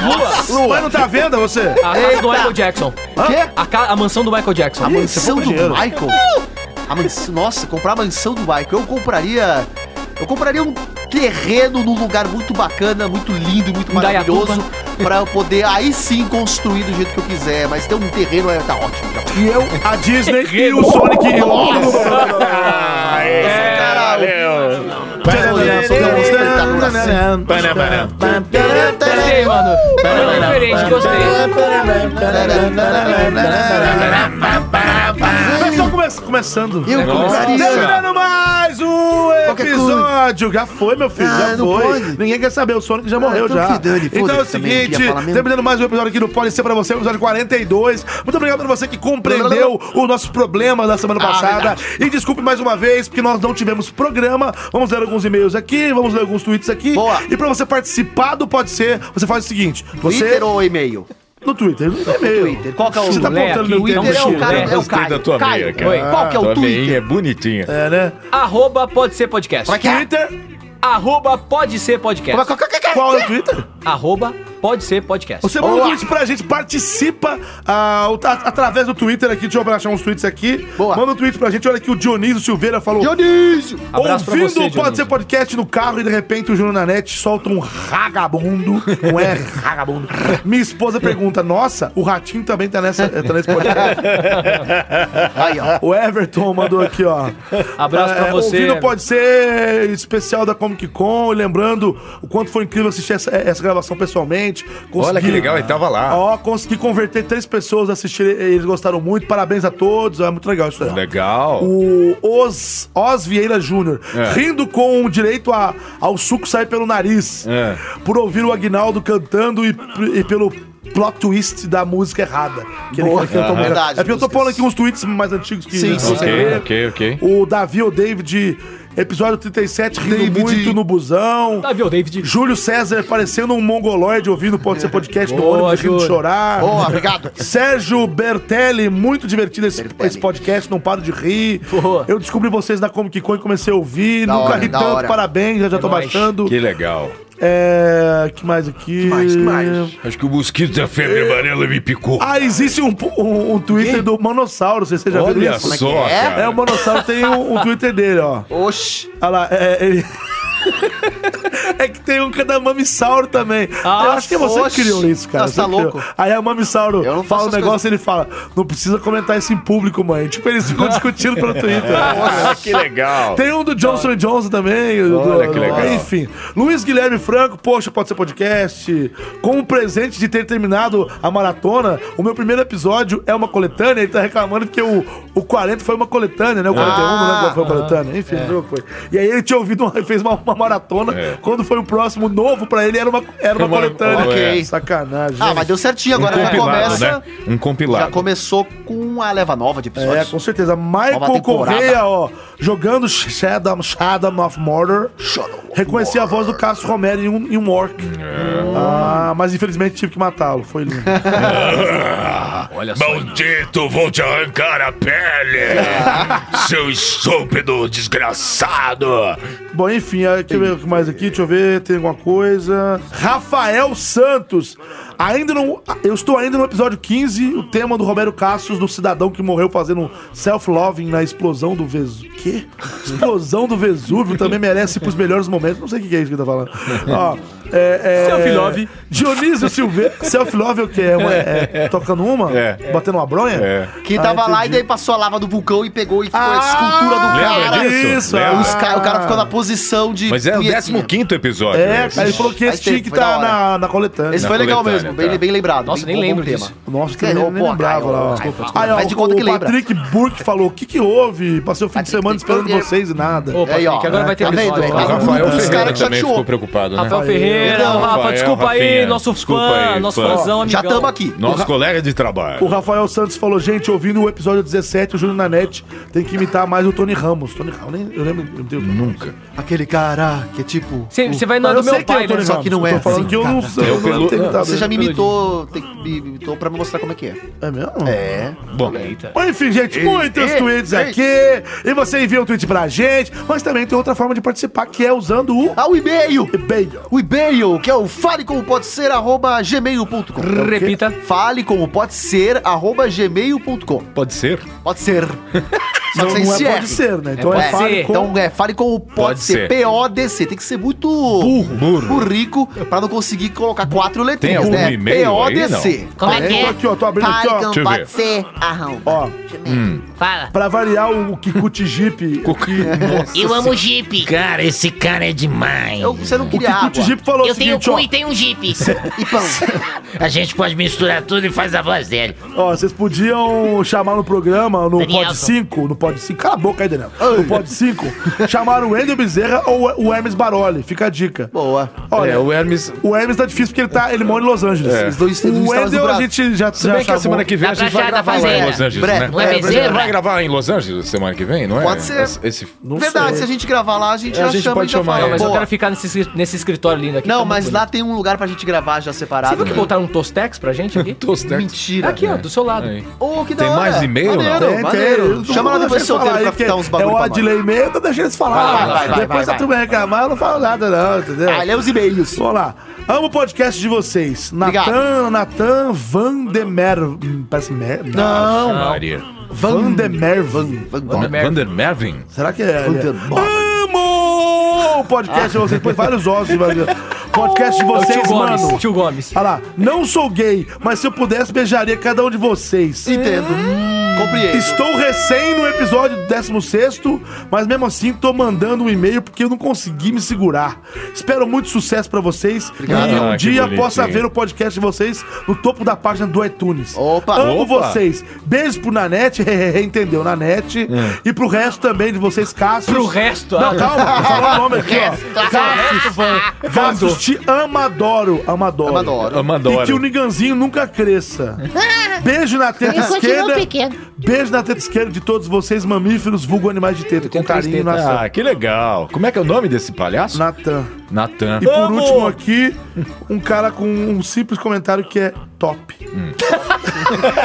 [SPEAKER 3] lua.
[SPEAKER 4] Mas não tá à venda você?
[SPEAKER 3] A casa do Michael Jackson.
[SPEAKER 2] Quê?
[SPEAKER 3] A, ca- a mansão do Michael Jackson.
[SPEAKER 2] A mansão do
[SPEAKER 4] dinheiro.
[SPEAKER 2] Michael? A mans... Nossa, comprar a mansão do Michael. Eu compraria. Eu compraria um terreno num lugar muito bacana, muito lindo, e muito
[SPEAKER 3] Indaiatuba.
[SPEAKER 2] maravilhoso. Pra eu poder aí sim construir do jeito que eu quiser. Mas ter um terreno é, tá ótimo. já.
[SPEAKER 4] E eu, a Disney e o Sonic. e o-
[SPEAKER 3] É, Gostei, mano. Não, diferente, gostei.
[SPEAKER 4] Pessoal, começou começa começando.
[SPEAKER 2] Eu
[SPEAKER 4] Nossa.
[SPEAKER 2] compraria.
[SPEAKER 4] Terminando mais um
[SPEAKER 2] Qualquer
[SPEAKER 4] episódio. Já foi, meu filho,
[SPEAKER 2] Ah,
[SPEAKER 4] já
[SPEAKER 2] não
[SPEAKER 4] foi.
[SPEAKER 2] pode.
[SPEAKER 4] Ninguém quer saber, o Sonic já
[SPEAKER 2] Ah,
[SPEAKER 4] morreu
[SPEAKER 2] então
[SPEAKER 4] já.
[SPEAKER 2] que dane,
[SPEAKER 4] então é o
[SPEAKER 2] foda-se também,
[SPEAKER 4] seguinte,
[SPEAKER 2] que ia falar mesmo.
[SPEAKER 4] terminando mais um episódio aqui do Pode Ser Pra Você, episódio 42. Muito obrigado pra você que compreendeu o nosso problema da semana
[SPEAKER 2] Ah,
[SPEAKER 4] passada.
[SPEAKER 2] verdade.
[SPEAKER 4] E desculpe mais uma vez, porque nós não tivemos programa. Vamos ler alguns e-mails aqui, vamos ler alguns tweets aqui.
[SPEAKER 2] Boa.
[SPEAKER 4] E pra você participar do Pode Ser, você faz o seguinte. Você...
[SPEAKER 2] Twitter ou e-mail?
[SPEAKER 4] No Twitter, no e-mail.
[SPEAKER 2] Twitter. Qual que é o
[SPEAKER 4] Você tá
[SPEAKER 3] Lé
[SPEAKER 4] apontando
[SPEAKER 3] aqui,
[SPEAKER 4] meu dedo
[SPEAKER 3] então
[SPEAKER 4] no
[SPEAKER 2] é o
[SPEAKER 4] Chile,
[SPEAKER 2] cara,
[SPEAKER 4] né?
[SPEAKER 2] é o
[SPEAKER 5] Gostei da
[SPEAKER 2] Caio.
[SPEAKER 5] tua
[SPEAKER 2] Caio,
[SPEAKER 5] meia, cara.
[SPEAKER 3] Oi,
[SPEAKER 2] qual que é o
[SPEAKER 5] Tua
[SPEAKER 2] Twitter?
[SPEAKER 5] meinha é bonitinha.
[SPEAKER 4] É, né?
[SPEAKER 3] Arroba pode ser podcast.
[SPEAKER 2] Como é que é?
[SPEAKER 4] Twitter?
[SPEAKER 3] Arroba pode ser podcast.
[SPEAKER 2] Como é que- que- que- que-
[SPEAKER 4] Qual é o Twitter?
[SPEAKER 3] Arroba pode ser podcast.
[SPEAKER 4] Você manda um tweet pra gente, participa ah, o- a- através do Twitter aqui. Deixa eu achar uns tweets aqui.
[SPEAKER 2] Boa.
[SPEAKER 4] Manda um tweet pra gente. Olha aqui, o Dionísio Silveira falou.
[SPEAKER 2] Dionísio!
[SPEAKER 3] Abraço pra
[SPEAKER 4] tá Ouvindo
[SPEAKER 3] você,
[SPEAKER 4] o Pode
[SPEAKER 3] Dionísio.
[SPEAKER 4] Ser Podcast no carro e de repente o Júnior na net solta um ragabundo. Não é ragabundo. Minha esposa pergunta: Nossa, o ratinho também tá, nessa, tá nesse podcast.
[SPEAKER 2] Aí, ó.
[SPEAKER 4] O Everton mandou aqui, ó. É,
[SPEAKER 3] Abraço pra você,
[SPEAKER 4] Ouvindo
[SPEAKER 3] Everton.
[SPEAKER 4] pode ser especial da Comic Con, e lembrando o quanto foi incrível assistir essa, essa gravação pessoalmente.
[SPEAKER 5] Olha que
[SPEAKER 4] Consegui-
[SPEAKER 5] legal, ele tava lá.
[SPEAKER 4] Ó, consegui converter três pessoas a assistir, eles gostaram muito. Parabéns a todos, é muito legal isso aí.
[SPEAKER 5] Legal.
[SPEAKER 4] O Os, Os Vieira Júnior,
[SPEAKER 5] É.
[SPEAKER 4] rindo com direito a, ao suco sair pelo nariz,
[SPEAKER 5] É.
[SPEAKER 4] por ouvir o Agnaldo cantando e, e pelo plot twist da música errada. Que ele
[SPEAKER 2] Boa,
[SPEAKER 4] cantou
[SPEAKER 2] aham.
[SPEAKER 4] muito.
[SPEAKER 2] Verdade,
[SPEAKER 4] É porque eu tô
[SPEAKER 2] músicas.
[SPEAKER 4] pondo aqui uns tweets mais antigos que
[SPEAKER 2] Sim,
[SPEAKER 4] né,
[SPEAKER 2] sim.
[SPEAKER 4] você
[SPEAKER 5] Ok,
[SPEAKER 4] vê.
[SPEAKER 5] ok, ok.
[SPEAKER 4] O Davi ou David, episódio 37, rindo
[SPEAKER 2] David.
[SPEAKER 4] muito no busão.
[SPEAKER 3] Davi, o Tá, David.
[SPEAKER 4] Júlio César parecendo um mongoloide ouvindo pode ser podcast no
[SPEAKER 3] Boa,
[SPEAKER 4] ônibus, rindo de
[SPEAKER 3] Júlio.
[SPEAKER 4] chorar.
[SPEAKER 2] Boa, obrigado.
[SPEAKER 4] Sérgio Bertelli, muito divertido esse,
[SPEAKER 2] Bertelli.
[SPEAKER 4] esse podcast, não paro de rir.
[SPEAKER 3] Boa.
[SPEAKER 4] Eu descobri vocês na Comic Con e comecei a ouvir.
[SPEAKER 2] Da
[SPEAKER 4] Nunca
[SPEAKER 2] hora,
[SPEAKER 4] ri
[SPEAKER 2] da
[SPEAKER 4] tanto,
[SPEAKER 2] hora.
[SPEAKER 4] parabéns, já, já tô
[SPEAKER 3] nóis.
[SPEAKER 4] baixando.
[SPEAKER 5] Que legal.
[SPEAKER 4] É. Que mais aqui? Que
[SPEAKER 2] mais, que mais?
[SPEAKER 5] Acho que o mosquito da febre amarela me picou.
[SPEAKER 4] Ah, existe um, um, um Twitter do Manossauro, vocês já viram
[SPEAKER 5] Olha
[SPEAKER 4] isso?
[SPEAKER 2] é
[SPEAKER 5] só,
[SPEAKER 2] que é?
[SPEAKER 5] cara.
[SPEAKER 4] É, o Manossauro tem um, um Twitter dele, ó.
[SPEAKER 2] Oxi.
[SPEAKER 4] Olha lá, é, ele... é que tem um que é da Mamisauro também.
[SPEAKER 3] Ah,
[SPEAKER 4] eu acho que é você
[SPEAKER 2] oxe.
[SPEAKER 4] que criou isso, cara.
[SPEAKER 2] Nossa,
[SPEAKER 4] Você
[SPEAKER 2] tá
[SPEAKER 4] criou.
[SPEAKER 2] louco?
[SPEAKER 4] Aí a Mamisauro
[SPEAKER 2] Eu não faço
[SPEAKER 4] fala um
[SPEAKER 2] essas
[SPEAKER 4] negócio e ele fala: não precisa comentar isso em público, mãe. Tipo, eles ficam discutindo pelo Twitter.
[SPEAKER 5] Ah, que legal.
[SPEAKER 4] Tem um do Johnson Johnson também. o do-
[SPEAKER 5] Olha que legal.
[SPEAKER 4] Enfim. Luiz Guilherme Franco, poxa, pode ser podcast. Com o presente de ter terminado a maratona, o meu primeiro episódio é uma coletânea. Ele tá reclamando porque o, o 40 foi uma coletânea, né? O 41
[SPEAKER 5] Ah.
[SPEAKER 4] não lembro qual foi a coletânea. Enfim, não foi. E aí ele tinha ouvido, uma, fez uma, uma maratona.
[SPEAKER 5] É.
[SPEAKER 4] Quando foi o próximo novo pra ele, era uma, era uma,
[SPEAKER 5] Uma-
[SPEAKER 4] coletânea.
[SPEAKER 2] ok.
[SPEAKER 4] Sacanagem.
[SPEAKER 2] Ah,
[SPEAKER 4] né?
[SPEAKER 2] mas deu certinho agora. já
[SPEAKER 5] compilado,
[SPEAKER 2] começa.
[SPEAKER 5] né? Um compilado.
[SPEAKER 2] Já começou com a leva nova de
[SPEAKER 4] É,
[SPEAKER 2] episódios.
[SPEAKER 4] com certeza.
[SPEAKER 2] Nova
[SPEAKER 4] Michael
[SPEAKER 2] temporada.
[SPEAKER 4] Correia, ó, jogando Shadow, Shadow of Murder. Reconheci a voz do Cássio Romero em um, em um orc. Ah, mas infelizmente tive que matá-lo. Foi lindo.
[SPEAKER 3] Olha só.
[SPEAKER 5] Maldito, vou te arrancar a pele! Seu estúpido desgraçado!
[SPEAKER 4] Bom, enfim, aí, deixa eu ver o que mais aqui. Deixa eu ver, tem alguma coisa. Rafael Santos. Ainda não. Eu estou ainda no episódio 15, o tema do Romero Cassius, do cidadão que morreu fazendo self-loving na explosão do Vesúvio. Quê? Explosão do Vesúvio também merece ir pros melhores momentos. Não sei o que é isso que ele tá falando. Ó. É, é,
[SPEAKER 3] Self-love.
[SPEAKER 4] Dionísio Silveira. Self-love é o quê? É, uma- é tocando uma?
[SPEAKER 5] É.
[SPEAKER 4] Batendo uma bronha?
[SPEAKER 5] É.
[SPEAKER 2] Que
[SPEAKER 4] Ah,
[SPEAKER 2] tava lá e
[SPEAKER 4] entendi. Ah,
[SPEAKER 2] daí passou a lava do vulcão e pegou e ficou a escultura do
[SPEAKER 5] lembra
[SPEAKER 2] cara.
[SPEAKER 5] disso?
[SPEAKER 4] Isso,
[SPEAKER 5] Lembra?
[SPEAKER 4] ah.
[SPEAKER 2] um Né? Os ca- O cara ficou na posição de.
[SPEAKER 5] Mas é o
[SPEAKER 2] punhetinha.
[SPEAKER 5] 15 episódio.
[SPEAKER 4] É,
[SPEAKER 5] esse.
[SPEAKER 4] aí ele falou que
[SPEAKER 2] assim, Mas
[SPEAKER 4] esse
[SPEAKER 2] teve,
[SPEAKER 4] tinha que
[SPEAKER 2] foi da
[SPEAKER 4] tá
[SPEAKER 2] hora.
[SPEAKER 4] na, na coletânea.
[SPEAKER 2] Esse
[SPEAKER 5] Na
[SPEAKER 2] foi legal
[SPEAKER 5] coletânea,
[SPEAKER 2] mesmo,
[SPEAKER 5] tá.
[SPEAKER 2] bem, bem lembrado.
[SPEAKER 3] Nossa,
[SPEAKER 2] bem bom
[SPEAKER 3] nem lembro
[SPEAKER 2] tema. É,
[SPEAKER 3] disso.
[SPEAKER 4] Nossa, que
[SPEAKER 2] Sei,
[SPEAKER 4] eu
[SPEAKER 2] ô,
[SPEAKER 4] nem
[SPEAKER 2] porra,
[SPEAKER 4] lembrava
[SPEAKER 2] Caio,
[SPEAKER 4] lá.
[SPEAKER 2] Caio,
[SPEAKER 4] Desculpa.
[SPEAKER 2] desculpa.
[SPEAKER 4] Aí, ó,
[SPEAKER 2] Faz de conta
[SPEAKER 4] o
[SPEAKER 2] que lembra.
[SPEAKER 4] Patrick Burke falou, o que que houve? Passei o fim de semana esperando
[SPEAKER 2] é
[SPEAKER 4] vocês e nada.
[SPEAKER 3] Ô, Patrick,
[SPEAKER 2] ó,
[SPEAKER 3] agora vai ter
[SPEAKER 2] tá vendo?
[SPEAKER 3] episódio.
[SPEAKER 2] Tá
[SPEAKER 5] O
[SPEAKER 3] Rafael,
[SPEAKER 2] vendo?
[SPEAKER 5] Rafael
[SPEAKER 2] Os caras
[SPEAKER 5] Ferreira
[SPEAKER 2] que
[SPEAKER 5] também
[SPEAKER 2] chateou.
[SPEAKER 5] ficou preocupado, né?
[SPEAKER 3] Ferreira,
[SPEAKER 2] Não,
[SPEAKER 3] Rafa,
[SPEAKER 5] Rafael,
[SPEAKER 3] desculpa aí,
[SPEAKER 5] Rafinha,
[SPEAKER 3] nosso
[SPEAKER 5] desculpa
[SPEAKER 3] fã,
[SPEAKER 5] aí,
[SPEAKER 3] nosso
[SPEAKER 5] fã.
[SPEAKER 3] fãzão, amigão.
[SPEAKER 2] Já tamo aqui.
[SPEAKER 5] Nosso colega de trabalho.
[SPEAKER 4] O Rafael Santos falou, gente, ouvindo o episódio 17, o Júnior Nanete tem que imitar mais o Tony Ramos. Tony Ramos, nem- eu lembro, eu não tenho
[SPEAKER 5] Nunca.
[SPEAKER 2] Aquele cara que é tipo.
[SPEAKER 3] Você você vai
[SPEAKER 4] Não,
[SPEAKER 3] na
[SPEAKER 4] eu
[SPEAKER 3] do
[SPEAKER 4] sei
[SPEAKER 3] meu
[SPEAKER 4] que é
[SPEAKER 3] pai,
[SPEAKER 4] o Tony
[SPEAKER 3] né?
[SPEAKER 4] Ramos.
[SPEAKER 2] Só que não é
[SPEAKER 4] Eu tô falando
[SPEAKER 2] assim,
[SPEAKER 4] que eu não sei.
[SPEAKER 5] Eu
[SPEAKER 4] eu não
[SPEAKER 5] pelo-
[SPEAKER 4] tenho imitado.
[SPEAKER 2] Você já me imitou, tem- me imitou pra me mostrar como é que é.
[SPEAKER 4] É mesmo?
[SPEAKER 2] É.
[SPEAKER 5] Bom,
[SPEAKER 4] Bom, enfim, gente, muitos
[SPEAKER 2] ei,
[SPEAKER 4] tweets
[SPEAKER 2] ei.
[SPEAKER 4] aqui. E você envia um tweet pra gente. Mas também tem outra forma de participar, que é usando o
[SPEAKER 2] Ah, o e-mail!
[SPEAKER 4] e-mail.
[SPEAKER 2] O e-mail, que é o falecomopodeser.gmail.com.
[SPEAKER 3] Repita.
[SPEAKER 2] Fale como pode ser, arroba gmail.com.
[SPEAKER 5] pode ser?
[SPEAKER 2] Pode ser. Só que sem
[SPEAKER 4] não é
[SPEAKER 2] se
[SPEAKER 4] pode
[SPEAKER 2] R.
[SPEAKER 4] ser, né? Então é
[SPEAKER 2] pode
[SPEAKER 4] fale
[SPEAKER 2] ser.
[SPEAKER 4] com-
[SPEAKER 2] Então é, fale com o pode,
[SPEAKER 4] Pode
[SPEAKER 2] ser.
[SPEAKER 4] ser.
[SPEAKER 2] P-O-D-C. Tem que ser muito burro, burrico pra não conseguir colocar quatro letrinhas,
[SPEAKER 5] algum
[SPEAKER 2] né?
[SPEAKER 5] e-mail aí, não?
[SPEAKER 4] Como é que é? Aqui, ó, tô abrindo aqui, ó.
[SPEAKER 5] Deixa eu ver.
[SPEAKER 8] ser arromba.
[SPEAKER 4] Ó.
[SPEAKER 8] Fala.
[SPEAKER 4] Pra variar o, o Kikuchi Jeep. o que,
[SPEAKER 8] Eu amo Jeep.
[SPEAKER 1] Cara, esse cara é demais.
[SPEAKER 2] você não
[SPEAKER 4] queria Kikuchi água. Jeep falou
[SPEAKER 8] Eu
[SPEAKER 4] o
[SPEAKER 8] tenho
[SPEAKER 4] seguinte,
[SPEAKER 8] cu
[SPEAKER 4] ó.
[SPEAKER 8] e tenho um Jeep.
[SPEAKER 1] A gente pode misturar tudo e faz a voz dele.
[SPEAKER 4] Ó, vocês podiam chamar no programa, no
[SPEAKER 1] Danielson.
[SPEAKER 4] Pod 5, no Pod 5, cala a boca aí, Daniel. No Pod 5, chamar o Ender Bezerra ou o Hermes Baroli, fica a dica.
[SPEAKER 2] Boa.
[SPEAKER 4] Olha,
[SPEAKER 5] É, o Hermes.
[SPEAKER 4] O Hermes tá difícil porque ele, tá, ele mora em Los Angeles.
[SPEAKER 5] É. Os dois- eles
[SPEAKER 4] o
[SPEAKER 5] estavam
[SPEAKER 4] Ender a
[SPEAKER 5] desbrados.
[SPEAKER 4] gente já
[SPEAKER 5] Se bem que a
[SPEAKER 4] chamou.
[SPEAKER 5] semana que vem a gente vai gravar lá em Los Angeles, né?
[SPEAKER 2] Breve.
[SPEAKER 5] É,
[SPEAKER 2] Bezerra.
[SPEAKER 5] vai gravar em Los Angeles semana que vem, não é?
[SPEAKER 2] Pode ser.
[SPEAKER 5] Esse, esse-
[SPEAKER 2] Verdade, se a gente gravar lá, a gente
[SPEAKER 5] É, a
[SPEAKER 2] já
[SPEAKER 5] gente
[SPEAKER 2] chama
[SPEAKER 5] pode
[SPEAKER 2] e já
[SPEAKER 5] chamar,
[SPEAKER 2] fala.
[SPEAKER 5] é.
[SPEAKER 3] Mas eu
[SPEAKER 2] Boa.
[SPEAKER 3] quero ficar nesse, escri- nesse escritório lindo aqui.
[SPEAKER 2] Não,
[SPEAKER 3] tá muito
[SPEAKER 2] mas
[SPEAKER 3] bonito.
[SPEAKER 2] lá tem um lugar pra gente gravar já
[SPEAKER 3] Você
[SPEAKER 4] tá
[SPEAKER 2] separado. né?
[SPEAKER 3] viu que botaram um Tostex pra gente aqui?
[SPEAKER 5] Tostex.
[SPEAKER 2] Mentira.
[SPEAKER 3] Aqui, ó, do seu lado. É
[SPEAKER 5] Aí.
[SPEAKER 2] Ô, que da
[SPEAKER 5] Tem
[SPEAKER 2] hora.
[SPEAKER 5] mais e-mail, não?
[SPEAKER 2] Maneiro,
[SPEAKER 4] Tem,
[SPEAKER 2] maneiro.
[SPEAKER 4] tem.
[SPEAKER 2] Chama lá
[SPEAKER 4] Não
[SPEAKER 2] depois
[SPEAKER 4] deixa
[SPEAKER 2] solteiro
[SPEAKER 4] eu falar
[SPEAKER 2] pra
[SPEAKER 4] aí, porque
[SPEAKER 2] fitar uns
[SPEAKER 4] É
[SPEAKER 2] bagulho
[SPEAKER 4] o
[SPEAKER 2] pra nós.
[SPEAKER 4] Adley Meia, então deixa eles
[SPEAKER 2] Vai,
[SPEAKER 4] falar.
[SPEAKER 2] vai, vai,
[SPEAKER 4] Depois
[SPEAKER 2] vai,
[SPEAKER 4] a turma reclamar, eu não falo nada não, entendeu?
[SPEAKER 2] Ah, lê os e-mails.
[SPEAKER 4] Vamos lá. Amo o podcast de vocês.
[SPEAKER 2] Obrigado.
[SPEAKER 4] Natan, Natan Van de Mer... hum, Parece Mer...
[SPEAKER 2] Não.
[SPEAKER 5] Maria.
[SPEAKER 4] Van de Mervan.
[SPEAKER 5] Vander Mervin?
[SPEAKER 4] Será que é?
[SPEAKER 2] Van de
[SPEAKER 4] Amo o podcast de vocês. Põe vários ossos. de Brasil. Podcast de
[SPEAKER 3] É o tio
[SPEAKER 4] vocês,
[SPEAKER 3] Gomes,
[SPEAKER 4] mano.
[SPEAKER 3] tio Gomes.
[SPEAKER 4] Olha lá. Não sou gay, mas se eu pudesse, beijaria cada um de vocês.
[SPEAKER 2] Entendo. Compreendo.
[SPEAKER 4] Estou recém no episódio 16, mas mesmo assim tô mandando um e-mail porque eu não consegui me segurar. Espero muito sucesso pra vocês
[SPEAKER 2] Obrigado.
[SPEAKER 4] e um
[SPEAKER 5] Ah, que
[SPEAKER 4] dia
[SPEAKER 5] bonitinho.
[SPEAKER 4] possa ver o podcast de vocês no topo da página do iTunes.
[SPEAKER 2] Opa.
[SPEAKER 4] Amo
[SPEAKER 5] Opa.
[SPEAKER 4] vocês. Beijo pro Nanete, entendeu, Nanete.
[SPEAKER 5] É.
[SPEAKER 4] E pro resto também de vocês, Cássio.
[SPEAKER 3] Pro resto,
[SPEAKER 4] Não,
[SPEAKER 3] ah.
[SPEAKER 4] calma, vou falar o nome aqui,
[SPEAKER 5] tá
[SPEAKER 4] ó. Cássio, Cássio, te amo, adoro, amo, adoro.
[SPEAKER 2] Amo, adoro.
[SPEAKER 5] Amo,
[SPEAKER 4] E que o
[SPEAKER 5] adoro.
[SPEAKER 4] Niganzinho nunca cresça. Beijo na teta
[SPEAKER 8] Ele continua
[SPEAKER 4] esquerda.
[SPEAKER 8] pequeno.
[SPEAKER 4] Beijo na teta esquerda de todos vocês, mamíferos, vulgo animais de teta. Com
[SPEAKER 3] tenho três
[SPEAKER 4] carinho,
[SPEAKER 3] tetas.
[SPEAKER 4] Natan.
[SPEAKER 5] Ah, que legal. Como é que é o nome desse palhaço?
[SPEAKER 4] Natan.
[SPEAKER 5] Natan.
[SPEAKER 4] E por último aqui, um cara com um simples comentário que é top.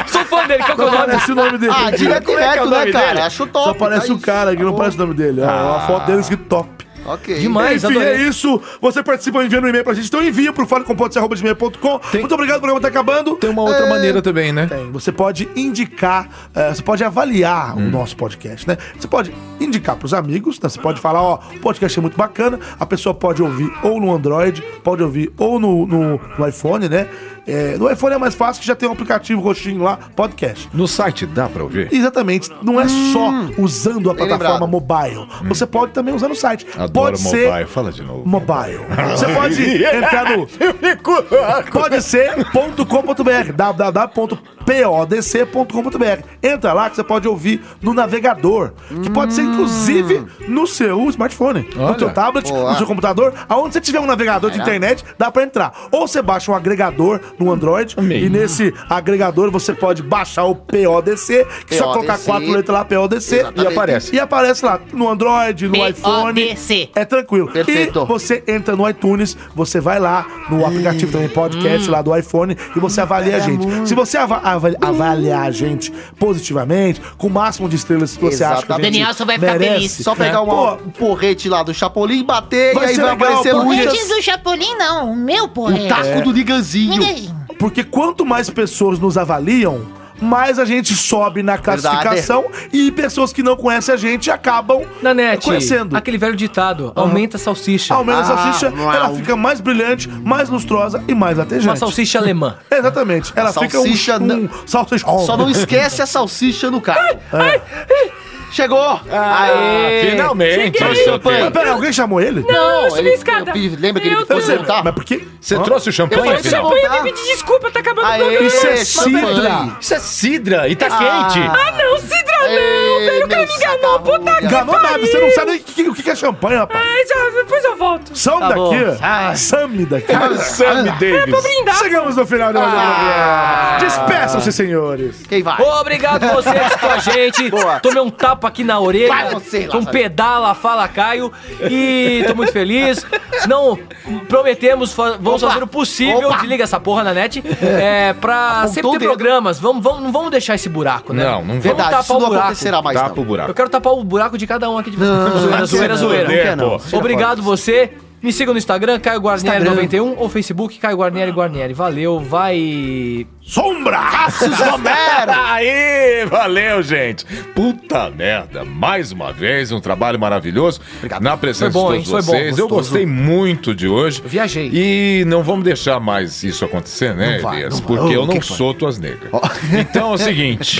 [SPEAKER 3] Sou fã dele, qual que
[SPEAKER 4] tá- Não tá
[SPEAKER 3] é o nome?
[SPEAKER 4] aparece o nome dele.
[SPEAKER 2] Ah, direto
[SPEAKER 5] Como é que é o
[SPEAKER 2] direto,
[SPEAKER 5] nome
[SPEAKER 2] né, cara?
[SPEAKER 5] dele?
[SPEAKER 2] Acho top.
[SPEAKER 4] Só aparece
[SPEAKER 2] tá
[SPEAKER 4] o
[SPEAKER 2] isso.
[SPEAKER 4] cara aqui, não aparece o nome dele. Ah. A foto dele é escrito top.
[SPEAKER 2] Ok.
[SPEAKER 3] Demais,
[SPEAKER 4] Enfim,
[SPEAKER 3] adorei.
[SPEAKER 4] é isso. Você participa enviando um e-mail pra gente. Então envia pro falecompotes.com. Muito obrigado, o programa tá acabando.
[SPEAKER 5] Tem uma outra maneira também, né?
[SPEAKER 4] Tem. Você pode indicar, eh, você pode avaliar o nosso podcast, né? Você pode indicar pros amigos, né? Você pode falar, ó, o podcast é muito bacana, a pessoa pode ouvir ou no Android, pode ouvir ou no, no- no iPhone, né? Eh, no iPhone é mais fácil que já tem um aplicativo roxinho lá, podcast.
[SPEAKER 5] No site dá pra ouvir?
[SPEAKER 4] Exatamente, não é só usando a
[SPEAKER 2] bem
[SPEAKER 4] plataforma
[SPEAKER 2] lembrado.
[SPEAKER 4] mobile. Você pode também usar no site.
[SPEAKER 5] Adoro
[SPEAKER 4] pode ser
[SPEAKER 5] mobile. Fala de novo.
[SPEAKER 4] mobile. Você pode entrar no
[SPEAKER 5] Eu fico. Ah,
[SPEAKER 4] pode ser.com.br, www.podc.com.br. Entra lá que você pode ouvir no navegador, que pode ser inclusive no seu smartphone,
[SPEAKER 5] Olha.
[SPEAKER 4] no seu tablet,
[SPEAKER 2] Boa.
[SPEAKER 4] no seu computador, aonde você tiver um navegador de internet, dá pra entrar. Ou você baixa um agregador no Android
[SPEAKER 5] Amei.
[SPEAKER 4] e nesse agregador você pode baixar o PODC, que só
[SPEAKER 2] PODC.
[SPEAKER 4] colocar quatro letras lá PODC
[SPEAKER 5] E aparece.
[SPEAKER 4] e aparece lá no Android, no iPhone.
[SPEAKER 8] PODC.
[SPEAKER 4] É tranquilo.
[SPEAKER 2] Perfeito.
[SPEAKER 4] E você entra no iTunes, você vai lá no aplicativo
[SPEAKER 2] Hum.
[SPEAKER 4] também podcast lá do iPhone e você avalia a gente. Se você ava- ava- avaliar a gente positivamente, com o máximo de estrelas que você acha que a gente
[SPEAKER 2] Exatamente.
[SPEAKER 8] Danielson vai ficar
[SPEAKER 4] merece, Né?
[SPEAKER 8] feliz.
[SPEAKER 2] Só pegar uma- um porrete lá do Chapolin, bater
[SPEAKER 4] Vai
[SPEAKER 2] e aí
[SPEAKER 4] ser
[SPEAKER 2] vai
[SPEAKER 4] legal,
[SPEAKER 2] aparecer
[SPEAKER 3] É
[SPEAKER 4] porque-
[SPEAKER 2] muitas...
[SPEAKER 8] Antes do Chapolin, não. O meu, porra.
[SPEAKER 2] O
[SPEAKER 8] é.
[SPEAKER 2] taco do Niganzinho.
[SPEAKER 8] Ninguém.
[SPEAKER 4] Porque quanto mais pessoas nos avaliam, mais a gente sobe na classificação e pessoas que não conhecem a gente acabam
[SPEAKER 3] Na net,
[SPEAKER 4] conhecendo.
[SPEAKER 3] aquele velho ditado, aumenta a salsicha.
[SPEAKER 4] Aumenta a
[SPEAKER 2] Ah,
[SPEAKER 4] salsicha,
[SPEAKER 2] uau.
[SPEAKER 4] ela fica mais brilhante, mais lustrosa e mais latejante.
[SPEAKER 3] Uma salsicha alemã.
[SPEAKER 4] É, Exatamente. Ela fica um,
[SPEAKER 2] salsicha
[SPEAKER 4] um
[SPEAKER 2] não-
[SPEAKER 4] salsicha.
[SPEAKER 2] Só não esquece a salsicha no carro. Chegou!
[SPEAKER 5] Ah, Finalmente.
[SPEAKER 18] Cheguei.
[SPEAKER 5] Trouxe o champanhe.
[SPEAKER 4] Mas peraí, alguém chamou ele?
[SPEAKER 18] Não,
[SPEAKER 2] Ele-
[SPEAKER 18] subi a escada.
[SPEAKER 2] eu- lembra que ele
[SPEAKER 18] Eu
[SPEAKER 2] foi
[SPEAKER 18] tô-
[SPEAKER 2] sentar?
[SPEAKER 4] Mas por quê?
[SPEAKER 5] Você trouxe o
[SPEAKER 18] Eu
[SPEAKER 5] champanhe
[SPEAKER 18] falei,
[SPEAKER 5] afinal?
[SPEAKER 18] champanhe,
[SPEAKER 2] Tá.
[SPEAKER 18] me pedir desculpa, tá acabando o
[SPEAKER 2] Aê,
[SPEAKER 18] programa.
[SPEAKER 4] Isso é
[SPEAKER 2] champanhe.
[SPEAKER 4] cidra.
[SPEAKER 5] Isso é cidra e tá quente.
[SPEAKER 18] Ah, não, Cidra, não,
[SPEAKER 2] Ei,
[SPEAKER 18] velho, o cara
[SPEAKER 2] meu
[SPEAKER 18] me enganou,
[SPEAKER 2] sacaruga.
[SPEAKER 18] puta que
[SPEAKER 4] Enganou nada,
[SPEAKER 18] pariu.
[SPEAKER 4] você não sabe nem o que, o que é champanhe, rapaz.
[SPEAKER 18] Ai, já, depois eu volto.
[SPEAKER 4] Some
[SPEAKER 2] Tá bom, sai.
[SPEAKER 4] daqui. Some daqui.
[SPEAKER 5] Sammy
[SPEAKER 18] é
[SPEAKER 5] Davis.
[SPEAKER 18] Brindar.
[SPEAKER 4] Chegamos no final do programa. Despeçam-se, senhores.
[SPEAKER 2] Quem vai?
[SPEAKER 3] Obrigado você que escutou a gente.
[SPEAKER 2] Boa.
[SPEAKER 3] Tomei um tapa aqui na orelha.
[SPEAKER 2] Vai você,
[SPEAKER 3] com um
[SPEAKER 2] Lázaro.
[SPEAKER 3] pedala, fala Caio. E tô muito feliz. Não prometemos, fa- vamos
[SPEAKER 2] Opa.
[SPEAKER 3] fazer o possível.
[SPEAKER 2] Opa.
[SPEAKER 3] Desliga essa porra na net. É, pra sempre
[SPEAKER 2] o
[SPEAKER 3] ter
[SPEAKER 2] dedo.
[SPEAKER 3] programas. Vamos, vamos, não vamos deixar esse buraco, né?
[SPEAKER 5] Não, não vamos.
[SPEAKER 3] vamos.
[SPEAKER 2] Verdade,
[SPEAKER 3] tapar
[SPEAKER 2] isso
[SPEAKER 3] o
[SPEAKER 2] não
[SPEAKER 3] buraco.
[SPEAKER 2] acontecerá mais.
[SPEAKER 5] Tá pro
[SPEAKER 2] não.
[SPEAKER 3] Eu
[SPEAKER 5] buraco.
[SPEAKER 3] quero tapar o buraco de cada um aqui de vocês.
[SPEAKER 2] Não,
[SPEAKER 3] Zoeira, zoeira,
[SPEAKER 2] não, não,
[SPEAKER 3] zoeira.
[SPEAKER 2] não,
[SPEAKER 5] Pô.
[SPEAKER 2] não.
[SPEAKER 3] Obrigado você. Me sigam no Instagram, Caio Guarnieri91 ou Facebook, Caio Guarnieri Guarnieri. Valeu, vai.
[SPEAKER 4] Sombra!
[SPEAKER 5] Cassius Romero! Aí, valeu, gente. Puta merda. Mais uma vez, um trabalho maravilhoso. Na presença
[SPEAKER 3] Foi bom,
[SPEAKER 5] de
[SPEAKER 3] hein? Foi
[SPEAKER 5] todos
[SPEAKER 3] bom,
[SPEAKER 5] vocês. Eu
[SPEAKER 3] gostoso.
[SPEAKER 5] gostei muito de hoje.
[SPEAKER 3] Viajei.
[SPEAKER 5] E não vamos deixar mais isso acontecer, né,
[SPEAKER 2] Não vai, não
[SPEAKER 5] Elias?
[SPEAKER 2] vai.
[SPEAKER 5] Porque
[SPEAKER 2] Oh,
[SPEAKER 5] eu
[SPEAKER 2] que
[SPEAKER 5] não
[SPEAKER 2] que foi?
[SPEAKER 5] sou tuas negras. Então é o seguinte.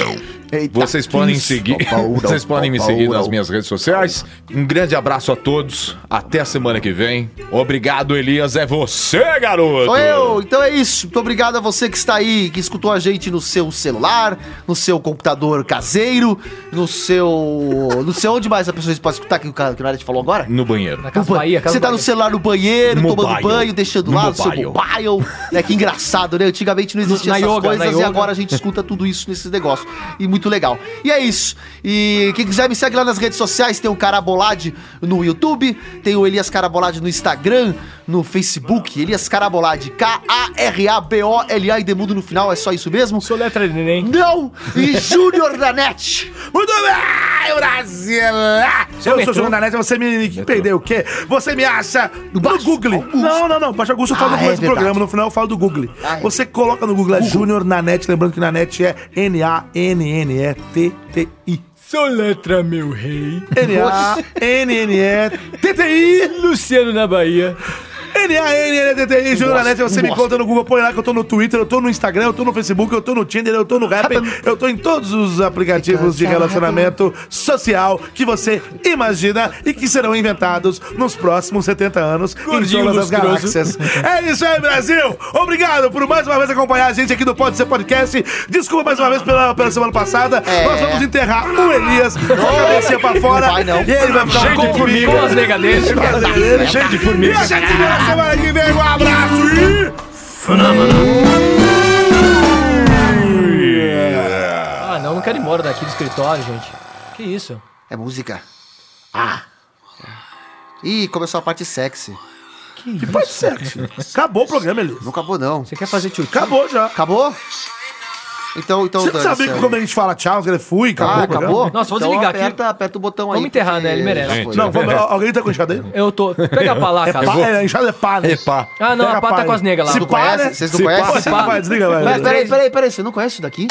[SPEAKER 5] vocês
[SPEAKER 2] que
[SPEAKER 5] podem
[SPEAKER 2] isso.
[SPEAKER 5] seguir.
[SPEAKER 2] Pau, pau,
[SPEAKER 5] vocês podem me
[SPEAKER 2] pau,
[SPEAKER 5] seguir
[SPEAKER 2] pau.
[SPEAKER 5] nas minhas redes sociais. Um grande abraço a todos. Até a semana que vem. Obrigado, Elias. É você, garoto.
[SPEAKER 2] Sou eu, então é isso. Muito obrigado a você que está aí, que escutou a gente no seu celular, no seu computador caseiro, no seu. No seu onde mais a pessoa pode escutar que o cara que o Nath falou agora?
[SPEAKER 5] No banheiro.
[SPEAKER 3] Na Casa Bahia, Casa
[SPEAKER 2] Você tá no
[SPEAKER 3] Bahia.
[SPEAKER 2] celular no banheiro,
[SPEAKER 5] Mobile.
[SPEAKER 2] tomando banho, deixando
[SPEAKER 5] No
[SPEAKER 2] lá no seu
[SPEAKER 5] mobile.
[SPEAKER 2] mobile. é que engraçado, né? Antigamente não existia
[SPEAKER 3] Na
[SPEAKER 2] essas
[SPEAKER 3] yoga, na
[SPEAKER 2] coisas e
[SPEAKER 3] yoga.
[SPEAKER 2] agora a gente escuta tudo isso nesses negócios. E muito legal. E é isso. E quem quiser me segue lá nas redes sociais, tem o Carabolade no YouTube, tem o Elias Carabolade no Instagram, no Facebook, Elias Carabolade, K-A-R-A-B-O-L-A e Demudo no final, é só isso mesmo?
[SPEAKER 3] Sou letra de neném.
[SPEAKER 2] Não! E Júnior da NET!
[SPEAKER 4] Muito bem, Brasil!
[SPEAKER 2] Ah,
[SPEAKER 3] Seu
[SPEAKER 4] eu
[SPEAKER 3] metrô.
[SPEAKER 4] sou João Danete, você me que perdeu o quê? Você me acha no Google. Não, não, não. Baixo Augusto eu falo
[SPEAKER 2] Ah,
[SPEAKER 4] no começo
[SPEAKER 2] é
[SPEAKER 4] do
[SPEAKER 2] verdade.
[SPEAKER 4] programa, no final eu falo do Google.
[SPEAKER 2] Ah, é.
[SPEAKER 4] Você coloca no Google, é Júnior Nanete, lembrando que Nanete é N-A-N-N-E-T-T-I.
[SPEAKER 3] Sou letra, meu rei.
[SPEAKER 4] N-A-N-N-E-T-T-I.
[SPEAKER 3] Luciano na Bahia.
[SPEAKER 4] N-A-N-N-T-T-I, Júnior
[SPEAKER 2] Nossa,
[SPEAKER 4] Nanete, você me
[SPEAKER 2] nossa.
[SPEAKER 4] conta no Google, põe lá que eu tô no Twitter, eu tô no Instagram, eu tô no Facebook, eu tô no Tinder, eu tô no Rapper, eu tô em todos os aplicativos de relacionamento social que você imagina e que serão inventados nos próximos 70 anos
[SPEAKER 3] Gordinho
[SPEAKER 4] em todas as
[SPEAKER 3] lustroso.
[SPEAKER 4] galáxias. É isso aí, Brasil! Obrigado por mais uma vez acompanhar a gente aqui do Pode Ser Podcast. Desculpa mais uma vez pela, pela semana passada.
[SPEAKER 2] É.
[SPEAKER 4] Nós vamos enterrar o Elias com a cabecinha pra fora.
[SPEAKER 2] vai, não.
[SPEAKER 4] E ele vai ficar
[SPEAKER 3] Com,
[SPEAKER 4] com comigo.
[SPEAKER 3] com as negas dele.
[SPEAKER 5] Cheio de
[SPEAKER 4] E
[SPEAKER 5] formiga.
[SPEAKER 4] a gente se vê na semana que vem. Um abraço e...
[SPEAKER 3] Ah, não, não quero ir embora daqui do escritório, gente. Que isso?
[SPEAKER 2] É música. Ah! Ih, começou a parte sexy.
[SPEAKER 4] Que pode ser. Acabou o programa, Elias.
[SPEAKER 2] Não acabou, não.
[SPEAKER 3] Você quer fazer tio?
[SPEAKER 4] Acabou já.
[SPEAKER 2] Acabou? Então, então.
[SPEAKER 4] Você não
[SPEAKER 2] dane-se,
[SPEAKER 4] sabia que
[SPEAKER 2] aí.
[SPEAKER 4] quando a gente fala tchau, ele fui, acabou.
[SPEAKER 2] Ah,
[SPEAKER 4] o programa?
[SPEAKER 2] acabou?
[SPEAKER 3] Nossa, vou
[SPEAKER 2] Então
[SPEAKER 3] desligar aqui.
[SPEAKER 2] aperta, Aperta o botão aí.
[SPEAKER 3] Vamos enterrar,
[SPEAKER 2] porque
[SPEAKER 3] né? Ele merece.
[SPEAKER 2] já foi.
[SPEAKER 4] Não, vamos, al- alguém tá com enxada aí?
[SPEAKER 3] Eu tô. Pega pra lá,
[SPEAKER 4] É
[SPEAKER 3] cara.
[SPEAKER 4] pá, é, enxada é pá, né?
[SPEAKER 5] É pá.
[SPEAKER 3] Ah, não,
[SPEAKER 4] Pega
[SPEAKER 3] a pá tá com as negas lá.
[SPEAKER 4] Se
[SPEAKER 2] Não
[SPEAKER 4] pá,
[SPEAKER 2] conhece?
[SPEAKER 4] né?
[SPEAKER 2] Vocês não
[SPEAKER 4] Se pá,
[SPEAKER 2] conhecem?
[SPEAKER 4] você não vai, né? desliga,
[SPEAKER 2] Mas
[SPEAKER 4] vai.
[SPEAKER 2] peraí, peraí, peraí, você não conhece isso daqui?